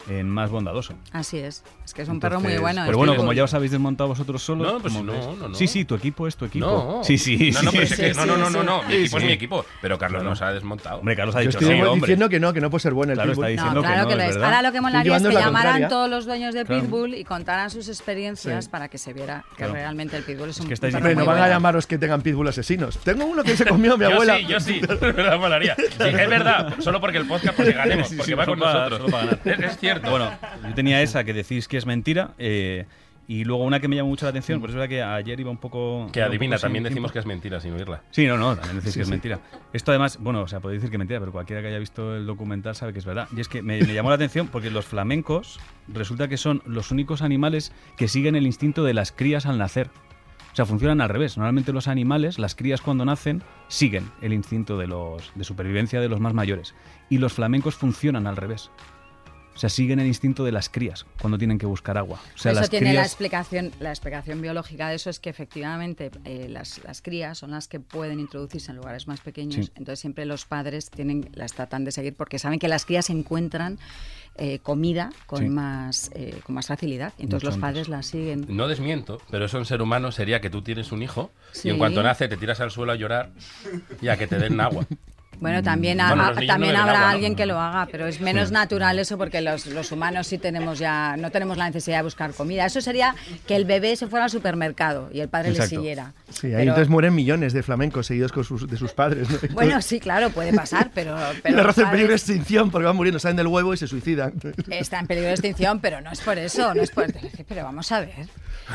Speaker 2: en más bondadoso.
Speaker 7: Así es. Es que es un perro muy
Speaker 2: Entonces,
Speaker 7: bueno.
Speaker 2: Pero
Speaker 7: es
Speaker 2: bueno,
Speaker 7: que-
Speaker 2: como ya os habéis desmontado vosotros solos.
Speaker 4: No, pues
Speaker 2: como
Speaker 4: no,
Speaker 2: veis-
Speaker 4: no, no.
Speaker 2: Sí, sí, tu equipo es tu equipo.
Speaker 4: No.
Speaker 2: Sí, sí,
Speaker 4: No, no,
Speaker 2: sí,
Speaker 4: pero
Speaker 2: sí,
Speaker 4: es que-
Speaker 2: sí,
Speaker 4: no, no, no,
Speaker 2: sí.
Speaker 4: no, no, Mi
Speaker 2: Sí,
Speaker 4: equipo
Speaker 2: sí.
Speaker 4: es mi equipo. Pero Carlos
Speaker 2: Claro.
Speaker 4: nos ha desmontado.
Speaker 2: Hombre, Carlos ha
Speaker 8: Yo
Speaker 2: dicho
Speaker 8: estoy
Speaker 2: sí, hombre.
Speaker 8: diciendo que no, que no puede ser bueno el
Speaker 2: Claro,
Speaker 8: pitbull.
Speaker 2: está
Speaker 7: No,
Speaker 2: diciendo que
Speaker 7: claro
Speaker 2: no,
Speaker 7: que
Speaker 2: es
Speaker 7: lo es.
Speaker 2: verdad.
Speaker 7: Ahora lo que molaría es
Speaker 8: llevando
Speaker 7: que
Speaker 8: la
Speaker 7: llamaran
Speaker 8: contraria.
Speaker 7: todos los dueños de
Speaker 2: Claro.
Speaker 7: Pitbull y contaran sus experiencias
Speaker 8: Sí.
Speaker 7: para que se viera que
Speaker 2: Claro.
Speaker 7: realmente el Pitbull es un
Speaker 2: que estáis
Speaker 7: perro
Speaker 8: Hombre, no
Speaker 7: muy
Speaker 8: van a
Speaker 7: bueno.
Speaker 8: llamaros que tengan pitbull asesinos. Tengo uno que se comió a mi
Speaker 4: yo
Speaker 8: abuela.
Speaker 4: sí, yo sí. De verdad, molaría. Sí, es verdad. Solo porque el podcast porque ganemos.
Speaker 2: Sí, sí,
Speaker 4: Porque
Speaker 2: sí,
Speaker 4: va
Speaker 2: solo
Speaker 4: con
Speaker 2: para-
Speaker 4: nosotros.
Speaker 2: solo para ganar.
Speaker 4: Es, es cierto.
Speaker 2: Bueno, yo tenía esa que decís que es mentira. eh, y luego una que me llamó mucho la atención, pero es verdad que ayer iba un poco.
Speaker 4: que
Speaker 2: iba un
Speaker 4: adivina.
Speaker 2: poco sin
Speaker 4: También
Speaker 2: tiempo.
Speaker 4: decimos que es mentira sin oírla.
Speaker 2: Sí, no, no, también decís que es mentira. Esto además, bueno, o sea, podéis decir que es mentira, pero cualquiera que haya visto el documental sabe que es verdad. Y es que me, me llamó la atención porque los flamencos resulta que son los únicos animales que siguen el instinto de las crías al nacer. O sea, funcionan al revés. Normalmente los animales, las crías cuando nacen, siguen el instinto de, los, de supervivencia de los más mayores. Y los flamencos funcionan al revés. O sea, siguen el instinto de las crías cuando tienen que buscar agua. O sea,
Speaker 7: eso
Speaker 2: las
Speaker 7: tiene la
Speaker 2: crías...
Speaker 7: explicación, la explicación biológica de eso es que efectivamente eh, las, las crías son las que pueden introducirse en lugares más pequeños,
Speaker 2: Sí.
Speaker 7: entonces siempre los padres tienen, las tratan de seguir porque saben que las crías encuentran eh, comida con
Speaker 2: Sí.
Speaker 7: más eh, con más facilidad,
Speaker 2: Mucho
Speaker 7: entonces los
Speaker 2: antes.
Speaker 7: padres las siguen.
Speaker 4: No desmiento, pero eso en ser humano sería que tú tienes un hijo
Speaker 7: Sí.
Speaker 4: y en cuanto nace te tiras al suelo a llorar y a que te den agua.
Speaker 7: Bueno,
Speaker 2: Mm.
Speaker 7: también, ha-
Speaker 4: Bueno,
Speaker 7: ha-
Speaker 4: los niños no
Speaker 7: también
Speaker 4: beben
Speaker 7: habrá
Speaker 4: agua, ¿no?
Speaker 7: alguien que lo haga, pero es menos natural eso porque los, los humanos sí tenemos ya, no tenemos la necesidad de buscar comida. Eso sería que el bebé se fuera al supermercado y el padre
Speaker 2: Exacto.
Speaker 7: le siguiera.
Speaker 8: Sí, ahí
Speaker 7: Pero-
Speaker 8: entonces mueren millones de flamencos seguidos con sus, de sus padres. ¿no?
Speaker 7: bueno,
Speaker 8: Entonces,
Speaker 7: sí, claro, puede pasar, pero, pero
Speaker 8: la
Speaker 7: los
Speaker 8: raza en peligro de
Speaker 7: padres
Speaker 8: extinción porque van muriendo, salen del huevo y se suicidan.
Speaker 7: está en peligro de extinción, pero no es por eso, no es por pero vamos a ver.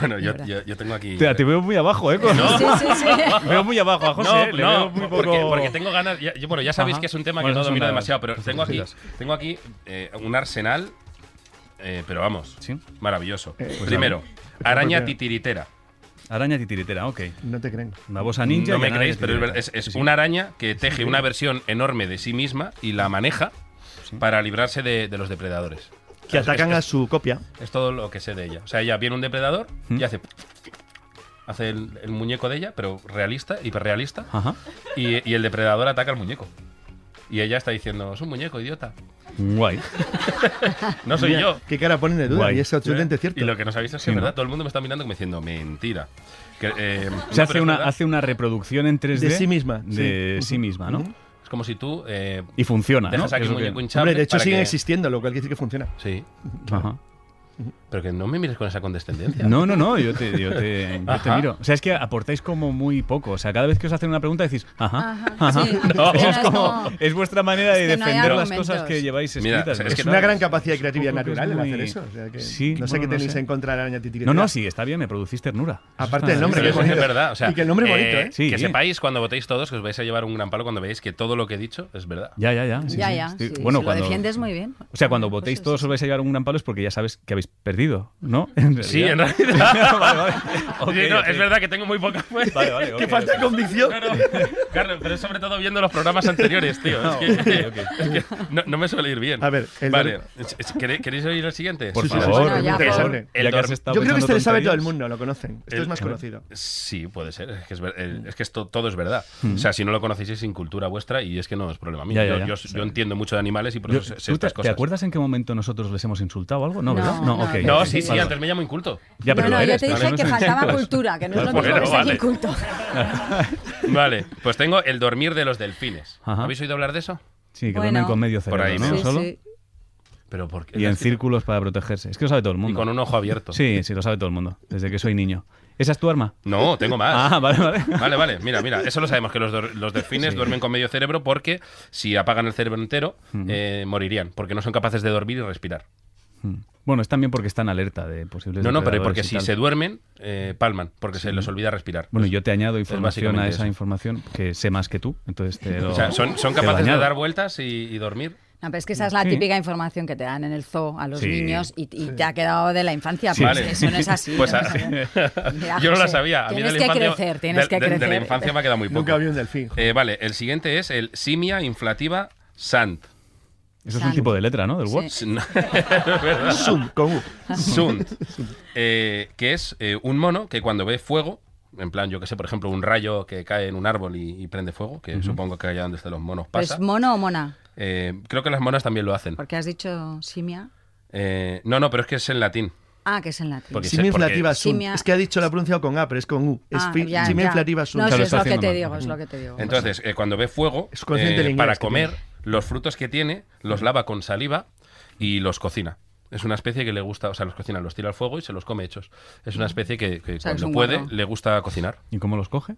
Speaker 4: Bueno, yo,
Speaker 7: De verdad.
Speaker 4: yo, yo tengo aquí.
Speaker 2: Te, te veo muy abajo, ¿eh? Con-
Speaker 7: Sí, sí, sí.
Speaker 2: Veo muy abajo a José.
Speaker 4: no,
Speaker 2: le
Speaker 4: no,
Speaker 2: veo muy poco-
Speaker 4: porque, porque tengo ganas. ya- yo- bueno, ya sabéis
Speaker 2: Ajá.
Speaker 4: que es un tema
Speaker 2: Bueno,
Speaker 4: que no
Speaker 2: esas son
Speaker 4: domino
Speaker 2: las-
Speaker 4: demasiado, pero
Speaker 2: esas
Speaker 4: tengo aquí,
Speaker 2: cositas.
Speaker 4: tengo aquí eh, un arsenal, eh, pero vamos,
Speaker 2: Sí. Eh,
Speaker 4: maravilloso.
Speaker 8: pues
Speaker 4: Primero, araña titiritera. Mm,
Speaker 2: Araña titiritera, ok.
Speaker 8: No te creen.
Speaker 2: Una bosa
Speaker 7: Mm.
Speaker 2: ninja.
Speaker 4: no
Speaker 2: y
Speaker 4: me
Speaker 2: araña
Speaker 4: creéis, pero es
Speaker 2: titiritera.
Speaker 4: verdad, es, es
Speaker 2: Sí, sí.
Speaker 4: una araña que teje una versión enorme de sí misma y la maneja. para librarse de, de los depredadores.
Speaker 8: Que
Speaker 4: Es-
Speaker 8: atacan
Speaker 4: es-
Speaker 8: a su copia.
Speaker 4: Es todo lo que sé de ella. O sea, ella viene un depredador y hace. Hace el, el muñeco de ella, pero realista, hiperrealista.
Speaker 2: Ajá.
Speaker 4: Y, y el depredador ataca al muñeco. Y ella está diciendo: Es un muñeco, idiota.
Speaker 2: Guay.
Speaker 4: No soy
Speaker 8: Mira,
Speaker 4: yo.
Speaker 8: ¿Qué cara ponen de duda?
Speaker 2: Guay.
Speaker 8: Y es absolutamente cierto.
Speaker 4: Y lo que nos habéis es que
Speaker 2: Sí,
Speaker 4: es verdad,
Speaker 2: ¿no?
Speaker 4: todo el mundo me está mirando como diciendo: Mentira. Que, eh, no,
Speaker 2: Se
Speaker 4: pero
Speaker 2: hace,
Speaker 4: es
Speaker 2: una,
Speaker 4: verdad.
Speaker 2: hace una reproducción en 3D.
Speaker 8: De sí misma,
Speaker 2: De sí,
Speaker 8: sí.
Speaker 2: misma, ¿no?
Speaker 8: Ujú.
Speaker 4: Es como si tú. eh,
Speaker 2: Y funciona,
Speaker 4: dejas
Speaker 2: ¿no?
Speaker 4: aquí
Speaker 2: Es
Speaker 4: un
Speaker 2: lo que-
Speaker 4: muñeco hinchable.
Speaker 8: Hombre, de hecho
Speaker 4: para
Speaker 8: siguen
Speaker 4: que-
Speaker 8: existiendo, lo cual quiere decir que funciona.
Speaker 4: Sí.
Speaker 2: Ajá.
Speaker 4: Pero que no me mires con esa condescendencia.
Speaker 2: No, no, no, yo te, yo te, yo te
Speaker 4: Ajá.
Speaker 2: miro. O sea, es que aportáis como muy poco. O sea, cada vez que os hacen una pregunta decís, ajá,
Speaker 7: Ajá,
Speaker 2: ajá.
Speaker 7: sí.
Speaker 2: O sea, es,
Speaker 7: No,
Speaker 2: como,
Speaker 7: no.
Speaker 2: es vuestra manera de
Speaker 7: Es que no hay
Speaker 2: defender las
Speaker 7: argumentos.
Speaker 2: cosas que lleváis
Speaker 4: Mira,
Speaker 2: escritas.
Speaker 4: o sea,
Speaker 2: ¿no?
Speaker 4: es
Speaker 8: Es,
Speaker 4: que
Speaker 8: una
Speaker 4: no-
Speaker 8: gran capacidad de
Speaker 2: supongo
Speaker 8: creatividad
Speaker 2: que es
Speaker 8: natural el
Speaker 2: muy-
Speaker 8: hacer eso. o sea que
Speaker 2: Sí,
Speaker 8: no sé
Speaker 2: bueno,
Speaker 8: qué tenéis
Speaker 2: sé.
Speaker 8: en contra de la araña titiritera.
Speaker 2: No, no, sí, está bien, me produciste ternura. Eso
Speaker 8: Aparte
Speaker 2: está-
Speaker 8: del nombre,
Speaker 4: Pero
Speaker 8: qué
Speaker 4: eso sí es
Speaker 8: bonito.
Speaker 4: verdad. O sea,
Speaker 8: Y que el nombre es bonito, ¿eh?
Speaker 2: Sí.
Speaker 4: Que sepáis cuando votéis todos que os vais a llevar un gran palo cuando veáis que todo lo que he dicho es verdad.
Speaker 2: Ya, ya, ya. sí,
Speaker 7: ya,
Speaker 2: sí,
Speaker 7: ya.
Speaker 2: estoy-
Speaker 7: sí,
Speaker 2: bueno,
Speaker 7: si
Speaker 2: cuando,
Speaker 7: lo defiendes muy bien.
Speaker 2: O sea, cuando
Speaker 7: Pues
Speaker 2: votéis
Speaker 7: eso
Speaker 2: todos
Speaker 7: sí.
Speaker 2: os vais a llevar un gran palo es porque ya sabes que habéis perdido, ¿no? En
Speaker 4: Sí, en
Speaker 2: realidad.
Speaker 4: realidad.
Speaker 2: Vale, vale. Ok,
Speaker 4: Sí, no,
Speaker 2: ok.
Speaker 4: Es verdad que tengo muy poca fuerza.
Speaker 2: Vale, vale, ok,
Speaker 4: que falta
Speaker 2: ok.
Speaker 4: convicción. No, no, Carlos, pero es sobre todo viendo los programas anteriores, tío. Es que,
Speaker 2: ok, ok.
Speaker 4: es que no, no me suele ir bien.
Speaker 8: A ver, el
Speaker 4: vale.
Speaker 8: dor-
Speaker 4: es- es- ¿quere- ¿Queréis oír el siguiente?
Speaker 2: Por
Speaker 8: Sí, sí, sí,
Speaker 2: favor,
Speaker 8: sí,
Speaker 7: Bueno,
Speaker 8: muy
Speaker 7: ya, por favor.
Speaker 8: interesante.
Speaker 4: El
Speaker 2: Ya que has
Speaker 4: dor-
Speaker 2: estado
Speaker 8: Yo creo que
Speaker 2: pensando
Speaker 8: este lo sabe todo el
Speaker 2: tonterías.
Speaker 8: mundo, lo conocen. Esto
Speaker 4: El-
Speaker 8: es más conocido.
Speaker 4: Sí, puede ser. Es que, es, ver-
Speaker 2: Mm.
Speaker 4: el- es que esto, todo es verdad. O sea, si no lo conocéis es incultura vuestra y es que no es problema mío.
Speaker 2: Ya, ya,
Speaker 4: Yo-
Speaker 2: ya.
Speaker 4: Yo, yo entiendo mucho de animales y por
Speaker 2: Yo-
Speaker 4: eso sé- sé
Speaker 2: ¿tú te,
Speaker 4: estas
Speaker 2: te
Speaker 4: cosas.
Speaker 2: acuerdas en qué momento nosotros les hemos insultado algo? No,
Speaker 7: No,
Speaker 2: ¿verdad?
Speaker 7: no,
Speaker 2: ok.
Speaker 4: No,
Speaker 7: no.
Speaker 4: sí, sí,
Speaker 2: Vale,
Speaker 4: antes me llamo inculto.
Speaker 2: Ya, pero
Speaker 7: no, no,
Speaker 2: lo eres,
Speaker 7: yo te
Speaker 2: ¿vale?
Speaker 7: dije
Speaker 2: No Pues
Speaker 7: que
Speaker 2: sé.
Speaker 7: faltaba
Speaker 2: Claro.
Speaker 7: cultura, que no es lo
Speaker 4: Pues Bueno,
Speaker 7: mismo que ser
Speaker 4: vale.
Speaker 7: inculto.
Speaker 4: Vale, pues tengo el dormir de los delfines.
Speaker 2: Ajá.
Speaker 4: ¿Habéis oído hablar de eso?
Speaker 2: Sí, que
Speaker 7: Bueno.
Speaker 2: duermen con medio
Speaker 4: Por
Speaker 2: cerebro,
Speaker 4: ahí,
Speaker 2: ¿no?
Speaker 4: sí,
Speaker 2: Solo.
Speaker 4: Pero por qué?
Speaker 2: Y en círculos para protegerse. Es que lo sabe todo el
Speaker 4: Y
Speaker 2: mundo.
Speaker 4: con un ojo abierto.
Speaker 2: Sí, sí, lo sabe todo el mundo. Desde que soy niño. ¿Esa es tu arma?
Speaker 4: No, tengo más.
Speaker 2: Ah, vale, vale.
Speaker 4: Vale, vale, mira, mira, eso lo sabemos, que los, dor- los delfines duermen con medio cerebro porque si apagan el cerebro entero, eh, morirían, porque no son capaces de dormir y respirar.
Speaker 2: Mm. Bueno, es también porque están alerta de posibles.
Speaker 4: No, no, pero
Speaker 2: depredadores
Speaker 4: porque
Speaker 2: y
Speaker 4: si
Speaker 2: tal.
Speaker 4: se duermen, eh, palman, porque se les olvida respirar.
Speaker 2: Bueno, yo te añado información a
Speaker 4: básicamente
Speaker 2: esa
Speaker 4: eso.
Speaker 2: información que sé más que tú, entonces te lo-
Speaker 4: O sea, son, son
Speaker 2: te lo
Speaker 4: capaces de
Speaker 2: añado.
Speaker 4: dar vueltas y, y dormir.
Speaker 7: No, pero es que esa es la
Speaker 2: Sí.
Speaker 7: típica información que te dan en el zoo a los
Speaker 2: Sí.
Speaker 7: niños y, y te ha quedado de la infancia.
Speaker 2: Sí.
Speaker 7: pero
Speaker 4: Vale.
Speaker 7: es que eso no es así.
Speaker 4: Pues
Speaker 7: no
Speaker 4: a-
Speaker 7: es así. Mira,
Speaker 4: yo no la
Speaker 7: José,
Speaker 4: sabía. A mí de
Speaker 7: Tienes
Speaker 4: la
Speaker 7: que
Speaker 4: infancia-
Speaker 7: crecer, tienes
Speaker 4: de-
Speaker 7: que
Speaker 4: de-
Speaker 7: crecer.
Speaker 4: De la infancia me ha quedado muy poco.
Speaker 8: Nunca había un delfín.
Speaker 4: Eh, vale, el siguiente es el simia inflativa sant.
Speaker 2: Eso es un
Speaker 7: Sand.
Speaker 2: tipo de letra, ¿no? Del
Speaker 7: Sí.
Speaker 2: Word.
Speaker 8: Zoom, con U.
Speaker 4: Sunt, eh, que es eh, un mono que cuando ve fuego, en plan, yo que sé, por ejemplo, un rayo que cae en un árbol y, y prende fuego, que supongo que allá donde están los monos pasa.
Speaker 7: Pues mono o mona,
Speaker 4: Eh, creo que las monas también lo hacen.
Speaker 7: porque has dicho simia.
Speaker 4: Eh, no, no, pero es que es en latín.
Speaker 7: Ah, que es en latín.
Speaker 4: Porque-
Speaker 8: Simia
Speaker 4: porque-
Speaker 8: inflativa Zoom.
Speaker 7: Simia-
Speaker 8: Es que ha dicho la pronunciado con A, pero es con U. Es
Speaker 7: Ah,
Speaker 8: fi-
Speaker 7: ya,
Speaker 8: Simia
Speaker 7: ya.
Speaker 8: inflativa Zoom.
Speaker 7: No,
Speaker 2: Ya
Speaker 7: sí,
Speaker 2: lo
Speaker 7: es
Speaker 2: está
Speaker 7: lo que
Speaker 2: haciendo
Speaker 7: te
Speaker 2: mal.
Speaker 7: digo, es lo que te digo.
Speaker 4: Entonces, eh, cuando ve fuego, eh,
Speaker 8: Es consciente del inglés
Speaker 4: para
Speaker 8: que
Speaker 4: comer,
Speaker 8: tiene.
Speaker 4: los frutos que tiene, los lava con saliva y los cocina. Es una especie que le gusta, o sea, los cocina, los tira al fuego y se los come hechos. Es una especie que, que
Speaker 7: sea, es
Speaker 4: cuando
Speaker 7: un
Speaker 4: puede
Speaker 7: guarro.
Speaker 4: le gusta cocinar.
Speaker 2: ¿Y cómo los coge?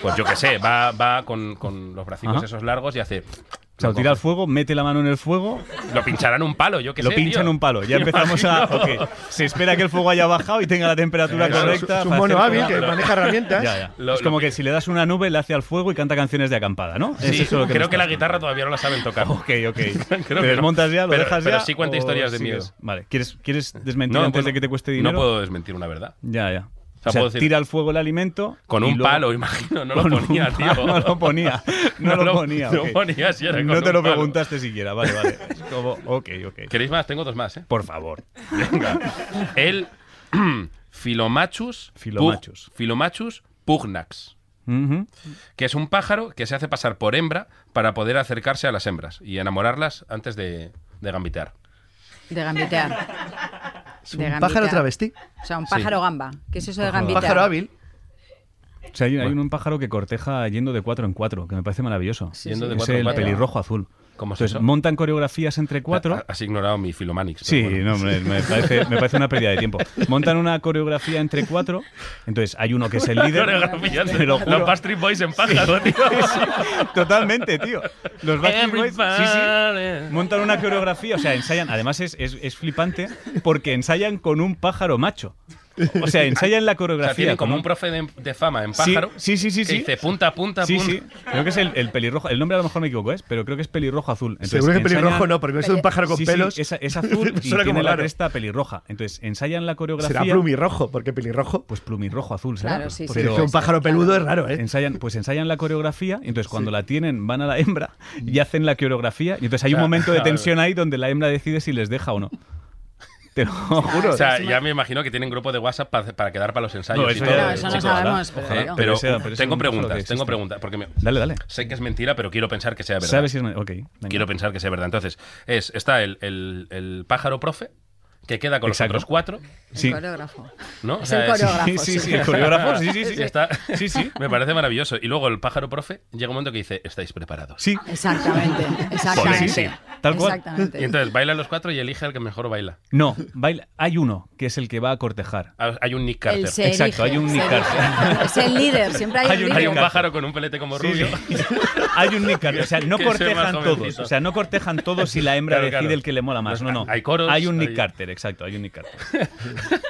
Speaker 4: Pues yo qué sé, va, va con, con los bracicos
Speaker 2: Ajá.
Speaker 4: esos largos y hace.
Speaker 2: O sea, lo tira al fuego, mete la mano en el fuego,
Speaker 4: Lo pincharán un palo, yo que
Speaker 2: lo
Speaker 4: sé.
Speaker 2: pincha
Speaker 4: tío.
Speaker 2: en un palo. Ya
Speaker 4: Me
Speaker 2: empezamos a.
Speaker 4: imagino.
Speaker 2: ok, Se espera que el fuego haya bajado y tenga la temperatura
Speaker 4: Claro,
Speaker 8: Es
Speaker 2: correcta.
Speaker 8: un
Speaker 2: para
Speaker 8: mono
Speaker 2: hacer
Speaker 8: hábil
Speaker 2: todo.
Speaker 8: que maneja herramientas.
Speaker 2: Ya, ya.
Speaker 4: Lo-
Speaker 2: es como
Speaker 4: lo-
Speaker 2: que si le das una nube, le hace al fuego y canta canciones de acampada, ¿no?
Speaker 4: Sí,
Speaker 2: Es eso lo
Speaker 4: creo
Speaker 2: nos
Speaker 4: que la
Speaker 2: estás
Speaker 4: guitarra todavía no la saben tocar.
Speaker 2: contando. Ok, ok.
Speaker 4: Creo
Speaker 2: ¿Te
Speaker 4: que no.
Speaker 2: desmontas ya? ¿Lo
Speaker 4: Pero-
Speaker 2: dejas
Speaker 4: pero
Speaker 2: ya?
Speaker 4: sí cuenta
Speaker 2: o
Speaker 4: historias de
Speaker 2: sigues?
Speaker 4: miedo.
Speaker 2: Vale. ¿Quieres, quieres desmentir antes
Speaker 4: bueno,
Speaker 2: de que te cueste
Speaker 4: no
Speaker 2: dinero?
Speaker 4: puedo desmentir una verdad.
Speaker 2: Ya, ya.
Speaker 4: O sea,
Speaker 2: O sea,
Speaker 4: puedo decir-
Speaker 2: tira al fuego el alimento.
Speaker 4: Con
Speaker 2: y
Speaker 4: un
Speaker 2: luego-
Speaker 4: palo, imagino. No
Speaker 2: Con
Speaker 4: lo
Speaker 2: un
Speaker 4: ponía,
Speaker 2: palo,
Speaker 4: tío.
Speaker 2: No lo ponía. No,
Speaker 4: No
Speaker 2: lo
Speaker 4: lo-
Speaker 2: ponía.
Speaker 4: no
Speaker 2: ok.
Speaker 4: ponía si era con
Speaker 2: No te
Speaker 4: un
Speaker 2: lo
Speaker 4: palo.
Speaker 2: preguntaste siquiera. Vale, vale. Es como, ok, ok.
Speaker 4: ¿Queréis más? Tengo dos más, ¿eh?
Speaker 2: Por favor.
Speaker 4: Venga. El Philomachus. pug-
Speaker 2: Philomachus.
Speaker 4: Philomachus pugnax.
Speaker 2: Ujú.
Speaker 4: Que es un pájaro que se hace pasar por hembra para poder acercarse a las hembras y enamorarlas antes de, de gambitear.
Speaker 7: Pues De gambitear.
Speaker 8: Es un pájaro travesti.
Speaker 7: O sea, un pájaro gamba. ¿Qué es eso de
Speaker 8: Un
Speaker 7: gambitear?
Speaker 8: pájaro hábil.
Speaker 2: O sea, hay, hay un pájaro que corteja yendo de cuatro en cuatro, que me parece maravilloso.
Speaker 4: Sí, Yendo sí. de
Speaker 2: es
Speaker 4: cuatro en
Speaker 2: el
Speaker 4: cuatro.
Speaker 2: pelirrojo azul.
Speaker 4: ¿Cómo es
Speaker 2: Entonces,
Speaker 4: eso?
Speaker 2: montan coreografías entre cuatro.
Speaker 4: Ha- Has ignorado mi Filomanix. pero
Speaker 2: Sí,
Speaker 4: bueno.
Speaker 2: no, me, me parece, me parece una pérdida de tiempo. Montan una coreografía entre cuatro. Entonces, hay uno que es el líder.
Speaker 4: Coreografía de
Speaker 2: Te lo juro.
Speaker 4: los Pastry Boys en pájaro, tío.
Speaker 2: Totalmente, tío. Los Backstreet Boys, sí, sí, montan una coreografía, o sea, ensayan. Además es, es- es flipante porque ensayan con un pájaro macho. O sea, ensayan la coreografía.
Speaker 4: O sea, tienen como
Speaker 2: con
Speaker 4: un profe de, de fama en
Speaker 2: Sí,
Speaker 4: pájaro.
Speaker 2: sí, sí, sí,
Speaker 4: que
Speaker 2: sí.
Speaker 4: Dice punta, punta,
Speaker 2: Sí,
Speaker 4: punta.
Speaker 2: sí. Creo que es el, el pelirrojo. El nombre a lo mejor me equivoco, ¿es? Pero creo que es pelirrojo azul. Entonces,
Speaker 8: Seguro que
Speaker 2: ensayan-
Speaker 8: pelirrojo no, porque eso es un pájaro con
Speaker 2: Sí, sí,
Speaker 8: pelos.
Speaker 2: esa- es, azul y
Speaker 8: Suena como
Speaker 2: tiene la
Speaker 8: raro.
Speaker 2: cresta pelirroja. Entonces, ensayan la coreografía.
Speaker 8: Será plumirrojo, porque pelirrojo.
Speaker 2: Pues plumirrojo azul, ¿será?
Speaker 7: Claro, sí, sí.
Speaker 8: pues, Porque
Speaker 2: Pero-
Speaker 8: es que un pájaro peludo es raro, ¿eh?
Speaker 2: Ensayan, pues ensayan la coreografía, y entonces cuando la tienen van a la hembra y hacen la coreografía, y entonces hay un
Speaker 4: Claro,
Speaker 2: momento de
Speaker 4: claro.
Speaker 2: tensión ahí donde la hembra decide si les deja o no. Te lo juro.
Speaker 4: O sea, ya me imagino que tienen grupo de WhatsApp pa- para, quedar para los ensayos.
Speaker 2: No,
Speaker 4: y
Speaker 2: eso
Speaker 4: todo.
Speaker 2: ya-
Speaker 7: No, eso no
Speaker 4: Chicos,
Speaker 2: ojalá,
Speaker 7: sabemos, pero-
Speaker 4: Eh,
Speaker 2: ojalá.
Speaker 4: pero
Speaker 2: Pero sea- pero sea
Speaker 4: tengo
Speaker 2: un trozo que
Speaker 4: preguntas, tengo
Speaker 2: exista.
Speaker 4: preguntas. Porque me-
Speaker 2: Dale, dale.
Speaker 4: sé que es mentira, pero quiero pensar que sea verdad.
Speaker 2: ¿Sabes si es... me- Ok. venga.
Speaker 4: Quiero pensar que sea verdad. Entonces, es, está el, el- el pájaro profe, que queda con
Speaker 2: Exacto.
Speaker 4: los otros cuatro,
Speaker 2: Sí.
Speaker 7: El coreógrafo.
Speaker 4: ¿no? O
Speaker 7: Es
Speaker 4: sea,
Speaker 7: el coreógrafo.
Speaker 2: Sí, sí, sí, el coreógrafo, sí, sí, sí.
Speaker 4: Está-
Speaker 2: Sí, sí.
Speaker 4: Me parece maravilloso. Y luego el pájaro profe llega un momento que dice, estáis preparados.
Speaker 2: Sí.
Speaker 7: Exactamente,
Speaker 2: Joder,
Speaker 7: exactamente.
Speaker 2: Pues sí, sí. Tal cual.
Speaker 7: Exactamente.
Speaker 4: Y entonces bailan los cuatro y elige al que mejor baila.
Speaker 2: No, baila- hay uno que es el que va a cortejar.
Speaker 4: Ah, Hay un Nick
Speaker 7: Él
Speaker 4: Carter.
Speaker 7: se
Speaker 2: Exacto, hay
Speaker 7: erige,
Speaker 2: un
Speaker 7: se
Speaker 2: Nick Carter.
Speaker 7: erige. Es el líder, siempre hay,
Speaker 2: Hay
Speaker 7: un
Speaker 2: un-
Speaker 7: líder.
Speaker 4: Hay
Speaker 2: Nick
Speaker 4: un
Speaker 2: Carter.
Speaker 4: pájaro con un pelete como
Speaker 2: Sí,
Speaker 4: rubio.
Speaker 2: sí. Hay un Nick Carter. O sea, no
Speaker 4: Que sea más
Speaker 2: cortejan todos.
Speaker 4: jovencito.
Speaker 2: O sea, no cortejan todos si la hembra
Speaker 4: Claro,
Speaker 2: decide
Speaker 4: claro.
Speaker 2: el que le mola más. No, no.
Speaker 4: Hay coros,
Speaker 2: Hay un Nick
Speaker 4: hay-
Speaker 2: Carter, exacto. Hay un Nick Carter.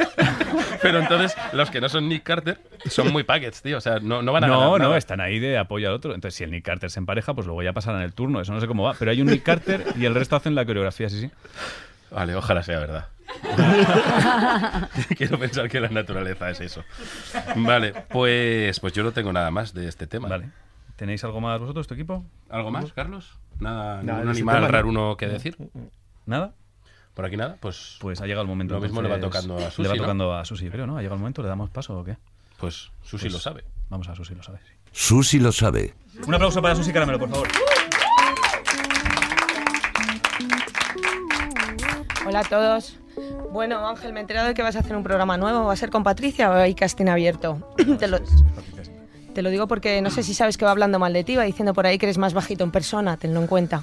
Speaker 4: Pero entonces, los que no son Nick Carter son muy packets, tío. O sea, no, no van a ganar
Speaker 2: No, no,
Speaker 4: nada.
Speaker 2: están ahí de apoyo al otro. Entonces, si el Nick Carter se empareja, pues luego ya pasarán el turno. Eso no sé cómo va. Pero hay un Nick Carter y el resto hacen la coreografía, sí, sí.
Speaker 4: Vale, ojalá sea verdad. Quiero pensar que la naturaleza es eso. Vale, pues, pues yo no tengo nada más de este tema.
Speaker 2: Vale. ¿Tenéis algo más vosotros, tu equipo?
Speaker 4: ¿Algo más, Carlos?
Speaker 8: Nada,
Speaker 4: Nada, ningún
Speaker 8: de ese
Speaker 4: animal
Speaker 8: tema no.
Speaker 4: raro uno que decir.
Speaker 2: ¿Nada?
Speaker 4: Por aquí nada, pues,
Speaker 2: Pues ha llegado el momento.
Speaker 4: Lo mismo le va
Speaker 2: entonces,
Speaker 4: tocando a
Speaker 2: Le
Speaker 4: Susi,
Speaker 2: va
Speaker 4: ¿no?
Speaker 2: tocando a Susi, creo, ¿no? Ha llegado el momento, ¿le damos paso o qué?
Speaker 4: pues Susi lo sabe.
Speaker 2: Vamos a Susi, lo sabes.
Speaker 5: Susi lo sabe.
Speaker 2: Un aplauso para Susi Caramelo, por favor.
Speaker 11: Hola a todos. Bueno, Ángel, me he enterado de que vas a hacer un programa nuevo. ¿Va a ser con Patricia o hay casting abierto? te, lo, te lo digo porque no sé si sabes que va hablando mal de ti, va diciendo por ahí que eres más bajito en persona, tenlo en cuenta.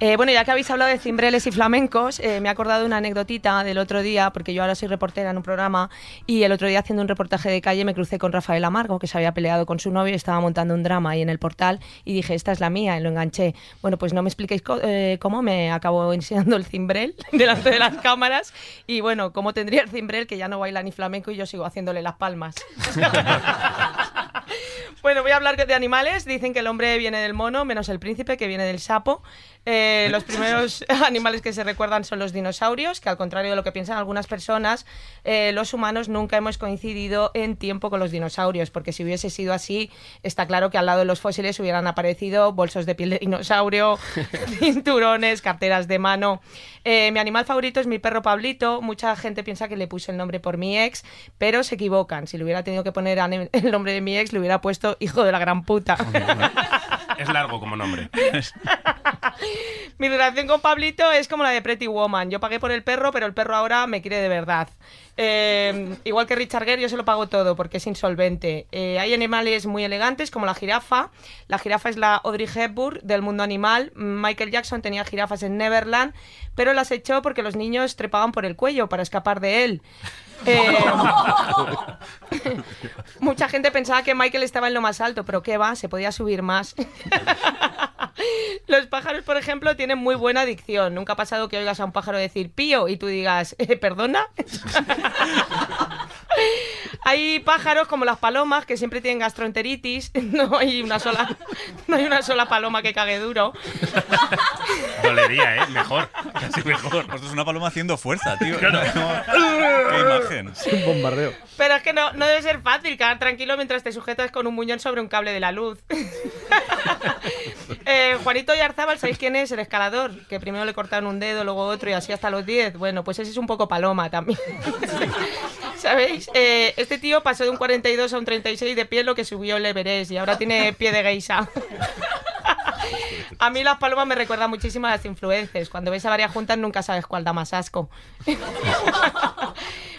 Speaker 11: Eh, bueno, ya que habéis hablado de cimbreles y flamencos, eh, me he acordado de una anecdotita del otro día, porque yo ahora soy reportera en un programa y el otro día haciendo un reportaje de calle me crucé con Rafael Amargo, que se había peleado con su novio y estaba montando un drama ahí en el portal y dije, esta es la mía, y lo enganché. Bueno, pues no me expliquéis co- eh, cómo me acabó enseñando el cimbrel delante de las cámaras y bueno, cómo tendría el cimbrel que ya no baila ni flamenco y yo sigo haciéndole las palmas. Bueno, voy a hablar de animales. Dicen que el hombre viene del mono, menos el príncipe, que viene del sapo. Eh, los primeros animales que se recuerdan son los dinosaurios, que al contrario de lo que piensan algunas personas, eh, los humanos nunca hemos coincidido en tiempo con los dinosaurios, porque si hubiese sido así, está claro que al lado de los fósiles hubieran aparecido bolsos de piel de dinosaurio, cinturones, carteras de mano. Eh, mi animal favorito es mi perro Pablito. Mucha gente piensa que le puse el nombre por mi ex, pero se equivocan. Si le hubiera tenido que poner ane- el nombre de mi ex, le hubiera puesto hijo de la gran puta.
Speaker 4: Es largo como nombre.
Speaker 11: Mi relación con Pablito es como la de Pretty Woman. Yo pagué por el perro, pero el perro ahora me quiere de verdad. Eh, igual que Richard Gere, yo se lo pago todo porque es insolvente. Eh, hay animales muy elegantes como la jirafa. La jirafa es la Audrey Hepburn del mundo animal. Michael Jackson tenía jirafas en Neverland, pero las echó porque los niños trepaban por el cuello para escapar de él. Eh, mucha gente pensaba que Michael estaba en lo más alto, pero qué va, se podía subir más. Los pájaros, por ejemplo, tienen muy buena adicción. Nunca ha pasado que oigas a un pájaro decir pío y tú digas, "Eh, ¿perdona? hay pájaros como las palomas que siempre tienen gastroenteritis. No hay una sola, no hay una sola paloma que cague duro.
Speaker 4: Dolería, ¿eh? Mejor. Casi mejor.
Speaker 2: Esto es una paloma haciendo fuerza, tío. Qué imagen.
Speaker 8: Un bombardeo.
Speaker 11: Pero es que no, no debe ser fácil quedar tranquilo mientras te sujetas con un muñón sobre un cable de la luz. Eh, Juanito Yarzábal, ¿sabéis quién es? El escalador, que primero le cortaron un dedo, luego otro y así hasta los 10. Bueno, pues ese es un poco paloma también. ¿Sabéis? Eh, este tío pasó de un 42 a un 36 de pie lo que subió el Everest y ahora tiene pie de geisha. A mí las palomas me recuerdan muchísimo a las influencias. Cuando ves a varias juntas nunca sabes cuál da más asco.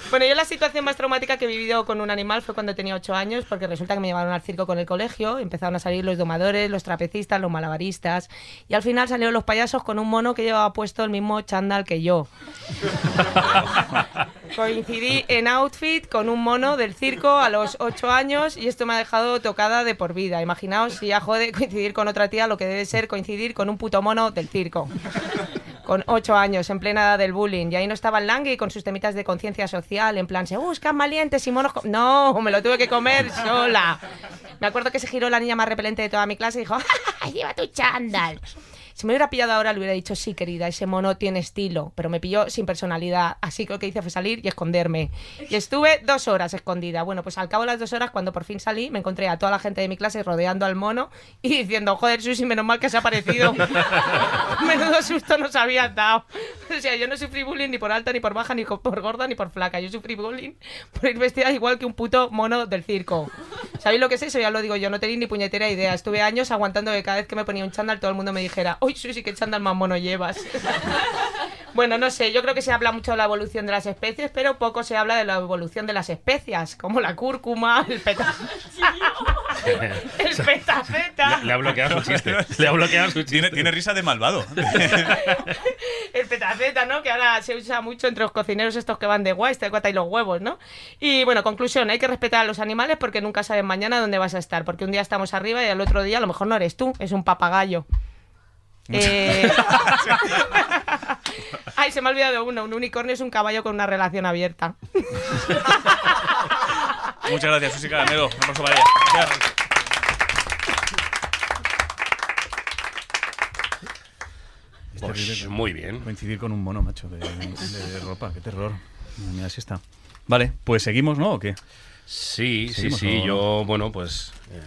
Speaker 11: Bueno, yo la situación más traumática que he vivido con un animal fue cuando tenía 8 años, porque resulta que me llevaron al circo con el colegio, empezaron a salir los domadores, los trapecistas, los malabaristas, y al final salieron los payasos con un mono que llevaba puesto el mismo chándal que yo. Coincidí en outfit con un mono del circo a los 8 años y esto me ha dejado tocada de por vida. Imaginaos si ya jode coincidir con otra tía lo que debe ser coincidir con un puto mono del circo. Con con ocho años, en plena edad del bullying, y ahí no estaba el Langui con sus temitas de conciencia social, en plan, se buscan valientes y monos... co-". No, me lo tuve que comer sola. Me acuerdo que se giró la niña más repelente de toda mi clase y dijo, ¡Ah, lleva tu chándal! Si me hubiera pillado ahora, le hubiera dicho, sí, querida, ese mono tiene estilo, pero me pilló sin personalidad. Así que lo que hice fue salir y esconderme. Y estuve dos horas escondida. Bueno, pues al cabo de las dos horas, cuando por fin salí, me encontré a toda la gente de mi clase rodeando al mono y diciendo, joder, Susi, menos mal que se ha aparecido. Menudo susto nos había dado. O sea, yo no sufrí bullying ni por alta, ni por baja, ni co- por gorda, ni por flaca. Yo sufrí bullying por ir vestida igual que un puto mono del circo. ¿Sabéis lo que es eso? Ya lo digo yo, no tenía ni puñetera idea. Estuve años aguantando que cada vez que me ponía un chándal todo el mundo me dijera, uy, Susi, qué chándal más mono llevas. Bueno, no sé, yo creo que se habla mucho de la evolución de las especies, pero poco se habla de la evolución de las especias, como la cúrcuma, el peta... el petaceta.
Speaker 4: Le ha bloqueado su chiste.
Speaker 2: Le ha bloqueado su chiste. Tiene, tiene risa de malvado.
Speaker 11: el petaceta, ¿no? Que ahora se usa mucho entre los cocineros estos que van de guay, te cuata y los huevos, ¿no? Y bueno, conclusión, hay que respetar a los animales porque nunca sabes mañana dónde vas a estar, porque un día estamos arriba y al otro día a lo mejor no eres tú, es un papagayo. Eh, Ay, se me ha olvidado uno, un unicornio es un caballo con una relación abierta.
Speaker 2: Muchas gracias, Susi Caramelo. Un aplauso para ella. Gracias.
Speaker 4: Pues muy bien.
Speaker 2: Este Coincidir con un mono, macho, de, de ropa. Qué terror. Madre mía, así está. Vale, pues seguimos, ¿no? ¿O qué?
Speaker 4: Sí, sí,
Speaker 2: Seguimos,
Speaker 4: sí.
Speaker 2: ¿no?
Speaker 4: Yo, bueno, pues. eh,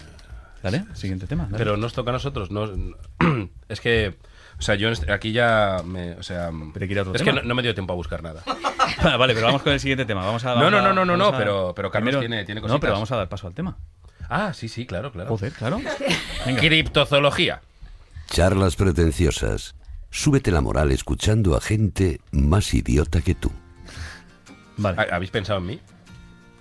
Speaker 2: Dale, siguiente tema. dale.
Speaker 4: Pero nos toca a nosotros. No, es que. O sea, yo en este- aquí ya. Me, o sea. es
Speaker 2: tema.
Speaker 4: que no, no me dio tiempo a buscar nada.
Speaker 2: Ah, vale, pero vamos con el siguiente tema. Vamos a, vamos
Speaker 4: No, no,
Speaker 2: a-
Speaker 4: no, no, no,
Speaker 2: vamos
Speaker 4: no,
Speaker 2: a-
Speaker 4: pero- pero Carlos tiene- tiene
Speaker 2: No, pero
Speaker 4: cositas.
Speaker 2: vamos a dar paso al tema.
Speaker 4: Ah, sí, sí, claro, claro.
Speaker 2: Joder, claro.
Speaker 4: Criptozoología.
Speaker 5: Charlas pretenciosas. Súbete la moral escuchando a gente más idiota que tú.
Speaker 4: ¿Ha- ¿Habéis pensado en mí?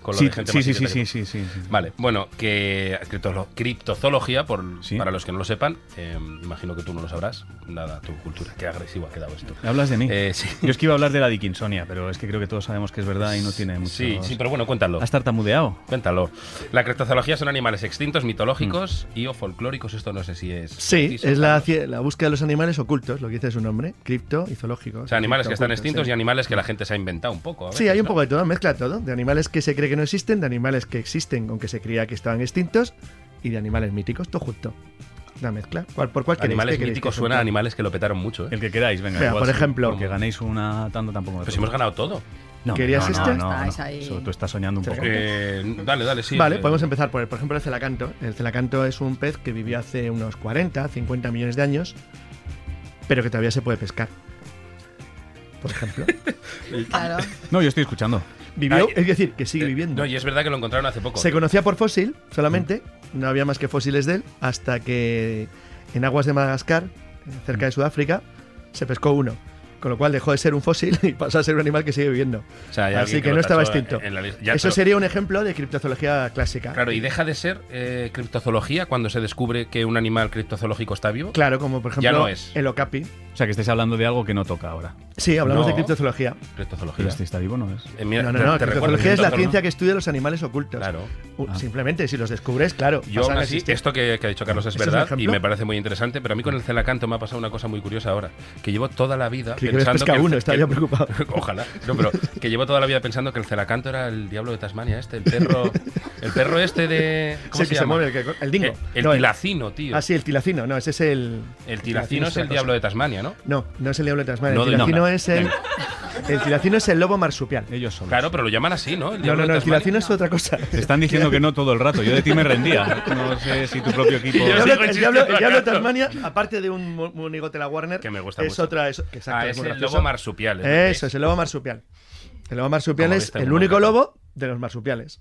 Speaker 4: Con lo
Speaker 2: Sí,
Speaker 4: de gente
Speaker 2: sí,
Speaker 4: más
Speaker 2: sí,
Speaker 4: idiota
Speaker 2: sí,
Speaker 4: que
Speaker 2: sí,
Speaker 4: tú.
Speaker 2: sí, sí, sí, sí.
Speaker 4: Vale, bueno, que criptolo- criptozoología, por, para los que no lo sepan, eh, imagino que tú no lo sabrás. Nada, tu cultura, qué agresivo ha quedado esto.
Speaker 2: Hablas de mí.
Speaker 4: Eh, sí.
Speaker 2: Yo es que iba a hablar de la Dickinsonia, pero es que creo que todos sabemos que es verdad y no tiene mucho.
Speaker 4: Sí, sí, pero bueno, cuéntalo.
Speaker 2: Has tartamudeado.
Speaker 4: Cuéntalo. La criptozoología son animales extintos, mitológicos y o folclóricos. Esto no sé si es.
Speaker 8: Sí,
Speaker 4: preciso.
Speaker 8: es la, cie- la búsqueda de los animales ocultos, lo que dice su nombre, cripto y zoológico.
Speaker 4: O sea, animales que están
Speaker 8: Criptocultos,
Speaker 4: extintos
Speaker 8: sí.
Speaker 4: y animales que la gente se ha inventado un poco. a
Speaker 8: Sí,
Speaker 4: veces,
Speaker 8: hay un
Speaker 4: ¿no?
Speaker 8: poco de todo, mezcla todo. De animales que se cree que no existen, de animales que existen, aunque se creía que estaban extintos, y de animales míticos, todo junto. Una mezcla. ¿Cuál- ¿Por cuál queréis?
Speaker 4: Animales
Speaker 8: ¿Qué queréis
Speaker 4: míticos
Speaker 8: que
Speaker 4: suena a
Speaker 8: junte?
Speaker 4: animales que lo petaron mucho. ¿eh?
Speaker 2: El que queráis, venga.
Speaker 8: Venga,
Speaker 2: igual
Speaker 8: por
Speaker 2: sí,
Speaker 8: ejemplo.
Speaker 2: Porque ganéis una tanda tampoco me
Speaker 4: Pues
Speaker 2: preocupa.
Speaker 4: hemos ganado todo.
Speaker 2: No,
Speaker 8: ¿Querías
Speaker 2: no, no,
Speaker 8: este?
Speaker 2: No,
Speaker 8: Estáis
Speaker 2: no.
Speaker 8: ahí.
Speaker 2: Eso, tú estás soñando un poco.
Speaker 4: Eh, dale, dale, sí.
Speaker 8: vale,
Speaker 4: eh,
Speaker 8: podemos empezar por, por ejemplo, el celacanto. El celacanto es un pez que vivió hace unos 40, 50 millones de años, pero que todavía se puede pescar. Por ejemplo. pues-
Speaker 2: Claro. No, yo estoy escuchando.
Speaker 8: Vivió, es decir, que sigue viviendo.
Speaker 4: eh, No, y es verdad que lo encontraron hace poco. ¿eh? Mm.
Speaker 8: Se conocía por fósil solamente, no había más que fósiles de él, hasta que en aguas de Madagascar, cerca
Speaker 4: Mm.
Speaker 8: de Sudáfrica, se pescó uno. Con lo cual dejó de ser un fósil y pasó a ser un animal que sigue viviendo.
Speaker 4: O sea, hay
Speaker 8: Así
Speaker 4: alguien
Speaker 8: que
Speaker 4: lo
Speaker 8: no estaba
Speaker 4: tachó
Speaker 8: extinto.
Speaker 4: en la lista. Ya,
Speaker 8: Eso
Speaker 4: pero-
Speaker 8: sería un ejemplo de criptozoología clásica.
Speaker 4: Claro, y deja de ser eh, criptozoología cuando se descubre que un animal criptozoológico está vivo.
Speaker 8: Claro, como por ejemplo
Speaker 4: Ya no es.
Speaker 8: el okapi.
Speaker 2: O sea, que estáis hablando de algo que no toca ahora.
Speaker 8: Sí, hablamos
Speaker 4: No.
Speaker 8: de criptozoología.
Speaker 2: Pero
Speaker 4: Criptozoología.
Speaker 2: este está vivo, ¿no es?
Speaker 4: Eh, mira,
Speaker 8: no, no,
Speaker 4: te-
Speaker 8: no.
Speaker 4: te recuerdo
Speaker 8: criptozoología es la
Speaker 4: que-
Speaker 8: ciencia que estudia los animales ocultos.
Speaker 4: Claro. Ah.
Speaker 8: U- Simplemente, si los descubres, claro.
Speaker 4: Yo
Speaker 8: pasan
Speaker 4: aún
Speaker 8: a
Speaker 4: así,
Speaker 8: existir.
Speaker 4: esto que, que ha dicho Carlos es
Speaker 8: ¿Ese es un
Speaker 4: verdad y
Speaker 8: ejemplo?
Speaker 4: me parece muy interesante, pero a mí con el celacanto me ha pasado una cosa muy curiosa ahora, que llevo toda la vida
Speaker 8: Creí que habías
Speaker 4: pensando
Speaker 8: pescado
Speaker 4: el-
Speaker 8: uno, estaba yo preocupado.
Speaker 4: Ojalá, no, pero que llevo toda la vida pensando que el celacanto era el diablo de Tasmania este, el perro, el perro este de
Speaker 8: Sí, el que se
Speaker 4: llama?
Speaker 8: mueve, el que- el dingo.
Speaker 4: El, el
Speaker 8: No, el-
Speaker 4: tilacino, tío.
Speaker 8: Ah, sí, el tilacino. No, ese es el.
Speaker 4: El tilacino es
Speaker 8: otra
Speaker 4: el
Speaker 8: cosa.
Speaker 4: diablo de Tasmania, ¿no?
Speaker 8: No, no es el diablo de Tasmania.
Speaker 4: No,
Speaker 8: el
Speaker 4: de-
Speaker 8: tilacino
Speaker 4: no,
Speaker 8: es el.
Speaker 4: venga.
Speaker 8: El tilacino es el lobo marsupial.
Speaker 2: Ellos son.
Speaker 4: Claro, pero lo llaman así, ¿no? El
Speaker 8: No, no,
Speaker 4: diablo de
Speaker 8: no, el
Speaker 4: Tasmania.
Speaker 8: tilacino es otra cosa.
Speaker 2: Te están diciendo que no todo el rato. Yo de ti me rendía. No sé si tu propio equipo.
Speaker 8: El diablo, el diablo- el diablo de
Speaker 4: Claro.
Speaker 8: Tasmania, aparte de un mo- monigote la Warner,
Speaker 4: Que me gusta
Speaker 8: es
Speaker 4: mucho.
Speaker 8: otra. Eh, Es, que exacto,
Speaker 4: Ah,
Speaker 8: es
Speaker 4: es
Speaker 8: muy
Speaker 4: el
Speaker 8: gracioso.
Speaker 4: lobo marsupial. es lo que es.
Speaker 8: Eso, es el lobo marsupial. El lobo marsupial
Speaker 4: Como
Speaker 8: es
Speaker 4: viste,
Speaker 8: el
Speaker 4: este muy
Speaker 8: único
Speaker 4: bueno.
Speaker 8: lobo de los marsupiales.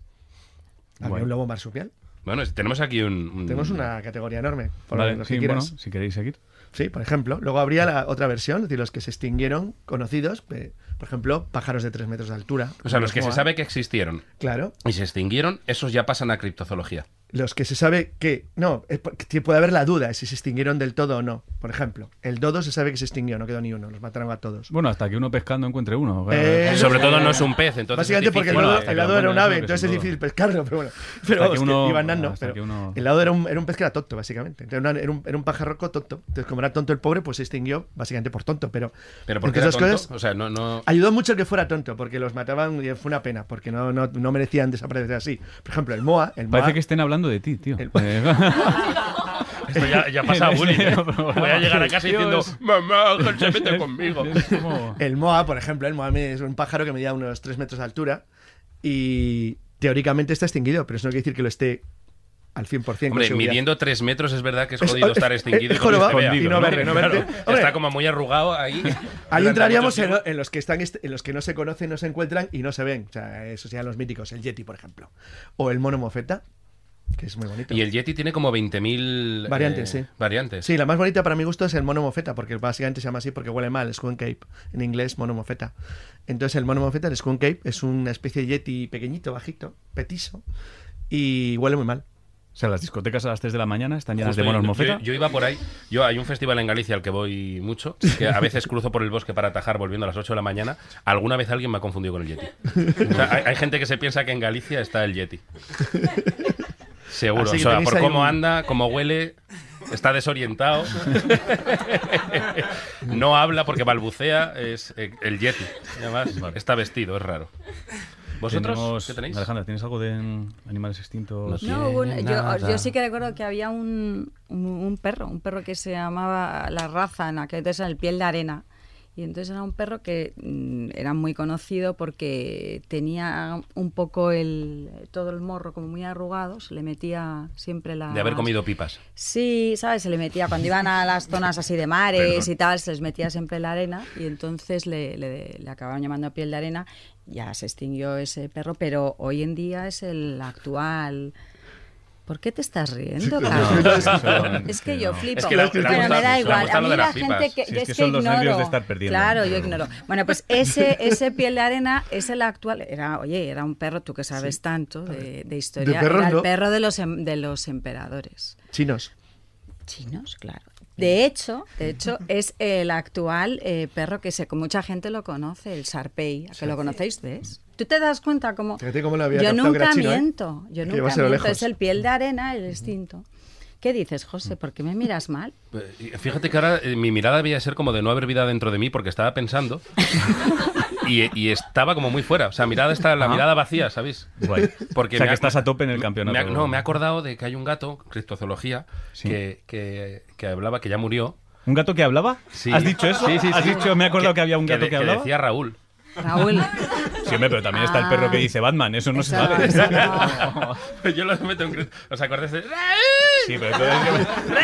Speaker 8: ¿Había
Speaker 2: Bueno.
Speaker 8: un lobo marsupial?
Speaker 4: Bueno, es- tenemos aquí un... un-
Speaker 8: Tenemos una categoría enorme. Por
Speaker 2: Mm. Vale,
Speaker 8: lo que
Speaker 2: sí, bueno,
Speaker 8: quieras.
Speaker 2: si queréis seguir.
Speaker 8: Sí, por ejemplo. Luego habría la otra versión, es decir, los que se extinguieron conocidos, pe- por ejemplo, pájaros de 3 metros de altura.
Speaker 4: O sea,
Speaker 8: como
Speaker 4: los que se
Speaker 8: moa.
Speaker 4: sabe que existieron
Speaker 8: ¿eh? Claro.
Speaker 4: y se extinguieron, esos ya pasan a criptozoología.
Speaker 8: los que se sabe que. No, es porque puede haber la duda de si se extinguieron del todo o no. Por ejemplo, el dodo se sabe que se extinguió, no quedó ni uno, los mataron a todos.
Speaker 2: Bueno, hasta que uno pescando encuentre uno.
Speaker 8: Eh,
Speaker 4: Sobre todo no es un pez, entonces.
Speaker 8: Básicamente
Speaker 4: es
Speaker 8: porque
Speaker 4: difícil.
Speaker 8: el dodo, el dodo era un
Speaker 2: que
Speaker 8: ave,
Speaker 2: es
Speaker 8: entonces
Speaker 2: un
Speaker 8: es
Speaker 2: dodo.
Speaker 8: difícil pescarlo, pero bueno. Pero
Speaker 2: Hasta que
Speaker 8: vamos, que
Speaker 2: uno-
Speaker 8: iban nano,
Speaker 2: hasta
Speaker 8: pero
Speaker 2: que uno-
Speaker 8: El dodo era un, era un pez que era tonto, básicamente. Entonces, era una- era, un, era un pajarroco tonto. Entonces, como era tonto el pobre, pues se extinguió básicamente por tonto. Pero,
Speaker 4: Pero porque
Speaker 8: entre
Speaker 4: era
Speaker 8: otras
Speaker 4: tonto,
Speaker 8: cosas,
Speaker 4: o sea, no- no-
Speaker 8: Ayudó mucho que fuera tonto, porque los mataban y fue una pena, porque no, no, no merecían desaparecer así. Por ejemplo, el Moa. El
Speaker 2: Parece
Speaker 8: moa-
Speaker 2: que estén hablando de ti, tío. Eh,
Speaker 4: Esto ya, ya pasa bullying. ¿eh? Voy a llegar a casa
Speaker 2: Dios.
Speaker 4: diciendo, mamá, Ángel se mete conmigo.
Speaker 8: El Moa, por ejemplo, el Moa es un pájaro que medía unos 3 metros de altura y teóricamente está extinguido, pero eso no quiere decir que lo esté al 100% con
Speaker 4: Hombre,
Speaker 8: seguridad.
Speaker 4: midiendo tres metros es verdad que es
Speaker 8: Es-
Speaker 4: jodido
Speaker 8: es-
Speaker 4: estar
Speaker 8: es-
Speaker 4: extinguido.
Speaker 8: es
Speaker 4: que no se
Speaker 8: jorobado
Speaker 4: vea,
Speaker 8: y no verde, no verde.
Speaker 4: Claro,
Speaker 8: Hombre.
Speaker 4: está como muy arrugado ahí.
Speaker 8: Ahí
Speaker 4: Durante
Speaker 8: entraríamos
Speaker 4: mucho
Speaker 8: en,
Speaker 4: tiempo.
Speaker 8: en los que están est- en los que no se conocen, no se encuentran y no se ven. O sea, esos serían los míticos, el Yeti, por ejemplo. O el mono mofeta, que es muy bonito.
Speaker 4: Y el Yeti tiene como 20.000
Speaker 8: Variantes,
Speaker 4: eh,
Speaker 8: sí.
Speaker 4: Variantes.
Speaker 8: Sí, la más bonita para mi gusto es el mono mofeta, porque básicamente se llama así porque huele mal, skunk ape. En inglés, mono mofeta. Entonces, el mono mofeta, el skunk ape, es una especie de yeti pequeñito, bajito, petiso, y huele muy mal.
Speaker 2: O sea, las discotecas a las 3 de la mañana están llenas
Speaker 4: Justo,
Speaker 2: de monos
Speaker 4: yo-
Speaker 2: mofeta.
Speaker 4: Yo, yo iba por ahí. Yo hay un festival en Galicia al que voy mucho, que a veces cruzo por el bosque para atajar volviendo a las 8 de la mañana. Alguna vez alguien me ha confundido con el Yeti. O sea, hay, hay gente que se piensa que en Galicia está el Yeti. Seguro,
Speaker 8: Así que
Speaker 4: o sea,
Speaker 8: tenéis
Speaker 4: por
Speaker 8: ahí
Speaker 4: cómo
Speaker 8: un-
Speaker 4: anda, cómo huele, está desorientado, no habla porque balbucea, es eh, el Yeti. Y Además, está vestido, es raro. ¿Vosotros
Speaker 2: Tenemos-
Speaker 4: qué tenéis?
Speaker 2: Alejandra, ¿tienes algo de mm, animales extintos?
Speaker 7: No, hubo un- yo, yo sí que recuerdo que había un, un- un perro, un perro que se llamaba La Raza, en aquel entonces era el piel de arena. Y entonces era un perro que mm, era muy conocido porque tenía un poco el, todo el morro como muy arrugado, se le metía siempre la...
Speaker 4: De haber comido pipas.
Speaker 7: Sí, ¿sabes? Se le metía cuando iban a las zonas así de mares
Speaker 4: Perdón.
Speaker 7: y tal, se les metía siempre la arena y entonces le, le- le acabaron llamando piel de arena. Ya se extinguió ese perro, pero hoy en día es el actual. ¿Por qué te estás riendo, Carlos?
Speaker 2: no,
Speaker 7: es
Speaker 2: sí,
Speaker 7: que yo
Speaker 2: no.
Speaker 7: flipo.
Speaker 2: Es que le ha- le ha gustado-
Speaker 7: bueno, me da
Speaker 2: le ha
Speaker 7: igual.
Speaker 2: gustado
Speaker 7: A
Speaker 2: lo
Speaker 7: mí
Speaker 2: de
Speaker 7: la
Speaker 2: las pipas.
Speaker 7: gente que.
Speaker 2: Sí,
Speaker 7: yo
Speaker 2: es
Speaker 7: es
Speaker 2: que
Speaker 7: que,
Speaker 2: son los nervios de
Speaker 7: ignoro.
Speaker 2: estar perdiendo.
Speaker 7: Claro, yo ignoro. Bueno, pues ese, ese piel de arena es el actual. Era, oye, era un perro, tú que sabes tanto de, de historia.
Speaker 8: perros,
Speaker 7: era el
Speaker 8: ¿no?
Speaker 7: perro de los, em- de los emperadores.
Speaker 8: Chinos.
Speaker 7: Chinos, claro. De hecho, de hecho, es el actual eh, perro que se, mucha gente lo conoce, el Sarpei. ¿A que lo conocéis? ¿Ves? Tú te das cuenta como...
Speaker 8: Fíjate cómo lo había
Speaker 7: yo
Speaker 8: captado que era
Speaker 7: nunca
Speaker 8: chino, ¿eh?
Speaker 7: miento, yo
Speaker 8: Que
Speaker 7: nunca
Speaker 8: iba a ser
Speaker 7: miento.
Speaker 8: lo
Speaker 7: Es
Speaker 8: lejos.
Speaker 7: el piel de arena, el instinto. ¿Qué dices, José? ¿Por qué me miras mal?
Speaker 4: Eh, Fíjate que ahora eh, mi mirada debía ser como de no haber vida dentro de mí porque estaba pensando y, y estaba como muy fuera. O sea, mirada está la
Speaker 2: Ah.
Speaker 4: mirada vacía, ¿sabéis?
Speaker 2: Guay. o
Speaker 4: Porque
Speaker 2: sea,
Speaker 4: me
Speaker 2: que
Speaker 4: ha-
Speaker 2: estás a tope en el campeonato.
Speaker 4: Me ha- no, me he acordado de que hay un gato, criptozoología, que, que- que hablaba, que ya murió.
Speaker 2: ¿Un gato que hablaba?
Speaker 4: Sí.
Speaker 2: ¿Has dicho eso?
Speaker 4: Sí, sí,
Speaker 2: ¿Has
Speaker 4: sí.
Speaker 2: dicho, me he acordado que, había un gato que,
Speaker 4: de-
Speaker 2: hablaba?
Speaker 4: decía Raúl.
Speaker 7: Raúl.
Speaker 2: Sí, hombre, pero también está el
Speaker 7: Ah.
Speaker 2: perro que dice Batman, eso no se
Speaker 7: Eso-
Speaker 2: sabe.
Speaker 7: eso
Speaker 4: Yo lo meto en cript- ¿Os acordáis de...?
Speaker 2: Sí, pero entonces, yo,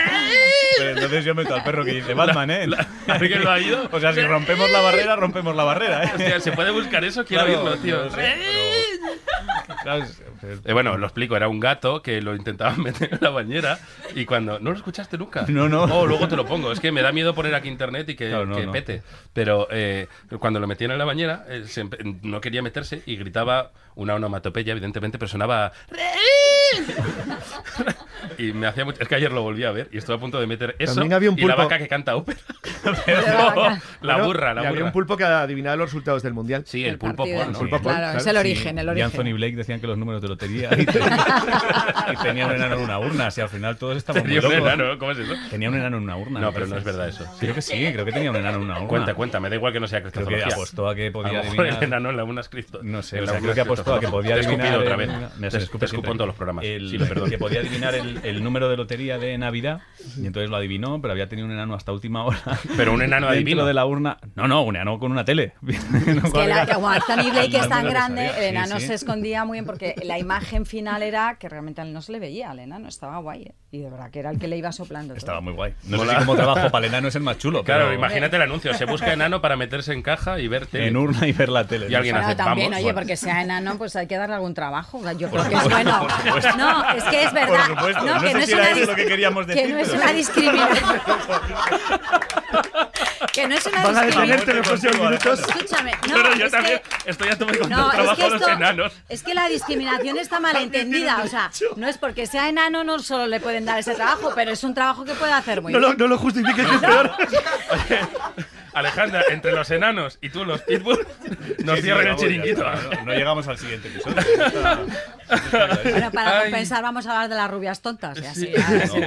Speaker 2: pero entonces yo meto al perro que dice Batman, ¿eh?
Speaker 4: ¿Alguien lo ha oído?
Speaker 2: O sea, si rompemos la barrera, rompemos la barrera, ¿eh?
Speaker 4: Hostia, ¿se puede buscar eso? Quiero
Speaker 2: Claro,
Speaker 4: oírlo, tío.
Speaker 2: no lo sé, pero- Claro, es- pero-
Speaker 4: Eh, bueno, lo explico, era un gato que lo intentaban meter en la bañera y cuando... ¿No lo escuchaste nunca?
Speaker 2: No, no.
Speaker 4: Oh, luego te lo pongo, es que me da miedo poner aquí internet y que,
Speaker 2: Claro, no,
Speaker 4: que
Speaker 2: no.
Speaker 4: pete. Pero eh, cuando lo metían en la bañera, eh, se empe- no quería meterse y gritaba una onomatopeya, evidentemente, pero sonaba... y me hacía mucho... Es que ayer lo volví a ver y estuve a punto de meter eso
Speaker 8: También había un
Speaker 4: y la
Speaker 8: pulpo.
Speaker 4: vaca que canta ópera. la
Speaker 8: Bueno,
Speaker 4: burra,
Speaker 8: y
Speaker 4: la
Speaker 8: Había
Speaker 4: burra.
Speaker 8: un pulpo que adivinaba los resultados del mundial.
Speaker 4: Sí, el pulpo
Speaker 7: partido.
Speaker 4: porno.
Speaker 8: El pulpo porno.
Speaker 7: Claro, es
Speaker 8: claro.
Speaker 7: el origen, el
Speaker 2: Y
Speaker 7: origen.
Speaker 2: Anthony Blake decían que los números de lotería y, tenía- y tenía un enano en una urna. Si al final todos estamos
Speaker 4: Tenía
Speaker 2: muy
Speaker 4: un
Speaker 2: locos.
Speaker 4: enano, ¿cómo es eso?
Speaker 2: Tenía un enano en una urna.
Speaker 4: No,
Speaker 2: me
Speaker 4: pero no
Speaker 2: parece.
Speaker 4: es verdad eso.
Speaker 2: Creo que sí, creo que tenía un enano en una urna.
Speaker 4: Cuenta, cuenta, me da igual que no sea
Speaker 2: Creo que
Speaker 4: criptozoología.
Speaker 2: apostó a que podía
Speaker 4: a lo mejor
Speaker 2: adivinar.
Speaker 4: el enano en la una es cripto.
Speaker 2: No sé,
Speaker 4: en
Speaker 2: o
Speaker 4: la
Speaker 2: sea,
Speaker 4: una
Speaker 2: creo
Speaker 4: es
Speaker 2: que apostó a que podía
Speaker 4: criptozoología. Te
Speaker 2: adivinar.
Speaker 4: he escupido otra
Speaker 2: el-
Speaker 4: vez.
Speaker 2: me
Speaker 4: Te-
Speaker 2: escupe
Speaker 4: te escupo
Speaker 2: siempre.
Speaker 4: en todos los programas.
Speaker 2: El-
Speaker 4: Sí, lo perdón.
Speaker 2: que podía adivinar el, el número de lotería de Navidad y entonces lo adivinó, pero había tenido un enano hasta última hora.
Speaker 4: Pero un enano
Speaker 2: dentro
Speaker 4: adivino.
Speaker 2: de la urna. No, no, un enano con una tele.
Speaker 7: Es que la, como Anthony Blake es tan grande,
Speaker 2: Sí,
Speaker 7: el enano
Speaker 2: sí.
Speaker 7: se escondía muy bien porque la imagen final era que realmente no se le veía al enano, estaba guay. ¿eh? Y de verdad que era el que le iba soplando. todo.
Speaker 2: Estaba muy guay. No sé
Speaker 4: Mola.
Speaker 2: si como trabajo para el enano es el más chulo.
Speaker 4: Claro,
Speaker 2: pero
Speaker 4: imagínate el anuncio. Se busca enano para meterse en caja y verte.
Speaker 2: En urna y ver la tele.
Speaker 4: Y alguien
Speaker 2: No sé.
Speaker 7: Claro,
Speaker 4: hace,
Speaker 7: también,
Speaker 4: vamos,
Speaker 7: oye,
Speaker 4: bueno.
Speaker 7: porque sea enano, pues hay que darle algún trabajo. O sea, Yo creo que es bueno. No, es que es verdad.
Speaker 2: Por supuesto.
Speaker 7: No,
Speaker 2: No
Speaker 7: que
Speaker 2: sé
Speaker 7: no
Speaker 2: si
Speaker 7: es una
Speaker 2: era eso
Speaker 7: dis-
Speaker 2: lo que queríamos
Speaker 7: que
Speaker 2: decir,
Speaker 7: no es
Speaker 2: pero-
Speaker 7: una discriminación.
Speaker 12: Que no es una
Speaker 8: Van a
Speaker 12: discriminación.
Speaker 8: detenerte los próximos minutos.
Speaker 12: Escúchame, no,
Speaker 4: No, no, yo
Speaker 12: es
Speaker 4: también
Speaker 12: que-
Speaker 4: estoy a tope con
Speaker 12: No,
Speaker 4: el
Speaker 12: es
Speaker 4: trabajo
Speaker 12: que
Speaker 4: de los
Speaker 12: esto-
Speaker 4: enanos.
Speaker 12: Es que la discriminación está malentendida, o sea, no es porque sea enano no solo le pueden dar ese trabajo, pero es un trabajo que puede hacer muy
Speaker 8: No lo,
Speaker 12: bien.
Speaker 8: no lo justifiques, que es peor.
Speaker 4: Alejandra, entre los enanos y tú los pitbull, nos
Speaker 2: Sí, sí,
Speaker 4: cierran el
Speaker 2: vamos, ya
Speaker 4: chiringuito.
Speaker 2: está, no- no llegamos al siguiente episodio.
Speaker 12: Bueno, para
Speaker 4: Ay.
Speaker 12: compensar vamos a hablar de las rubias tontas y así.
Speaker 4: Sí.
Speaker 12: así.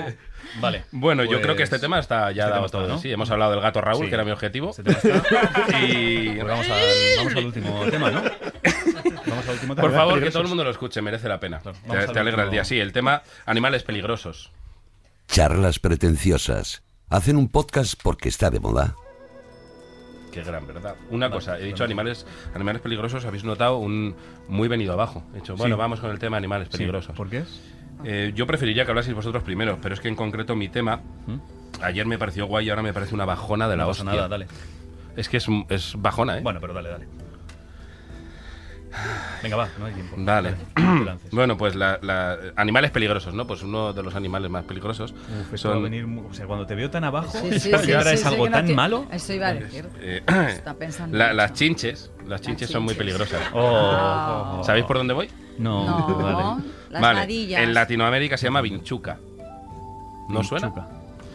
Speaker 2: Vale.
Speaker 4: Bueno, yo
Speaker 2: pues-
Speaker 4: creo que este tema está ya
Speaker 2: este
Speaker 4: dado
Speaker 2: tema está,
Speaker 4: todo.
Speaker 2: ¿no?
Speaker 4: Sí, hemos hablado del gato Raúl,
Speaker 2: Sí. Este
Speaker 4: que era mi objetivo. y
Speaker 2: Pues vamos al, vamos al último tema, ¿no? Vamos al último tema.
Speaker 4: Por favor, que todo el mundo lo escuche, merece la pena. Te-
Speaker 2: vamos
Speaker 4: te,
Speaker 2: al
Speaker 4: alegra el
Speaker 2: último.
Speaker 4: día. Sí, el tema animales peligrosos.
Speaker 5: Charlas pretenciosas. Hacen un podcast porque está de moda.
Speaker 4: Qué gran, ¿verdad? Una cosa, he dicho animales animales peligrosos, habéis notado un muy venido abajo. He dicho,
Speaker 2: Sí.
Speaker 4: bueno, vamos con el tema animales
Speaker 2: Sí,
Speaker 4: peligrosos.
Speaker 2: ¿Por qué es?
Speaker 4: Eh, yo preferiría que hablaseis vosotros primero, pero es que en concreto mi tema, ayer me pareció guay y ahora me parece una bajona de la
Speaker 2: ¿Mm? No pasa
Speaker 4: hostia.
Speaker 2: nada, dale.
Speaker 4: Es que es, un- es bajona, ¿eh?
Speaker 2: Bueno, pero dale, dale. Venga, va, no hay tiempo.
Speaker 4: Dale.
Speaker 2: no te lances.
Speaker 4: bueno, pues la- la- animales peligrosos, ¿no? Pues uno de los animales más peligrosos
Speaker 2: Uf, esto va a
Speaker 4: son...
Speaker 2: venir mu- o sea, cuando te veo tan abajo,
Speaker 12: Sí, sí,
Speaker 2: y
Speaker 12: sí,
Speaker 2: ahora
Speaker 12: sí,
Speaker 2: es
Speaker 12: sí,
Speaker 2: algo
Speaker 12: que no
Speaker 2: tan
Speaker 12: tiene-
Speaker 2: malo.
Speaker 12: Eso iba a decir.
Speaker 4: eh,
Speaker 12: pues, Está pensando
Speaker 4: la-
Speaker 12: mucho.
Speaker 4: las chinches, las chinches son muy
Speaker 12: chinches. Ah.
Speaker 4: peligrosas.
Speaker 2: Oh.
Speaker 4: ¿Sabéis por dónde voy?
Speaker 2: No,
Speaker 12: No,
Speaker 2: vale.
Speaker 12: las
Speaker 4: vale.
Speaker 12: ladillas.
Speaker 4: En Latinoamérica se llama vinchuca. ¿No suena?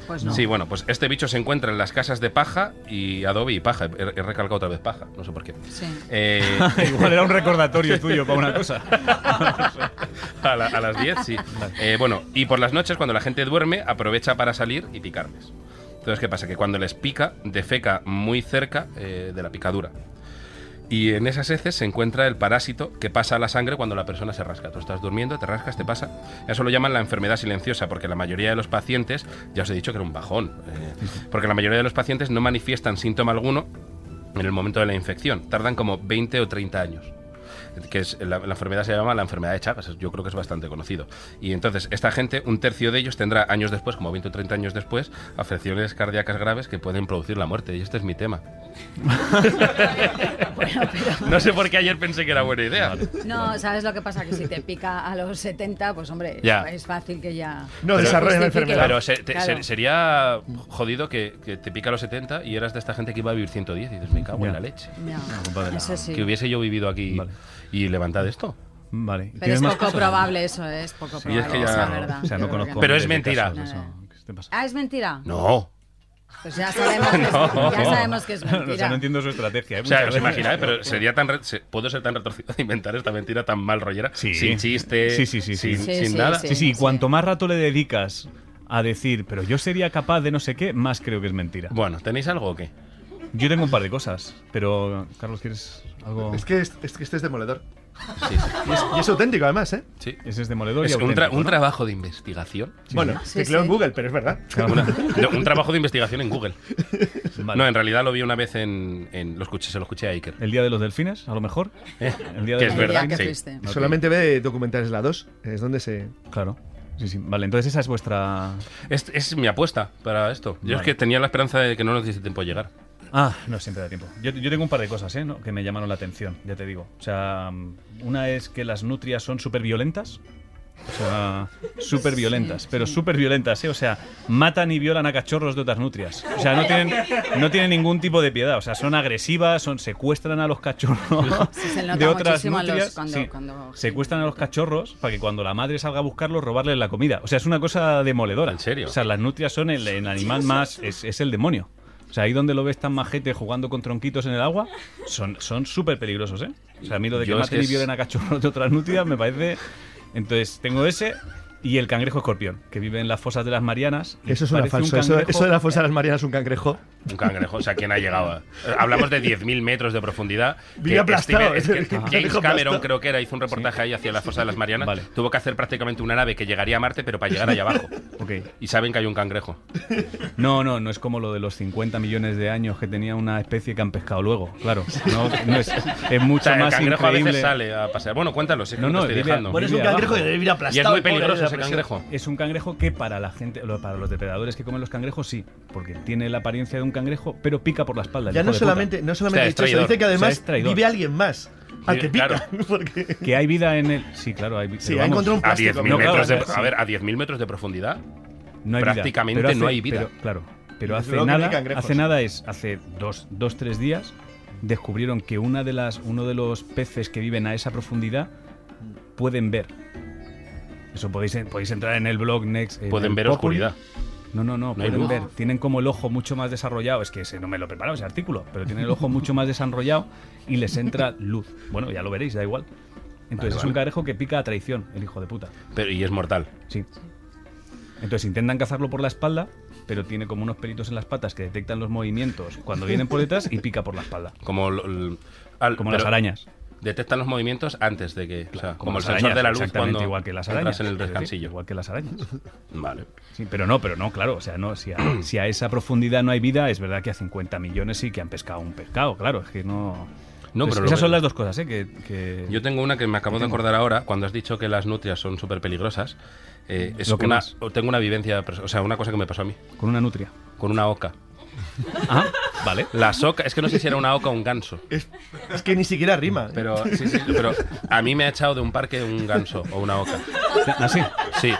Speaker 12: Pues no.
Speaker 4: Sí, bueno, pues este bicho se encuentra en las casas de paja y adobe y paja. He, he recalcado otra vez paja, no sé por qué.
Speaker 12: Sí.
Speaker 4: Eh,
Speaker 2: Igual era un recordatorio tuyo para una cosa.
Speaker 4: a, la- a las 10, sí. Eh, bueno, y por las noches, cuando la gente duerme, aprovecha para salir y picarles. Entonces, ¿qué pasa? Que cuando les pica, defeca muy cerca eh, de la picadura. Y en esas heces se encuentra el parásito que pasa a la sangre cuando la persona se rasca. Tú estás durmiendo, te rascas, te pasa. Eso lo llaman la enfermedad silenciosa, porque la mayoría de los pacientes, ya os he dicho que era un bajón, eh, porque la mayoría de los pacientes no manifiestan síntoma alguno en el momento de la infección. Tardan como 20 o 30 años. Que es, la, la enfermedad se llama la enfermedad de Chagas, yo creo que es bastante conocido. Y entonces, esta gente, un tercio de ellos tendrá años después, como 20 o 30 años después, afecciones cardíacas graves que pueden producir la muerte. Y este es mi tema. No sé por qué ayer pensé que era buena idea.
Speaker 12: No, ¿sabes lo que pasa? Que si te pica a los 70, pues hombre,
Speaker 4: Ya.
Speaker 12: es fácil que ya...
Speaker 8: No
Speaker 4: Pero-
Speaker 8: desarrollen la
Speaker 12: Justifique.
Speaker 8: enfermedad.
Speaker 4: Pero se- te-
Speaker 12: Claro.
Speaker 4: se- sería jodido que, que te pica a los 70 y eras de esta gente que iba a vivir 110 y dices, me cago en
Speaker 2: Ya.
Speaker 4: la leche.
Speaker 12: Ya.
Speaker 2: compadre,
Speaker 12: Eso sí.
Speaker 4: Que hubiese yo vivido aquí y levantad esto.
Speaker 2: Vale.
Speaker 12: Pero es
Speaker 2: ¿Tienes más
Speaker 12: poco
Speaker 2: cosas?
Speaker 12: probable eso, ¿eh? es poco
Speaker 4: Y
Speaker 12: probable,
Speaker 4: es que
Speaker 12: esa
Speaker 4: ya-
Speaker 12: verdad.
Speaker 2: O sea,
Speaker 12: Yo creo
Speaker 2: no
Speaker 12: que
Speaker 2: conozco.
Speaker 12: no.
Speaker 4: Pero es
Speaker 2: miles de
Speaker 4: mentira.
Speaker 2: casos de eso. ¿Qué te pasa?
Speaker 12: Ah, ¿es mentira?
Speaker 4: No.
Speaker 12: Pues ya sabemos, que es- ya sabemos que es mentira.
Speaker 2: O sea, no entiendo su estrategia. ¿eh?
Speaker 4: O sea,
Speaker 2: Muchas
Speaker 4: os
Speaker 2: veces.
Speaker 4: imagináis, pero sería tan re- se- puedo ser tan retorcido de inventar esta mentira tan mal rollera,
Speaker 2: Sí.
Speaker 4: sin chiste,
Speaker 2: Sí, sí, sí, sí.
Speaker 4: sin,
Speaker 12: Sí,
Speaker 4: sin
Speaker 12: sí,
Speaker 4: nada.
Speaker 2: Sí, sí, cuanto más rato le dedicas a decir, pero yo sería capaz de no sé qué, más creo que es mentira.
Speaker 4: Bueno, ¿tenéis algo o qué?
Speaker 2: Yo tengo un par de cosas, pero Carlos, ¿quieres algo?
Speaker 8: Es que, es, es que este es demoledor.
Speaker 4: Sí, sí.
Speaker 8: Y es, y es auténtico, además, ¿eh?
Speaker 4: sí.
Speaker 2: Ese es demoledor y
Speaker 4: Es un, tra-
Speaker 2: auténtico,
Speaker 4: un
Speaker 2: ¿no?
Speaker 4: trabajo de investigación.
Speaker 8: Bueno,
Speaker 12: Sí,
Speaker 8: tecleo
Speaker 12: sí.
Speaker 8: en Google, pero es verdad.
Speaker 4: Una- no, un trabajo de investigación en Google.
Speaker 2: Vale.
Speaker 4: No, en realidad lo vi una vez en. en- lo escuché, se lo escuché a Iker.
Speaker 2: El día de los delfines, a lo mejor.
Speaker 4: ¿Eh?
Speaker 2: El día
Speaker 4: Que
Speaker 2: de
Speaker 4: es
Speaker 2: los
Speaker 12: El
Speaker 4: verdad,
Speaker 12: día que
Speaker 4: sí.
Speaker 12: fuiste.
Speaker 2: Ok.
Speaker 8: Solamente ve documentales la 2, es donde se...
Speaker 2: Claro. Sí, sí. Vale, entonces esa es vuestra.
Speaker 4: Es, es mi apuesta para esto. Yo es
Speaker 2: Vale.
Speaker 4: que tenía la esperanza de que no nos diese tiempo a llegar.
Speaker 2: Ah, no, siempre da tiempo. Yo, yo tengo un par de cosas ¿eh? ¿no? que me llamaron la atención, ya te digo. O sea, mm, una es que las nutrias son súper violentas. O sea, súper violentas, pero súper violentas, ¿eh? O sea, matan y violan a cachorros de otras nutrias. O sea, no tienen, no tienen ningún tipo de piedad. O sea, son agresivas, son, secuestran a los cachorros
Speaker 12: Sí, se nota
Speaker 2: de otras
Speaker 12: muchísimo a los-
Speaker 2: nutrias.
Speaker 12: cuando-
Speaker 2: Sí.
Speaker 12: cuando-
Speaker 2: Secuestran a los cachorros para que cuando la madre salga a buscarlos, robarles la comida. O sea, es una cosa demoledora.
Speaker 4: ¿En serio?
Speaker 2: O sea, las nutrias son el, el animal más. Es, es el demonio. O sea, ahí donde lo ves tan majete jugando con tronquitos en el agua, son son súper peligrosos, ¿eh? O sea, a mí lo de que
Speaker 4: Yo es
Speaker 2: maten
Speaker 4: que
Speaker 2: y violen
Speaker 4: es-
Speaker 2: a cachorros de otras nutrias me parece. Entonces, tengo ese y el cangrejo escorpión, que vive en las fosas de las Marianas. y
Speaker 8: Eso es una
Speaker 2: parece un
Speaker 8: falso. Eso,
Speaker 2: cangrejo-
Speaker 8: eso de la fosa de las Marianas es un cangrejo.
Speaker 4: Un cangrejo, o sea, ¿quién ha llegado? a- Eh, Hablamos de 10.000 metros de profundidad.
Speaker 8: Vive aplastado,
Speaker 4: es que
Speaker 8: es decir,
Speaker 4: James
Speaker 8: cangrejo
Speaker 4: Cameron,
Speaker 8: aplastado.
Speaker 4: creo que era, hizo un reportaje ahí hacia la fosa de las Marianas.
Speaker 2: Vale.
Speaker 4: Tuvo que hacer prácticamente una nave que llegaría a Marte, pero para llegar allá abajo.
Speaker 2: Ok.
Speaker 4: Y saben que hay un cangrejo.
Speaker 2: No, no, no es como lo de los 50 millones de años que tenía una especie que han pescado luego, claro. No, no es, es
Speaker 4: O
Speaker 2: mucho
Speaker 4: sea, el
Speaker 2: más
Speaker 4: cangrejo a
Speaker 2: increíble.
Speaker 4: veces sale a pasear. Bueno, cuéntalo, si es que
Speaker 2: No,
Speaker 4: no, te
Speaker 2: no,
Speaker 4: estoy
Speaker 2: dile-
Speaker 4: dejando.
Speaker 2: bueno, es un Vive cangrejo abajo. que debe
Speaker 8: ir
Speaker 4: Y es muy peligroso ese cangrejo.
Speaker 2: Es un cangrejo que para la gente, lo- para los depredadores que comen los cangrejos, sí, porque tiene la apariencia de un cangrejo, pero pica por la espalda. el
Speaker 8: Ya
Speaker 2: hijo
Speaker 8: no
Speaker 2: de
Speaker 8: solamente,
Speaker 2: puta.
Speaker 8: no solamente
Speaker 4: O sea,
Speaker 8: he
Speaker 4: es
Speaker 8: dicho eso,
Speaker 4: traidor.
Speaker 8: dice que
Speaker 2: O sea,
Speaker 8: además
Speaker 2: es traidor.
Speaker 8: vive alguien más al que pica.
Speaker 4: Claro.
Speaker 8: Porque...
Speaker 2: Que hay vida en él. Sí, claro, hay vida.
Speaker 8: Sí, ha encontrado un
Speaker 4: A
Speaker 8: plástico.
Speaker 4: 10.000
Speaker 2: No, claro,
Speaker 4: metros, de-
Speaker 2: sí.
Speaker 4: a ver, a 10.000 metros de profundidad.
Speaker 2: no hay vida.
Speaker 4: Prácticamente
Speaker 2: Pero hace-
Speaker 4: no hay vida.
Speaker 2: pero- claro, pero
Speaker 4: Desde
Speaker 2: hace
Speaker 4: luego que no hay
Speaker 2: nada,
Speaker 4: cangrejos.
Speaker 2: hace nada es, hace dos, dos, tres días, descubrieron que una de las, uno de los peces que viven a esa profundidad pueden ver. Eso podéis, podéis entrar en el blog Next. en
Speaker 4: Pueden
Speaker 2: el
Speaker 4: ver
Speaker 2: Populi.
Speaker 4: oscuridad.
Speaker 2: No, no, no,
Speaker 4: No hay
Speaker 2: pueden
Speaker 4: luz.
Speaker 2: ver. Tienen como el ojo mucho más desarrollado. Es que ese no me lo he preparado ese artículo, pero tienen el ojo mucho más desarrollado y les entra luz. Bueno, ya lo veréis, da igual. Entonces
Speaker 4: Vale,
Speaker 2: es un
Speaker 4: vale.
Speaker 2: carejo que pica a traición, el hijo de puta.
Speaker 4: Pero, y es mortal.
Speaker 2: Sí. Entonces intentan cazarlo por la espalda, pero tiene como unos pelitos en las patas que detectan los movimientos cuando vienen por detrás y pica por la espalda.
Speaker 4: Como, lo- l- al-
Speaker 2: Como
Speaker 4: pero
Speaker 2: las arañas.
Speaker 4: Detectan los movimientos antes de que. o sea, como,
Speaker 2: las
Speaker 4: el sensor
Speaker 2: arañas,
Speaker 4: de la luz
Speaker 2: exactamente
Speaker 4: cuando
Speaker 2: igual que las arañas.
Speaker 4: entras en el
Speaker 2: es decir,
Speaker 4: descansillo.
Speaker 2: Igual que las arañas.
Speaker 4: Vale.
Speaker 2: Sí, pero no, pero no, claro. O sea, no, si, a, si a esa profundidad no hay vida, es verdad que a 50 millones sí que han pescado un pescado, claro. Es que no.
Speaker 4: No,
Speaker 2: Entonces,
Speaker 4: pero lo
Speaker 2: esas son
Speaker 4: veo.
Speaker 2: las dos cosas, ¿eh? Que, que-
Speaker 4: Yo tengo una que me acabo de
Speaker 2: Tengo.
Speaker 4: acordar ahora, cuando has dicho que las nutrias son súper peligrosas. eh, es
Speaker 2: Lo que
Speaker 4: una-
Speaker 2: más.
Speaker 4: o tengo una vivencia, pers- o sea, una cosa que me pasó a mí.
Speaker 2: Con una nutria.
Speaker 4: Con una oca.
Speaker 2: Ah, vale.
Speaker 4: Las oca, es que no sé si era una oca o un ganso.
Speaker 8: Es que ni siquiera rima.
Speaker 4: Pero, sí, sí, pero a mí me ha echado de un parque un ganso o una oca.
Speaker 2: ¿Así?
Speaker 4: Sí.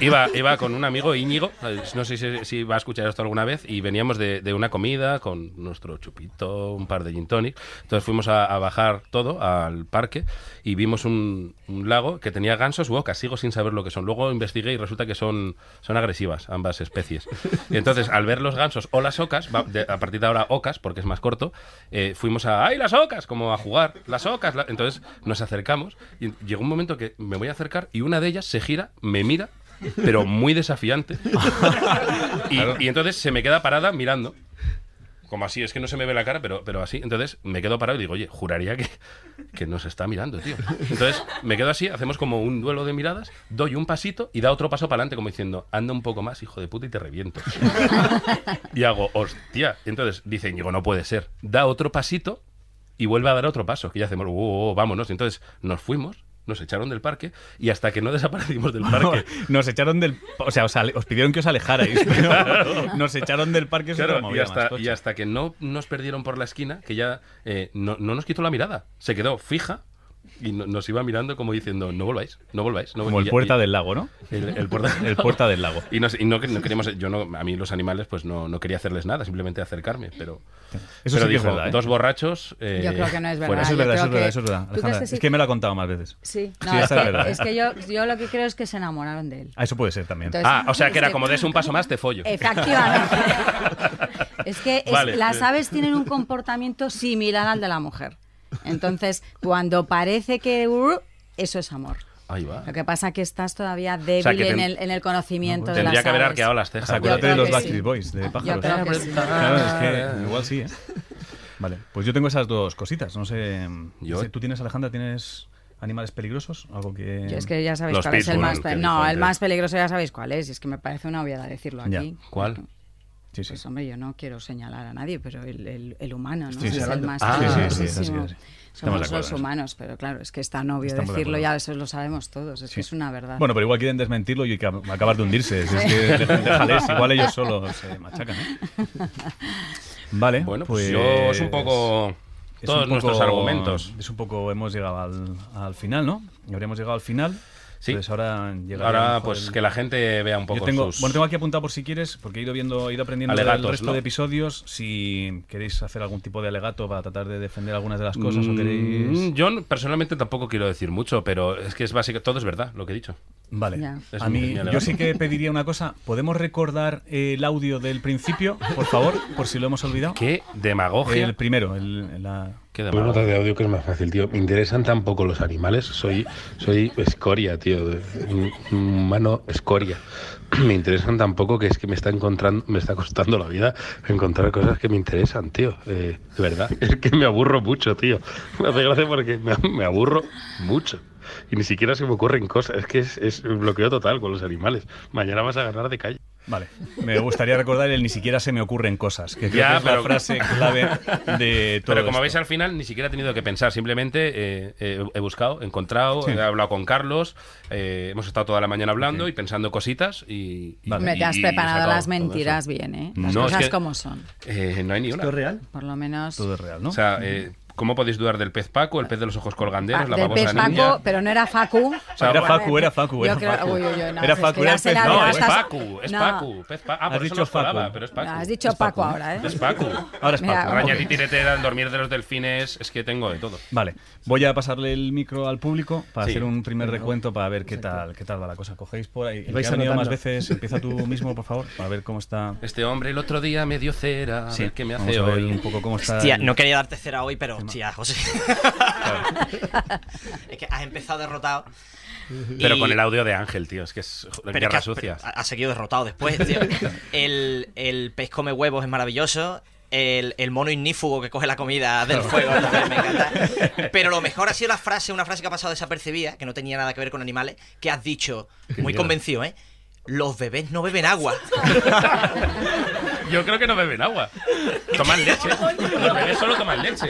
Speaker 4: Iba, iba con un amigo, Íñigo, no sé si, si va a escuchar esto alguna vez, y veníamos de, de una comida con nuestro chupito, un par de gin tonic. Entonces fuimos a, a bajar todo al parque y vimos un, un lago que tenía gansos u ocas. Sigo sin saber lo que son. Luego investigué y resulta que son, son agresivas ambas especies. Y entonces, al ver los gansos o las ocas, va- de- a partir de ahora ocas, porque es más corto, eh, fuimos a ¡ay, las ocas! Como a jugar, las ocas. la-". Entonces nos acercamos y llegó un momento que me voy a acercar y una de ellas se gira, me mira, pero muy desafiante. y, y entonces se me queda parada mirando. Como así, es que no se me ve la cara, pero, pero así. Entonces me quedo parado y digo, oye, juraría que, que nos está mirando, tío. Entonces me quedo así, hacemos como un duelo de miradas, doy un pasito y da otro paso para adelante, como diciendo, anda un poco más, hijo de puta, y te reviento. y hago, hostia. Entonces dice Íñigo, no puede ser. Da otro pasito y vuelve a dar otro paso. Que ya hacemos, "Oh, oh, vámonos. Entonces nos fuimos, nos echaron del parque y hasta que no desaparecimos del parque.
Speaker 2: Nos echaron del. O sea, os, ale- os pidieron que os alejarais. pero Nos echaron del parque. eso es
Speaker 4: Claro,
Speaker 2: otra
Speaker 4: y,
Speaker 2: movida más
Speaker 4: hasta,
Speaker 2: tocha.
Speaker 4: y hasta que no nos perdieron por la esquina, que ya eh, no, no nos quitó la mirada, se quedó fija y no- nos iba mirando como diciendo, no volváis, no volváis. No
Speaker 2: Como
Speaker 4: vol-".
Speaker 2: el
Speaker 4: Y-
Speaker 2: puerta
Speaker 4: y-
Speaker 2: del lago, ¿no?
Speaker 4: El, el puerta,
Speaker 2: El puerta del lago.
Speaker 4: Y, nos- y no, no queríamos, yo no, a mí los animales pues no, no quería hacerles nada, simplemente acercarme, pero...
Speaker 2: Eso
Speaker 4: pero
Speaker 2: sí que es
Speaker 4: dijo,
Speaker 2: verdad, ¿eh?
Speaker 4: dos borrachos... eh,
Speaker 7: Yo creo que no es verdad,
Speaker 4: fuera".
Speaker 2: Eso es
Speaker 7: yo
Speaker 2: verdad, eso es
Speaker 7: creo
Speaker 2: verdad,
Speaker 7: que-
Speaker 2: eso es verdad.
Speaker 7: ¿Tú crees
Speaker 2: Alejandra,
Speaker 7: que sí?
Speaker 2: es que me lo ha contado más veces.
Speaker 7: Sí, no,
Speaker 2: Sí,
Speaker 7: es,
Speaker 2: esa
Speaker 7: que,
Speaker 2: es verdad,
Speaker 7: es
Speaker 2: ¿eh?
Speaker 7: que yo, yo lo que creo es que se enamoraron de él.
Speaker 2: Ah, eso puede ser también.
Speaker 7: Entonces- este-
Speaker 4: Ah, o sea, que era como des un paso más, te follo.
Speaker 7: Efectivamente. es que es-
Speaker 4: Vale.
Speaker 2: eh.
Speaker 7: las aves tienen un comportamiento similar al de la mujer. Entonces, cuando parece que uh, eso es amor.
Speaker 4: Ahí va.
Speaker 7: Lo que pasa que estás todavía débil
Speaker 4: que ten-
Speaker 7: en, el, en el conocimiento de las
Speaker 4: Tendría que haber
Speaker 7: aves.
Speaker 4: arqueado las cejas.
Speaker 2: O sea, acuérdate
Speaker 7: Yo
Speaker 2: de
Speaker 7: creo
Speaker 2: los
Speaker 7: que
Speaker 2: Backstreet
Speaker 7: sí.
Speaker 2: Boys, de pájaros.
Speaker 7: creo que sí.
Speaker 2: Claro, es que igual sí, ¿eh? Vale, pues yo tengo esas dos cositas. No sé.
Speaker 4: Yo-
Speaker 2: ¿Tú tienes, Alejandra, tienes animales peligrosos? Algo que.
Speaker 7: Yo es que ya sabéis cuál es el más pe- No, el más peligroso ya sabéis cuál es. Y es que me parece una obviedad decirlo
Speaker 2: Ya.
Speaker 7: aquí.
Speaker 4: ¿Cuál?
Speaker 2: Sí, sí.
Speaker 7: Pues hombre, yo no quiero señalar a nadie, pero el, el- el humano, ¿no?
Speaker 2: Estoy
Speaker 7: es el
Speaker 2: señalando.
Speaker 7: más
Speaker 2: Ah, sí, sí, sí,
Speaker 7: peligrosísimo.
Speaker 2: sí, sí, sí. Estamos
Speaker 7: Somos
Speaker 2: de acuerdo en
Speaker 7: los
Speaker 2: eso.
Speaker 7: humanos, pero claro, es que es tan obvio
Speaker 2: Estamos de
Speaker 7: decirlo,
Speaker 2: acuerdo.
Speaker 7: ya eso lo sabemos todos, es que es una verdad.
Speaker 2: Bueno, pero igual quieren desmentirlo y acab- acabar de hundirse. Si es que déjales, igual ellos solo se machacan. ¿eh? Vale.
Speaker 4: Bueno, pues yo es un poco-
Speaker 2: es
Speaker 4: todos
Speaker 2: un
Speaker 4: nuestros argumentos.
Speaker 2: Es un poco. Hemos llegado al, al final, ¿no? Habríamos llegado al final.
Speaker 4: Sí.
Speaker 2: Entonces ahora llegaría a lo
Speaker 4: Ahora,
Speaker 2: mejor
Speaker 4: pues
Speaker 2: el-
Speaker 4: que la gente vea un poco
Speaker 2: Yo tengo,
Speaker 4: sus...
Speaker 2: Bueno, tengo aquí apuntado por si quieres, porque he ido viendo, he ido aprendiendo
Speaker 4: Alegatos,
Speaker 2: del resto
Speaker 4: ¿no?
Speaker 2: de episodios. Si queréis hacer algún tipo de alegato para tratar de defender algunas de las cosas o
Speaker 4: Mm,
Speaker 2: queréis.
Speaker 4: Yo no- personalmente tampoco quiero decir mucho, pero es que es básico, todo es verdad lo que he dicho.
Speaker 2: Vale.
Speaker 4: Ya. Es
Speaker 2: A
Speaker 4: mi- mi
Speaker 2: mí, yo
Speaker 4: alegato.
Speaker 2: sí que pediría una cosa. ¿Podemos recordar eh, el audio del principio, por favor? Por si lo hemos olvidado.
Speaker 4: ¿Qué demagogia?
Speaker 2: El primero, el, la.
Speaker 4: ¿Qué
Speaker 10: Una nota de audio que es más fácil, tío. Me interesan tampoco los animales. Soy, soy escoria, tío. de- Un un humano escoria. Me interesan tampoco que es que me está encontrando, me está costando la vida encontrar cosas que me interesan, tío. Eh, de verdad. Es que me aburro mucho, tío. Me hace gracia porque me, me aburro mucho. Y ni siquiera se me ocurren cosas. Es que es, es bloqueo total con los animales. Mañana vas a ganar de calle.
Speaker 2: Vale. Me gustaría recordar el ni siquiera se me ocurren cosas, que creo
Speaker 4: Ya,
Speaker 2: que es
Speaker 4: pero-
Speaker 2: la frase clave de todo
Speaker 4: Pero como
Speaker 2: esto.
Speaker 4: veis al final ni siquiera he tenido que pensar, simplemente eh, eh, he buscado, he encontrado,
Speaker 2: Sí.
Speaker 4: he hablado con Carlos, eh, hemos estado toda la mañana hablando y pensando cositas y...
Speaker 2: pues,
Speaker 4: y-
Speaker 7: Hombre, te has
Speaker 4: y- y
Speaker 7: preparado
Speaker 4: sacado
Speaker 7: las
Speaker 4: todo eso.
Speaker 7: mentiras bien, ¿eh? Las
Speaker 4: No, es
Speaker 7: cosas
Speaker 4: que-
Speaker 7: como son.
Speaker 4: Eh, no hay ni una.
Speaker 8: real?
Speaker 7: Por lo menos.
Speaker 2: Todo es real, ¿no?
Speaker 4: O sea, eh, ¿Cómo podéis dudar del pez Paco, el pez de los ojos
Speaker 7: ah,
Speaker 4: colganderos, la
Speaker 12: Ah, del pez
Speaker 4: babosa
Speaker 12: Paco,
Speaker 4: niña?
Speaker 12: pero no era Facu.
Speaker 4: O sea,
Speaker 2: Era Facu, era Facu, era
Speaker 12: Yo creo-
Speaker 2: Facu.
Speaker 12: uy, uy, uy, no,
Speaker 2: Era
Speaker 12: es
Speaker 2: Facu,
Speaker 12: que
Speaker 2: era
Speaker 12: ya se
Speaker 2: pez-
Speaker 12: la
Speaker 2: no,
Speaker 12: había
Speaker 2: es
Speaker 12: gastado-
Speaker 4: Pacu, es
Speaker 12: No.
Speaker 4: Paco, pez Paco. Ah,
Speaker 2: Has
Speaker 4: por eso
Speaker 2: dicho
Speaker 4: no os colaba,
Speaker 2: Facu.
Speaker 4: pero es Paco.
Speaker 12: Has dicho
Speaker 4: Es
Speaker 12: Paco ahora, ¿eh?
Speaker 4: Es Pacu.
Speaker 2: Ahora es
Speaker 12: Mira,
Speaker 2: Paco.
Speaker 4: Rañar y tiretera, el dormir de los delfines, es que tengo de todo.
Speaker 2: Vale, voy a pasarle el micro al público para
Speaker 4: Sí.
Speaker 2: hacer un primer recuento para ver qué tal, qué tal va la cosa. Cogéis por ahí. El que
Speaker 4: vais
Speaker 2: ha venido más
Speaker 4: anotando.
Speaker 2: veces, Pues, empieza tú mismo, por favor, para ver cómo está.
Speaker 4: Este hombre el otro día me dio cera,
Speaker 2: Sí,
Speaker 4: a ver qué me
Speaker 2: vamos
Speaker 4: hace
Speaker 2: a ver
Speaker 4: hoy.
Speaker 2: un poco cómo está
Speaker 13: Hostia,
Speaker 2: el-
Speaker 13: no quería darte cera hoy, pero hostia, José. es que has empezado derrotado.
Speaker 4: Pero
Speaker 13: Y-
Speaker 4: con el audio de Ángel, tío, es que es joder,
Speaker 13: pero es que
Speaker 4: guerra
Speaker 13: has-
Speaker 4: sucia.
Speaker 13: pero Ha, ha seguido derrotado después, tío. El, el pez come huevos es maravilloso. El, el mono ignífugo que coge la comida del fuego también me encanta. Pero lo mejor ha sido la frase, una frase que ha pasado desapercibida, que no tenía nada que ver con animales, que has dicho, muy
Speaker 4: mierda.
Speaker 13: convencido, ¿eh? Los bebés no beben agua.
Speaker 4: Yo creo que no beben agua. Toman leche. Los bebés solo toman leche.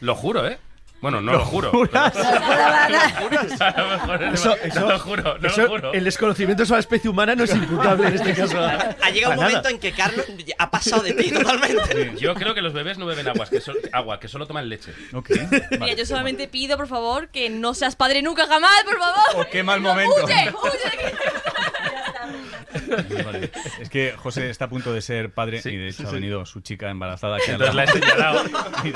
Speaker 4: Lo juro, ¿eh? Bueno, no lo, juro. A lo mejor es-
Speaker 8: Eso-
Speaker 4: no
Speaker 8: eso-
Speaker 4: lo juro, no
Speaker 8: eso-
Speaker 4: lo juro.
Speaker 8: El desconocimiento sobre la especie humana no es imputable en este caso.
Speaker 13: Ha llegado un
Speaker 8: Para
Speaker 13: momento
Speaker 8: nada.
Speaker 13: en que Carlos ha pasado de ti totalmente.
Speaker 4: Yo creo que los bebés no beben aguas, que sol- agua, que solo toman leche.
Speaker 2: Ok.
Speaker 14: Mira, yo solamente pido, por favor, que no seas padre nunca jamás, por favor.
Speaker 2: qué mal
Speaker 14: ¡Huye! ¡Huye!
Speaker 2: Vale. Es que José está a punto de ser padre y de hecho
Speaker 4: sí,
Speaker 2: ha
Speaker 4: sí.
Speaker 2: venido su chica embarazada. Que
Speaker 4: Entonces la he señalado.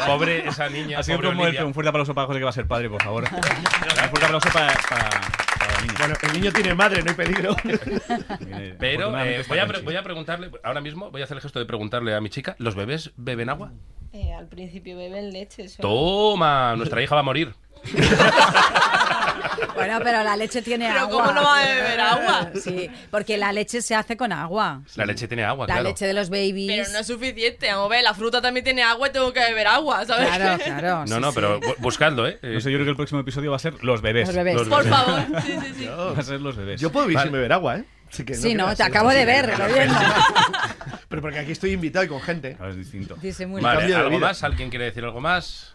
Speaker 4: Pobre esa niña,
Speaker 2: Ha sido
Speaker 4: pobre
Speaker 2: como el-
Speaker 4: Olivia.
Speaker 2: un fuerte aplauso para José que va a ser padre, por favor. un fuerte aplauso para, para- para la niña.
Speaker 8: Bueno, el niño tiene madre, no hay peligro.
Speaker 4: Pero
Speaker 2: Afortunadamente
Speaker 4: eh,
Speaker 2: está
Speaker 4: voy, a,
Speaker 2: con
Speaker 4: pre-
Speaker 2: chica.
Speaker 4: voy a preguntarle, ahora mismo voy a hacer el gesto de preguntarle a mi chica, ¿los bebés beben agua?
Speaker 15: Eh, al principio beben leche. solo.
Speaker 4: Toma, nuestra hija va a morir.
Speaker 12: Bueno, pero la leche tiene
Speaker 14: Pero
Speaker 12: agua.
Speaker 14: ¿cómo no va a beber agua?
Speaker 12: Sí, porque la leche se hace con agua.
Speaker 4: La leche tiene agua,
Speaker 12: la
Speaker 4: claro.
Speaker 12: leche de los babies.
Speaker 14: Pero no es suficiente, vamos a ver, la fruta también tiene agua y tengo que beber agua, ¿sabes?
Speaker 12: Claro, claro.
Speaker 4: No, no, pero bu- buscadlo, ¿eh?
Speaker 2: No sé, yo creo que el próximo episodio va a ser los bebés.
Speaker 12: Los bebés.
Speaker 14: Por favor, sí, sí, sí.
Speaker 2: Va a ser los bebés.
Speaker 8: Yo puedo vivir sin beber agua, ¿eh? Así que
Speaker 12: Sí, no,
Speaker 8: creas,
Speaker 12: te acabo de ver, lo viendo.
Speaker 8: Pero porque aquí estoy invitado y con gente.
Speaker 2: Claro, es distinto.
Speaker 12: Disimula.
Speaker 4: Vale,
Speaker 8: Cambio de
Speaker 4: ¿algo
Speaker 8: vida.
Speaker 4: más? ¿Alguien quiere decir algo más?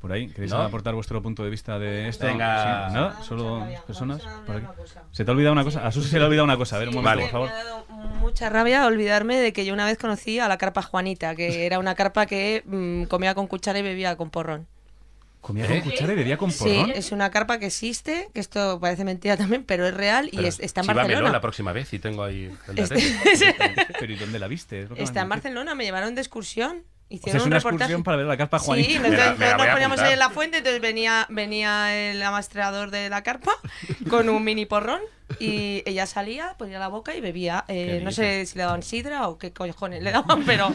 Speaker 2: Por ahí, ¿queréis
Speaker 4: ¿No?
Speaker 2: aportar vuestro punto de vista de esto?
Speaker 4: Venga.
Speaker 2: Sí, pues ¿Nada? ¿Solo personas? Por aquí. ¿Se te ha olvidado una cosa? A Susi se le ha olvidado una cosa. A ver, un momento,
Speaker 4: Vale.
Speaker 2: por favor.
Speaker 11: Mucha rabia olvidarme de que yo una vez conocí a la carpa Juanita, que era una carpa que mm, comía con cuchara y bebía con porrón.
Speaker 2: Comía con
Speaker 4: ¿Eh?
Speaker 2: cuchara y bebía con porrón.
Speaker 11: Sí, es una carpa que existe, que esto parece mentira también, pero es real y
Speaker 4: Pero
Speaker 11: es- está en
Speaker 4: si va Melón la
Speaker 11: Barcelona.
Speaker 4: próxima vez y tengo ahí el
Speaker 11: Este-
Speaker 4: datel.
Speaker 2: Pero ¿y dónde la viste? Es lo que
Speaker 11: Está en
Speaker 2: me han
Speaker 11: Barcelona, me llevaron de excursión.
Speaker 2: dicho. O sea,
Speaker 11: Hicieron
Speaker 2: es
Speaker 11: un
Speaker 2: una
Speaker 11: reportaje.
Speaker 2: excursión para ver la carpa Juanita.
Speaker 11: Sí, nos, nos- nos poníamos ahí en la fuente, entonces venía, venía el amastrador de la carpa con un mini porrón y ella salía, ponía la boca y bebía. eh,
Speaker 2: Qué
Speaker 11: no sé si le daban sidra o qué cojones le daban, pero,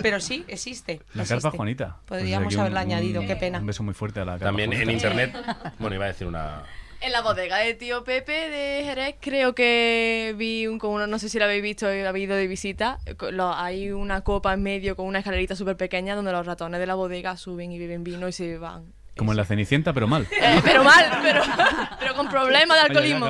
Speaker 11: pero sí, existe.
Speaker 2: La
Speaker 11: existe.
Speaker 2: carpa Juanita. Pues
Speaker 11: Podríamos
Speaker 2: desde aquí
Speaker 11: haberla
Speaker 2: un-
Speaker 11: añadido,
Speaker 2: un-
Speaker 11: qué pena.
Speaker 2: Un beso muy fuerte a la carpa
Speaker 4: También en
Speaker 2: Juanita.
Speaker 4: internet. Bueno, iba a decir una.
Speaker 14: En la bodega de tío Pepe de Jerez creo que vi un con uno, no sé si lo habéis visto, eh, habéis ido de visita, co- lo- hay una copa en medio con una escalerita súper pequeña donde los ratones de la bodega suben y beben vino y se van.
Speaker 2: Como en la Cenicienta, pero mal.
Speaker 14: Eh, pero mal, pero, pero con problemas de
Speaker 2: Vaya,
Speaker 14: alcoholismo.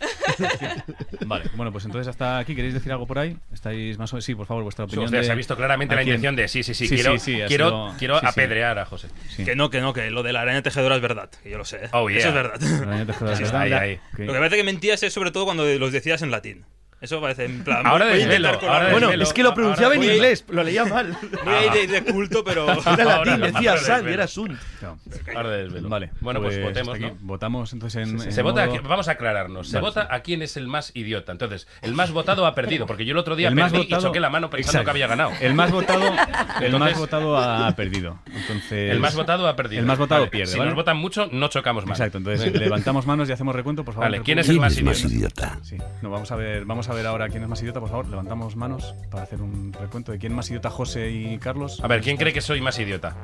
Speaker 2: ya, claro. Vale, bueno, pues entonces hasta aquí. ¿Queréis decir algo por ahí? ¿Estáis más o menos? Sí, por favor, vuestra opinión.
Speaker 4: O sea, se
Speaker 2: de-
Speaker 4: ha visto claramente
Speaker 2: ¿a
Speaker 4: la
Speaker 2: quién?
Speaker 4: intención de sí, sí, sí, quiero,
Speaker 2: ha
Speaker 4: quiero,
Speaker 2: sido-
Speaker 4: quiero
Speaker 2: sí, sí.
Speaker 4: apedrear a José.
Speaker 13: Que no, que no, que lo de la araña tejedora es verdad. que Yo lo sé. ¿eh?
Speaker 4: Oh, yeah.
Speaker 13: Eso es verdad.
Speaker 2: La araña tejedora es
Speaker 13: Sí,
Speaker 2: verdad.
Speaker 13: está
Speaker 2: Ahí, ahí.
Speaker 13: Lo que parece que mentías es sobre todo cuando los decías en latín. Eso parece en plan.
Speaker 4: Ahora
Speaker 13: voy a intentar
Speaker 4: desvelo,
Speaker 13: colarme.
Speaker 4: ahora
Speaker 8: Bueno,
Speaker 4: desvelo.
Speaker 8: es que lo pronunciaba en
Speaker 13: voy a-
Speaker 8: inglés, lo leía mal.
Speaker 13: Voy a ir de, de culto, pero.
Speaker 8: Era
Speaker 4: Ahora
Speaker 8: latín,
Speaker 4: lo-
Speaker 8: decía
Speaker 4: ahora
Speaker 8: sad
Speaker 4: desvelo.
Speaker 8: y era sunt.
Speaker 2: Claro.
Speaker 4: Ahora desvelo.
Speaker 2: Vale,
Speaker 4: Bueno, pues, votemos,
Speaker 2: hasta aquí.
Speaker 4: ¿no?
Speaker 2: Votamos entonces en.
Speaker 4: Se
Speaker 2: en
Speaker 4: vota, a
Speaker 2: modo-
Speaker 4: qui- vamos a aclararnos. Se
Speaker 2: Vale,
Speaker 4: vota a quién es el más idiota. Entonces, el más votado ha perdido, porque yo el otro día
Speaker 2: El más
Speaker 4: perdí
Speaker 2: votado-
Speaker 4: y choqué la mano pensando
Speaker 2: Exacto.
Speaker 4: que había ganado.
Speaker 2: El más votado, el
Speaker 4: Entonces-
Speaker 2: más votado ha, ha perdido. Entonces,
Speaker 4: El más votado ha perdido.
Speaker 2: El más votado
Speaker 4: Vale,
Speaker 2: pierde,
Speaker 4: Si
Speaker 2: ¿vale?
Speaker 4: nos votan mucho, no chocamos más.
Speaker 2: Exacto, entonces eh,
Speaker 4: Venga.
Speaker 2: levantamos manos y hacemos recuento, por favor.
Speaker 4: Vale, ¿quién es el más
Speaker 2: República.
Speaker 5: idiota?
Speaker 2: Sí, no, vamos a ver, vamos a ver ahora quién es más idiota, por favor. Levantamos manos para hacer un recuento de quién más idiota José y Carlos.
Speaker 4: A ver, ¿quién cree que soy más idiota?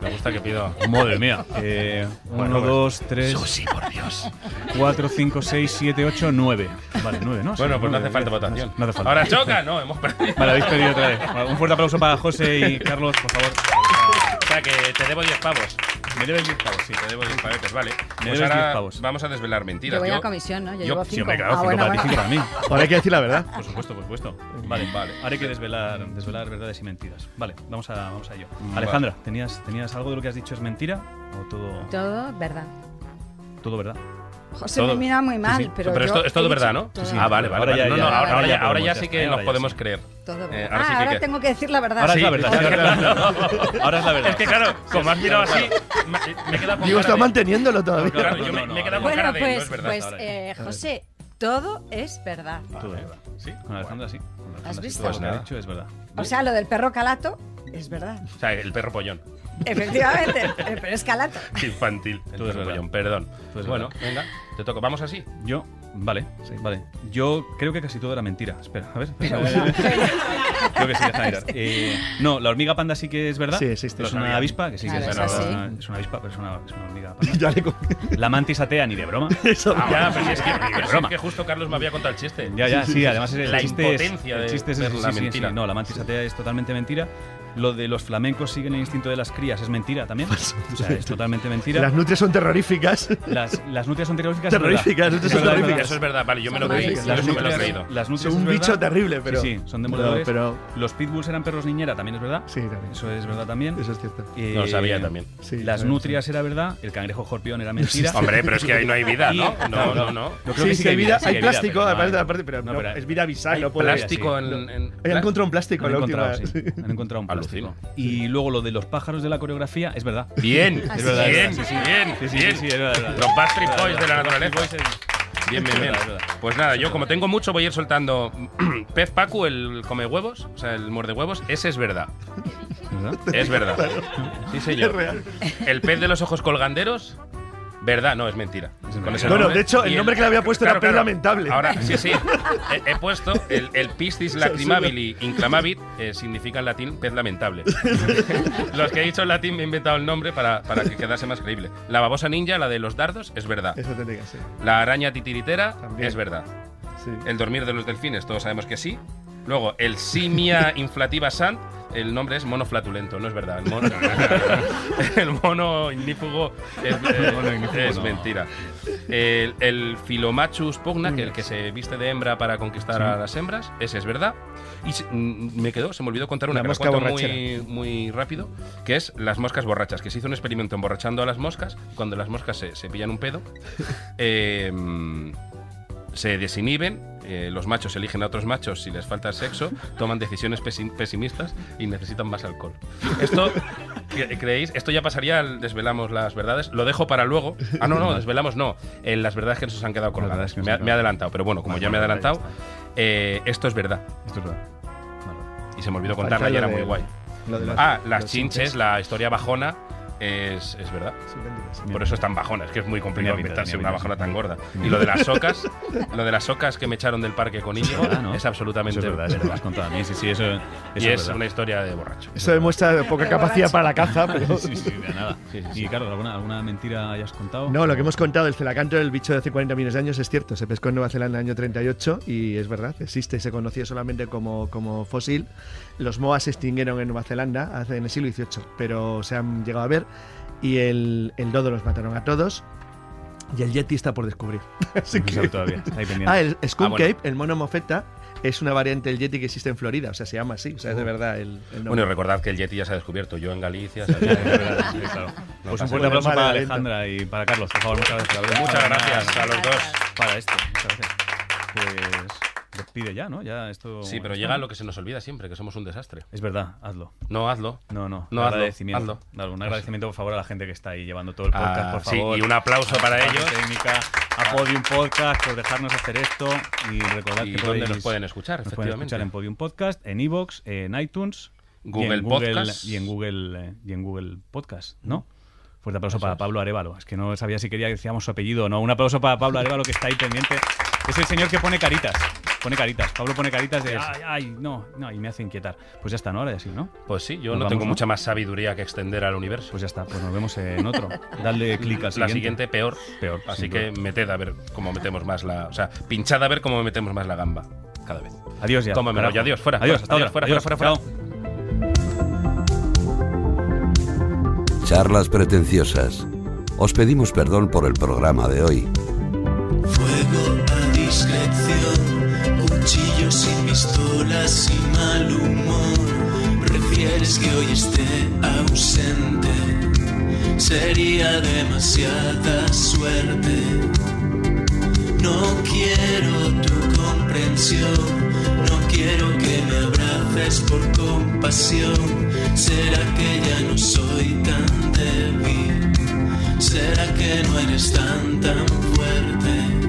Speaker 4: Me gusta que pido.
Speaker 2: Madre mía. Eh,
Speaker 4: Bueno,
Speaker 2: 1, 2, 3,
Speaker 4: Susi, por Dios.
Speaker 2: 4, 5, 6, 7, 8, 9. Vale, 9, ¿no? Sí,
Speaker 4: Bueno, pues no
Speaker 2: nueve,
Speaker 4: hace falta
Speaker 2: no hace-
Speaker 4: votación.
Speaker 2: No hace falta.
Speaker 4: Ahora choca, no, hemos perdido.
Speaker 2: Vale, habéis perdido otra vez. Bueno, Un fuerte aplauso para José y Carlos, por favor.
Speaker 4: O sea, que te debo 10 pavos.
Speaker 2: Me debes 10 pavos, sí.
Speaker 4: Te debo 10 pavetes, vale.
Speaker 2: Me
Speaker 4: Pues
Speaker 2: debes
Speaker 4: ahora
Speaker 2: 10 pavos.
Speaker 4: Vamos a desvelar mentiras.
Speaker 12: Yo voy a comisión, ¿no? Yo llevo
Speaker 2: Sí,
Speaker 12: cinco.
Speaker 2: hombre, claro,
Speaker 12: Ah,
Speaker 2: cinco
Speaker 12: bueno,
Speaker 2: para ti,
Speaker 12: bueno.
Speaker 2: cinco para mí.
Speaker 8: Ahora hay que decir la verdad.
Speaker 2: Por supuesto, por supuesto. Vale, vale. Ahora hay que desvelar, desvelar verdades y mentiras. Vale, vamos a, vamos a ello.
Speaker 4: Vale.
Speaker 2: Alejandra, ¿tenías, ¿tenías algo de lo que has dicho es mentira? ¿O todo,
Speaker 12: Todo, verdad.
Speaker 2: todo verdad?
Speaker 12: José
Speaker 4: Todo.
Speaker 12: me mira muy mal,
Speaker 2: sí.
Speaker 12: pero.
Speaker 4: esto,
Speaker 12: yo
Speaker 4: es todo
Speaker 12: he
Speaker 4: verdad,
Speaker 12: dicho
Speaker 4: ¿no?
Speaker 12: todo.
Speaker 4: Ah, vale, vale.
Speaker 2: Ahora
Speaker 4: vale.
Speaker 2: ya-
Speaker 4: no, no,
Speaker 2: ya-
Speaker 4: ahora,
Speaker 2: ahora ya
Speaker 4: ya, ahora
Speaker 2: podemos,
Speaker 4: ya
Speaker 2: ya
Speaker 4: sí
Speaker 2: está,
Speaker 4: que
Speaker 2: ahora
Speaker 4: nos
Speaker 2: ya
Speaker 4: podemos
Speaker 2: sí.
Speaker 4: creer.
Speaker 12: Todo.
Speaker 4: Eh, ahora
Speaker 12: ah,
Speaker 4: sí que
Speaker 12: ahora
Speaker 4: queda.
Speaker 12: tengo que decir la verdad.
Speaker 4: Ahora es la verdad.
Speaker 2: verdad. Ahora es la verdad.
Speaker 4: Es que claro, como has mirado así, me, me he quedado con
Speaker 8: Digo,
Speaker 4: cara
Speaker 8: está
Speaker 4: de-
Speaker 8: manteniéndolo todavía.
Speaker 4: Claro, yo me, me he quedado con
Speaker 12: Bueno,
Speaker 4: cara de no
Speaker 12: pues,
Speaker 4: es verdad
Speaker 12: pues
Speaker 4: ahora. Ah,
Speaker 12: eh, José, todo es verdad.
Speaker 2: Tú, eh, Sí, con Alejandra sí. Con Alejandra
Speaker 12: ¿Has
Speaker 2: sí,
Speaker 12: visto?
Speaker 2: todo lo que ha
Speaker 4: Pues
Speaker 2: dicho es verdad.
Speaker 12: O sea, lo del perro calato es verdad.
Speaker 4: O sea, el perro pollón.
Speaker 12: Efectivamente, el perro es calato.
Speaker 4: Infantil. El perro pollón, perdón. bueno, venga, te toco. ¿Vamos así?
Speaker 2: Yo, vale, sí, vale. Yo creo que casi todo era mentira. Espera, a ver.
Speaker 4: Pero-
Speaker 2: creo que sí, deja mirar. Eh, no, la hormiga panda sí que es verdad.
Speaker 8: Sí, existe.
Speaker 2: Es
Speaker 8: Lo
Speaker 2: una
Speaker 8: sabía.
Speaker 2: avispa, que sí que
Speaker 8: Claro,
Speaker 2: es
Speaker 8: esa
Speaker 2: verdad.
Speaker 8: sí.
Speaker 2: Es una- Es una avispa, pero es una, es una hormiga panda. La mantis atea ni de broma.
Speaker 4: Ah, ya, pero si es que,
Speaker 2: Ni de
Speaker 4: pero si
Speaker 2: broma.
Speaker 4: es que justo Carlos me había contado el chiste.
Speaker 2: Ya, ya, sí, además es el
Speaker 4: la
Speaker 2: chiste es-
Speaker 4: impotencia
Speaker 2: el
Speaker 4: de
Speaker 2: chiste es
Speaker 4: ver
Speaker 2: sí,
Speaker 4: la
Speaker 2: sí, sí,
Speaker 4: mentira.
Speaker 2: sí. No, la mantis atea es totalmente mentira. Lo de los flamencos siguen el instinto de las crías es mentira también. O sea, es totalmente mentira.
Speaker 8: Las nutrias son terroríficas.
Speaker 2: Las, las nutrias son terroríficas.
Speaker 8: Terroríficas,
Speaker 2: es verdad. Eso
Speaker 8: nutrias son
Speaker 2: es verdad.
Speaker 8: terroríficas.
Speaker 4: Eso es verdad, vale, yo me lo creí, yo
Speaker 2: Las
Speaker 4: eso me lo he
Speaker 2: nutrias-
Speaker 4: creído.
Speaker 2: Las nutrias
Speaker 8: Son
Speaker 2: es
Speaker 8: un
Speaker 2: verdad.
Speaker 8: bicho terrible, pero-
Speaker 2: Sí, sí, son
Speaker 8: No,
Speaker 2: demoledores.
Speaker 8: pero-
Speaker 2: Los pitbulls eran perros niñera, también es verdad. Sí, también. Eso es verdad también. Eso
Speaker 8: es cierto.
Speaker 4: No lo sabía también. Sí,
Speaker 2: las
Speaker 4: también,
Speaker 2: nutrias era verdad, el cangrejo jorpión era mentira.
Speaker 4: Hombre, pero es que ahí no hay vida,
Speaker 2: Y-
Speaker 4: ¿no? No, no, no.
Speaker 2: Yo creo
Speaker 8: sí, sí,
Speaker 2: que
Speaker 8: hay vida,
Speaker 2: sí
Speaker 8: hay
Speaker 2: que
Speaker 8: plástico,
Speaker 2: pero no
Speaker 8: aparte,
Speaker 2: hay-
Speaker 8: aparte, pero no,
Speaker 2: pero-
Speaker 8: es vida abisal,
Speaker 2: hay
Speaker 8: no puede
Speaker 2: plástico
Speaker 8: sí.
Speaker 2: en- en-
Speaker 8: He encontrado un plástico
Speaker 2: Han
Speaker 8: en la última.
Speaker 2: encontrado, sí, han encontrado un plástico. Y luego lo de los pájaros de la coreografía, es verdad.
Speaker 4: Bien,
Speaker 2: Es verdad, es
Speaker 4: bien,
Speaker 2: verdad, sí, sí.
Speaker 4: bien,
Speaker 2: Sí, sí,
Speaker 4: bien.
Speaker 2: sí, sí, es verdad, es verdad.
Speaker 4: Los Backstreet
Speaker 2: Es
Speaker 4: Boys
Speaker 2: verdad,
Speaker 4: de la
Speaker 2: los Backstreet
Speaker 4: naturaleza.
Speaker 2: Boys es-
Speaker 4: Bien,
Speaker 2: Es
Speaker 4: bien, bien.
Speaker 2: verdad, es verdad.
Speaker 4: Pues nada, yo como tengo mucho voy a ir soltando Pez Pacu, el come huevos, o sea, el muerde huevos, ese es verdad. Es verdad.
Speaker 2: Claro.
Speaker 4: Sí, señor.
Speaker 2: Es real.
Speaker 4: El pez de los ojos colganderos, verdad, no, es mentira. Con ese
Speaker 8: Bueno,
Speaker 4: nombre.
Speaker 8: de hecho,
Speaker 4: Y
Speaker 8: el nombre que le había puesto
Speaker 4: claro,
Speaker 8: era pez
Speaker 4: claro.
Speaker 8: lamentable.
Speaker 4: Ahora, sí, sí. He, he puesto el, el piscis lacrimabili inclamabit, eh, significa en latín pez lamentable. los que he dicho en latín me he inventado el nombre para, para que quedase más creíble. La babosa ninja, la de los dardos, es verdad.
Speaker 8: Eso tendría que ser.
Speaker 4: La araña titiritera es verdad.
Speaker 8: Sí.
Speaker 4: El dormir de los delfines, todos sabemos que sí. Luego, el simia inflativa sand, el nombre es mono flatulento, no es verdad. El mono, el mono ignífugo es, eh,
Speaker 2: El mono ignífugo,
Speaker 4: es
Speaker 2: no.
Speaker 4: mentira. El, el philomachus pugna, que el que se viste de hembra para conquistar
Speaker 2: Mm. Sí.
Speaker 4: a las hembras, ese es verdad. Y se- mm, me quedó, se me olvidó contar una
Speaker 8: La
Speaker 4: que la
Speaker 8: mosca
Speaker 4: cuento muy,
Speaker 8: borrachera.
Speaker 4: muy rápido, que es las moscas borrachas, que se hizo un experimento emborrachando a las moscas, cuando las moscas se, se pillan un pedo, eh, se desinhiben, eh, los machos eligen a otros machos si les falta sexo, toman decisiones pesi- pesimistas y necesitan más alcohol. Esto, ¿cre- ¿creéis? Esto ya pasaría al desvelamos las verdades. Lo dejo para luego. Ah, no, no, desvelamos no. En las verdades que nos han quedado colgadas.
Speaker 2: nos
Speaker 4: Me,
Speaker 2: han
Speaker 4: ha- me he
Speaker 2: quedado.
Speaker 4: adelantado, pero bueno, como
Speaker 2: Vale,
Speaker 4: ya me he
Speaker 2: vale, ya
Speaker 4: adelantado, eh, esto es verdad.
Speaker 2: Esto es verdad.
Speaker 4: Y se me olvidó
Speaker 2: Falta
Speaker 4: contarla y
Speaker 2: lo
Speaker 4: era
Speaker 2: de-
Speaker 4: muy guay.
Speaker 2: lo de las-
Speaker 4: ah, las
Speaker 2: los
Speaker 4: chinches,
Speaker 2: chinches.
Speaker 4: la historia bajona, es, es verdad. Por eso es tan bajona, es que es muy complicado
Speaker 2: Tenía pinta,
Speaker 4: inventarse
Speaker 2: tenía
Speaker 4: una
Speaker 2: pinta,
Speaker 4: bajona tan gorda.
Speaker 2: Tenía
Speaker 4: Y lo de
Speaker 2: pinta.
Speaker 4: las socas, lo de las socas que me echaron del parque con Íñigo,
Speaker 2: verdad, ¿no?
Speaker 4: es absolutamente
Speaker 2: Eso es verdad, eso me lo has contado a mí, sí, sí, eso- eso es
Speaker 4: y es,
Speaker 2: verdad.
Speaker 4: una historia de borracho.
Speaker 8: Eso demuestra poca capacidad para la caza, pero.
Speaker 2: sí, sí, de nada. Y claro, ¿alguna, ¿alguna mentira hayas contado?
Speaker 8: No, lo que hemos contado, el celacanto del bicho de hace 40 millones de años, es cierto. Se pescó en Nueva Zelanda en el año 38 y es verdad, existe y se conocía solamente como, como fósil. Los moas se extinguieron en Nueva Zelanda hace- en el siglo XVIII, pero se han llegado a ver y el, el dodo los mataron a todos. Y el yeti está por descubrir. Así
Speaker 2: No se
Speaker 8: que-
Speaker 2: sabe todavía, está ahí pendiente.
Speaker 8: Ah, el Skunk
Speaker 2: Ah, bueno.
Speaker 8: Ape, el mono mofeta, es una variante del yeti que existe en Florida. O sea, se llama así. O sea,
Speaker 2: Oh.
Speaker 8: es de verdad el, el nombre.
Speaker 4: Bueno, y recordad que el Yeti ya se ha descubierto. Yo en Galicia.
Speaker 2: Pues un fuerte aplauso para Alejandra y para Carlos, por favor, muchas gracias.
Speaker 4: Muchas gracias a los dos.
Speaker 2: Para esto, muchas gracias. Pues despide ya, ¿no? Ya esto.
Speaker 4: Sí, pero
Speaker 2: esto-
Speaker 4: llega lo que se nos olvida siempre, que somos un desastre.
Speaker 2: Es verdad, hazlo.
Speaker 4: No, hazlo.
Speaker 2: No, no.
Speaker 4: No,
Speaker 2: un
Speaker 4: hazlo,
Speaker 2: agradecimiento.
Speaker 4: hazlo.
Speaker 2: Dale, un agradecimiento, por favor, a la gente que está ahí llevando todo el
Speaker 4: Ah,
Speaker 2: podcast, por
Speaker 4: sí,
Speaker 2: favor.
Speaker 4: y un aplauso
Speaker 2: A
Speaker 4: para
Speaker 2: la parte
Speaker 4: ellos. Ah.
Speaker 2: técnica, a Podium Podcast por dejarnos hacer esto y recordad
Speaker 4: Y
Speaker 2: que
Speaker 4: dónde
Speaker 2: podéis-
Speaker 4: nos pueden escuchar,
Speaker 2: nos pueden
Speaker 4: efectivamente.
Speaker 2: escuchar en Podium Podcast, en Evox, en iTunes, y
Speaker 4: Google
Speaker 2: en
Speaker 4: Podcast.
Speaker 2: y en Google eh, y en Google Podcast,
Speaker 4: Mm.
Speaker 2: ¿no? Fuerte aplauso para Pablo Arevalo. Es que no sabía si quería que decíamos su apellido o no. Un aplauso para Pablo Arevalo que está ahí pendiente. Es el señor que pone caritas. Pone caritas. Pablo pone caritas de
Speaker 4: Es.
Speaker 2: ay, ay, no, no, y me hace inquietar. Pues ya está, ¿no? Ahora ya sí, ¿no?
Speaker 4: Pues sí, yo
Speaker 2: Nos
Speaker 4: no
Speaker 2: vamos,
Speaker 4: tengo
Speaker 2: ¿no?
Speaker 4: mucha más sabiduría que extender al universo.
Speaker 2: Pues ya está, pues nos vemos en otro. Dadle clic al
Speaker 4: La
Speaker 2: siguiente.
Speaker 4: siguiente peor.
Speaker 2: Peor,
Speaker 4: Así
Speaker 2: sin
Speaker 4: que meted a ver cómo metemos más la. O sea, pinchad a ver cómo metemos más la gamba. Cada vez.
Speaker 2: Adiós ya.
Speaker 4: Tómamelo
Speaker 2: carajo.
Speaker 4: ya, adiós, fuera.
Speaker 2: Adiós,
Speaker 4: fuera,
Speaker 2: hasta ahora.
Speaker 4: fuera,
Speaker 2: Adiós,
Speaker 4: fuera, fuera, fuera.
Speaker 2: chao.
Speaker 5: Charlas pretenciosas. Os pedimos perdón por el programa de hoy.
Speaker 16: Fuego a discreción, cuchillos sin pistolas y mal humor. Prefieres que hoy esté ausente, sería demasiada suerte. No quiero tu comprensión, No quiero que me abraces por compasión. ¿Será que ya no soy tan débil? ¿Será que no eres tan tan fuerte?